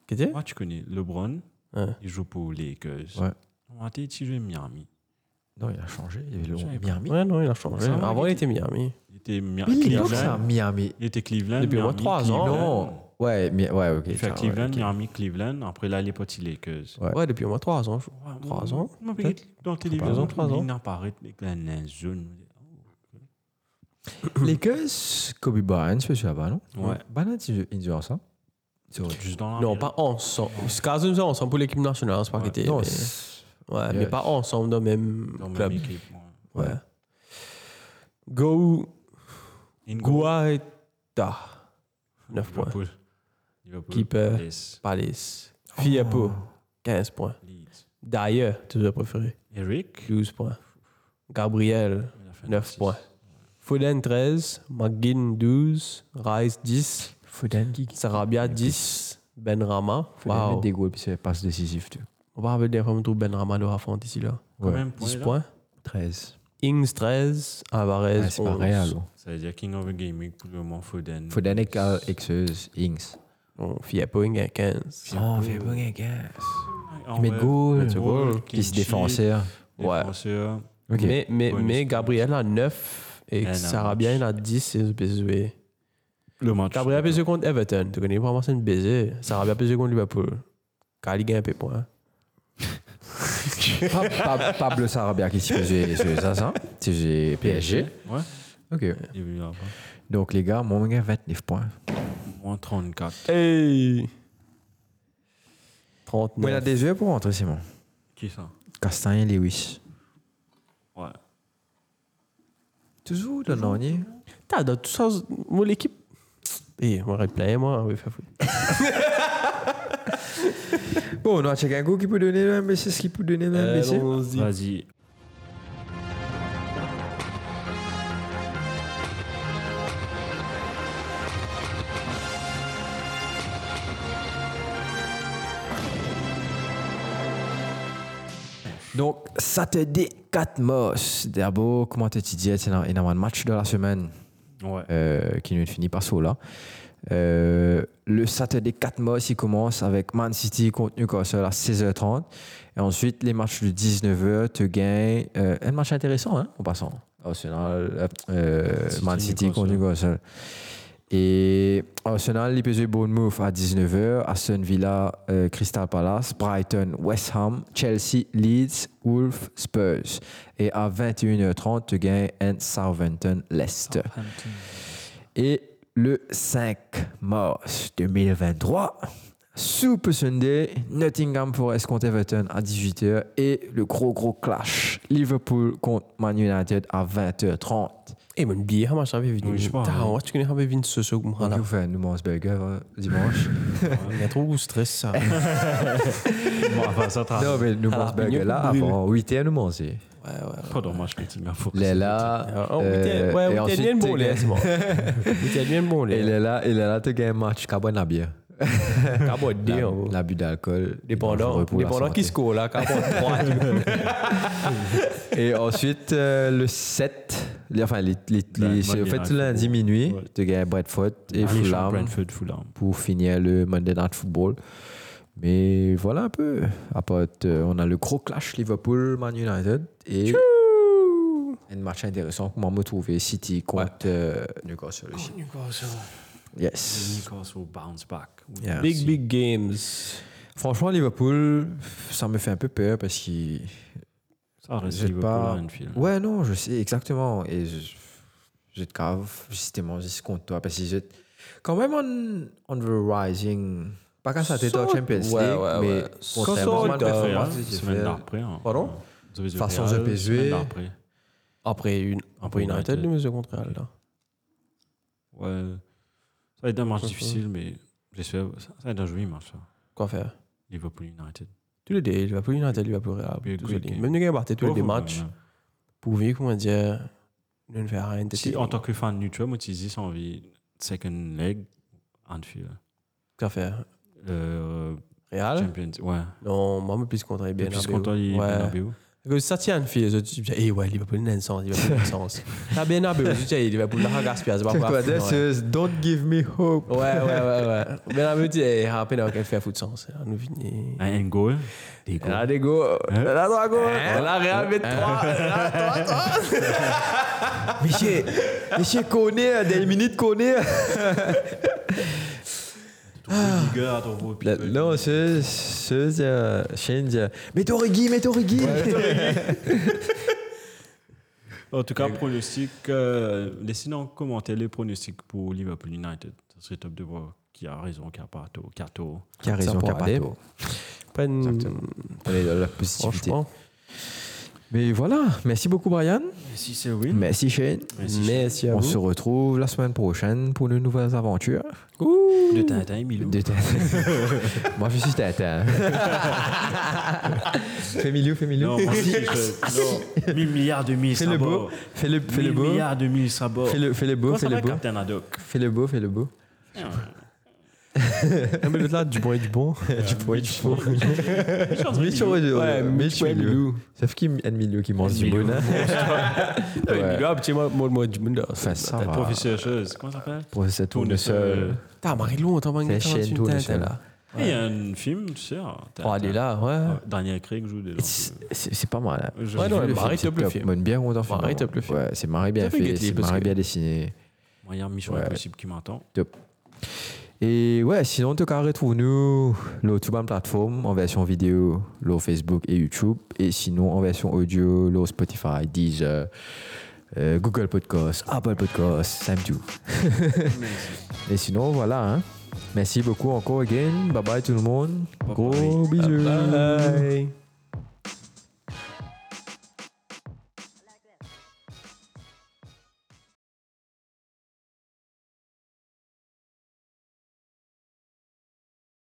Qu'est-ce que Moi, tu connais LeBron, Ouais. il joue pour les Lakers. Ouais. On a été jouer Miami. Non, il a changé. Il y avait le Je savais pas. Miami. Ouais, non, il a changé. Ça va, Avant, il il était Ah, Miami. Il était Mia- Mais il est Cleveland. pas que ça, Miami. Il était Cleveland. hein. Depuis au moins Miami, trois ans. Cleveland. Non. Ouais, mais ouais, ok. Il fait tiens, Cleveland, ouais, ok. Miami, Cleveland. Après, là, il est parti Lakers. Ouais. Ouais, depuis au moins 3 ans. je crois. Ouais, Trois moi, ans, moi, peut-être. puis, Dans la télévision, ans, trois ans. Il apparaît avec la la zone. Les Lakers, Kobe Bryant, je suis là-bas, non Ouais. Bryant, il il joue ça. C'est vrai. Juste dans la Non, pas ensemble. Jusqu'à ce moment, ensemble pour l'équipe nationale, c'est pas qu'il était. Non, mais- c'est- Ouais, mais Yes. pas ensemble dans le même dans la club. même équipe. ouais. Ouais. Go Ingo- Guaita. 9 points. Liverpool. Liverpool. Keeper. Yes. Palace. Fiapo. Oh. 15 points. Leeds. D'ailleurs, tu as préféré. Eric. 12 points. Gabriel. Il a fait 9 un points. Foden 13, McGinn 12, Rice 10, Foden qui. Sarabia 10, Benrama. Foden met Wow. des goals puis c'est passe décisif, tu. On va revenir un peu Benrama de Rafont ici là. Quand Ouais. même, 10 point, là. points. 13. Ings 13, Ah, Alvarez c'est pas 11. réel. hein. alors. Ça veut dire King of the Gaming pour le moment, Foden. Ah, Foden et Carl Exeus, Inks. Bon, Fiapo Ings à 15. Oh, fait bon, les gars. Ah, Il met ouais. goal. Met goal. Qui se Kimchi, défenseur. Ouais. défenseur. Ok. Eh Mais, mais, Bonus mais point. Gabriel a 9 Elle et a Sarabia il a 10 et Bézoué. Le match. Gabriel a pesé contre Everton. Tu connais vraiment c'est une baiser. Sarabia a pesé contre Liverpool. Kali gagne un peu hein. point. Pa- Pa- Pablo Sarabia qui s'y faisait c'est ça, ça. C'est j'ai PSG. Ouais. Ok. Il est venu là-bas. Donc, les gars, mon gars, 29 points. Moins 34. Hey! Moi, il a 39. des yeux pour rentrer, c'est bon. Qui ça Castagne Lewis. Ouais. Toujours dans l'année. T'as dans tout ça, moi l'équipe. Eh, moi, arrête de plaindre, moi, oui, faire foutre. Bon, on a checké un goût qui peut donner le MBC, ce qui peut donner le MBC. Vas-y. Donc, Saturday 4 mars. D'abord, comment te dis C'est un, il y a un match de la semaine Ouais. euh, qui ne finit pas sur là. Euh, le Saturday 4 mars, il commence avec Man City contre Newcastle à 16h30. Et ensuite, les matchs de 19h te gagnent. euh, un match intéressant, hein, en passant. Arsenal, euh, euh, City, Man City contre Newcastle. Newcastle. Et Arsenal, les PSG Bournemouth à 19h, Aston Villa, euh, Crystal Palace, Brighton, West Ham, Chelsea, Leeds, Wolves, Spurs. Et à 21h30, tu gagnes un Southampton, Leicester. Et le 5 mars 2023, Super Sunday, Nottingham Forest contre Everton à 18h et le gros gros clash, Liverpool contre Man United à 20h30. Eh, mon billet, comment ça va venir Oui, je sais pas. T'as tu connais comment venir ce soir, On voilà. nous fait un immense burger euh, dimanche. Il y a trop de stress, ça. Ah, ouais, Bon, enfin, ça travaille. Non, mais nous À la mange burger pignon. là avant 8 h nous manger. ouais. Pas dommage, je me fous. Il est là. Oh, euh, ouais, et vous ensuite, bien le bon, t'es- là, c'est bon. Vous êtes bien le bon, Il là. est là, il est là, tu gagnes un match, tu la bière. Cabodé, La- en gros. L'abus d'alcool. est Dépendant, dangereux pour la dépendant santé. qui score, là, cabot droit. Et ensuite, euh, le 7, les- enfin, les, les, Ouais, les- c'est- Monday en fait, Night le lundi Football. minuit, Ouais. tu gagnes Bradford et Fulham Brentford, Fulham. pour finir le Monday Night Football. Mais voilà un peu. À part, euh, on a le gros clash Liverpool-Man United et un match intéressant. Comment me trouver City contre euh, Newcastle aussi. Yes. Newcastle bounce back. Yeah. Big, big games. Franchement, Liverpool, ça me fait un peu peur parce qu'ils Ça reste J'ai Liverpool pas- à Anfield. Ouais, non, je sais exactement. Et je, je te cave, justement, je compte toi. Parce que je, quand même, on, on the rising. Pas quand ça t'est au Champions League, Ouais, ouais, mais ouais. contrairement Quand à la ça, t'as- performance que j'ai Semaine fait, d'après. hein. Pardon Vous avez joué Façon Real, de jouer. semaine d'après. Après une, après une arrêtée de mesure contre elle, là. Ouais. Ça va être un match difficile, mais j'espère. Ça ça va être un joli match, ça. Quoi faire Liverpool United. Tous les deux, il va plus United, il va plus Real. Be a tous good les deux. game. Même nous gagnons tous les Ouais, deux faut matchs. quand même. Pour vivre, comment dire, nous ne faire rien. de Si, tel. en tant que fan neutral, moi, tu dis, ça envie second leg, Anfield. Quoi faire Euh, Real Champions, ouais. Non, moi, je suis contre les Et puis, Ah Bernabeu. c'est contre les Ouais. Bernabeu. Que ça tient une fille, tu dis, eh ouais, Liverpool n'a pas sens, Liverpool n'a sens. Là, bien Bernabeu, tu dis, eh, Liverpool n'a pas gaspillé, c'est pas pour la Quoi, foule, this ouais. is Don't give me hope. Ouais, ouais, ouais, ouais. Bernabeu dit, eh, rappelez donc qu'elle fait foutre sens. Là, nous finissons. Un un goal. Des goals. Là, des go, là, trois go, Hein? là, Real met trois, là, trois, trois. Monsieur, monsieur connaît, des minutes connaît. Ah, Non, c'est. C'est. euh, Shane dit, Mais Torigi, mais Torigi. En tout cas, pronostic. euh, Laissez-nous en commenter les pronostics pour Liverpool United. Ça serait top de voir qui a raison, qui a pas tort, qui a tort. Qui a Ça raison, qui a pourra pas aller. tort. Pas une- On est dans la positivité. Franchement, Mais voilà, merci beaucoup, Brian. Si c'est oui. Merci, Shane. merci à On se vous. retrouve la semaine prochaine pour de nouvelles aventures. De Tintin, Milou. De Moi, je suis Tintin. fais milieu, fais milieu. Non, moi, Ah, si, je- non. 1000 milliards de mille Fais le beau. sabots. Fais le, fais le 1000 beau. milliards de mille sabots. Fais le, fais le beau, Comment fais ça le va, beau. Captain Haddock Fais le beau, fais le beau. Ah, mais l'autre là, du bon et du bon. Tu pourrais être chaud. Mitch, Milou. ouais, Ouais, Mitch, ouais, Milou. Sauf qu'il y a Milou qui mange du Milou. bon. hein. Ouais. Là, petit moi, moi, moi, du monde. Enfin, ça Le va. Professeur Chose, comment ça s'appelle Pour cette tourne seule. T'as marré longtemps, man. C'est Shane tourne seule. Il y a un film, tu sais. hein, t'as- lah. Oh, elle est là, ouais. t'as- Daniel Craig joue dedans. C'est c'est pas mal. hein. Je- Ouais, J'ai non, vu mais le film, Marie c'est top le top. film. Bonne bière, on d'en fait. Marie top le film. Ouais, c'est Marie bien Ça fait fait, guetter, c'est parce Marie que- bien dessiné. Moi, il y a Mission Ouais. Impossible qui m'entend. Top. Et ouais, sinon, tu carré retrouve nous l'autre plateforme en version vidéo, l'eau Facebook et YouTube. Et sinon, en version audio, l'eau Spotify, Deezer, euh, Google Podcast, Apple Podcast, Samsung. et sinon, voilà. hein. Merci beaucoup encore again. Bye bye tout le monde. Gros bisous. Bye.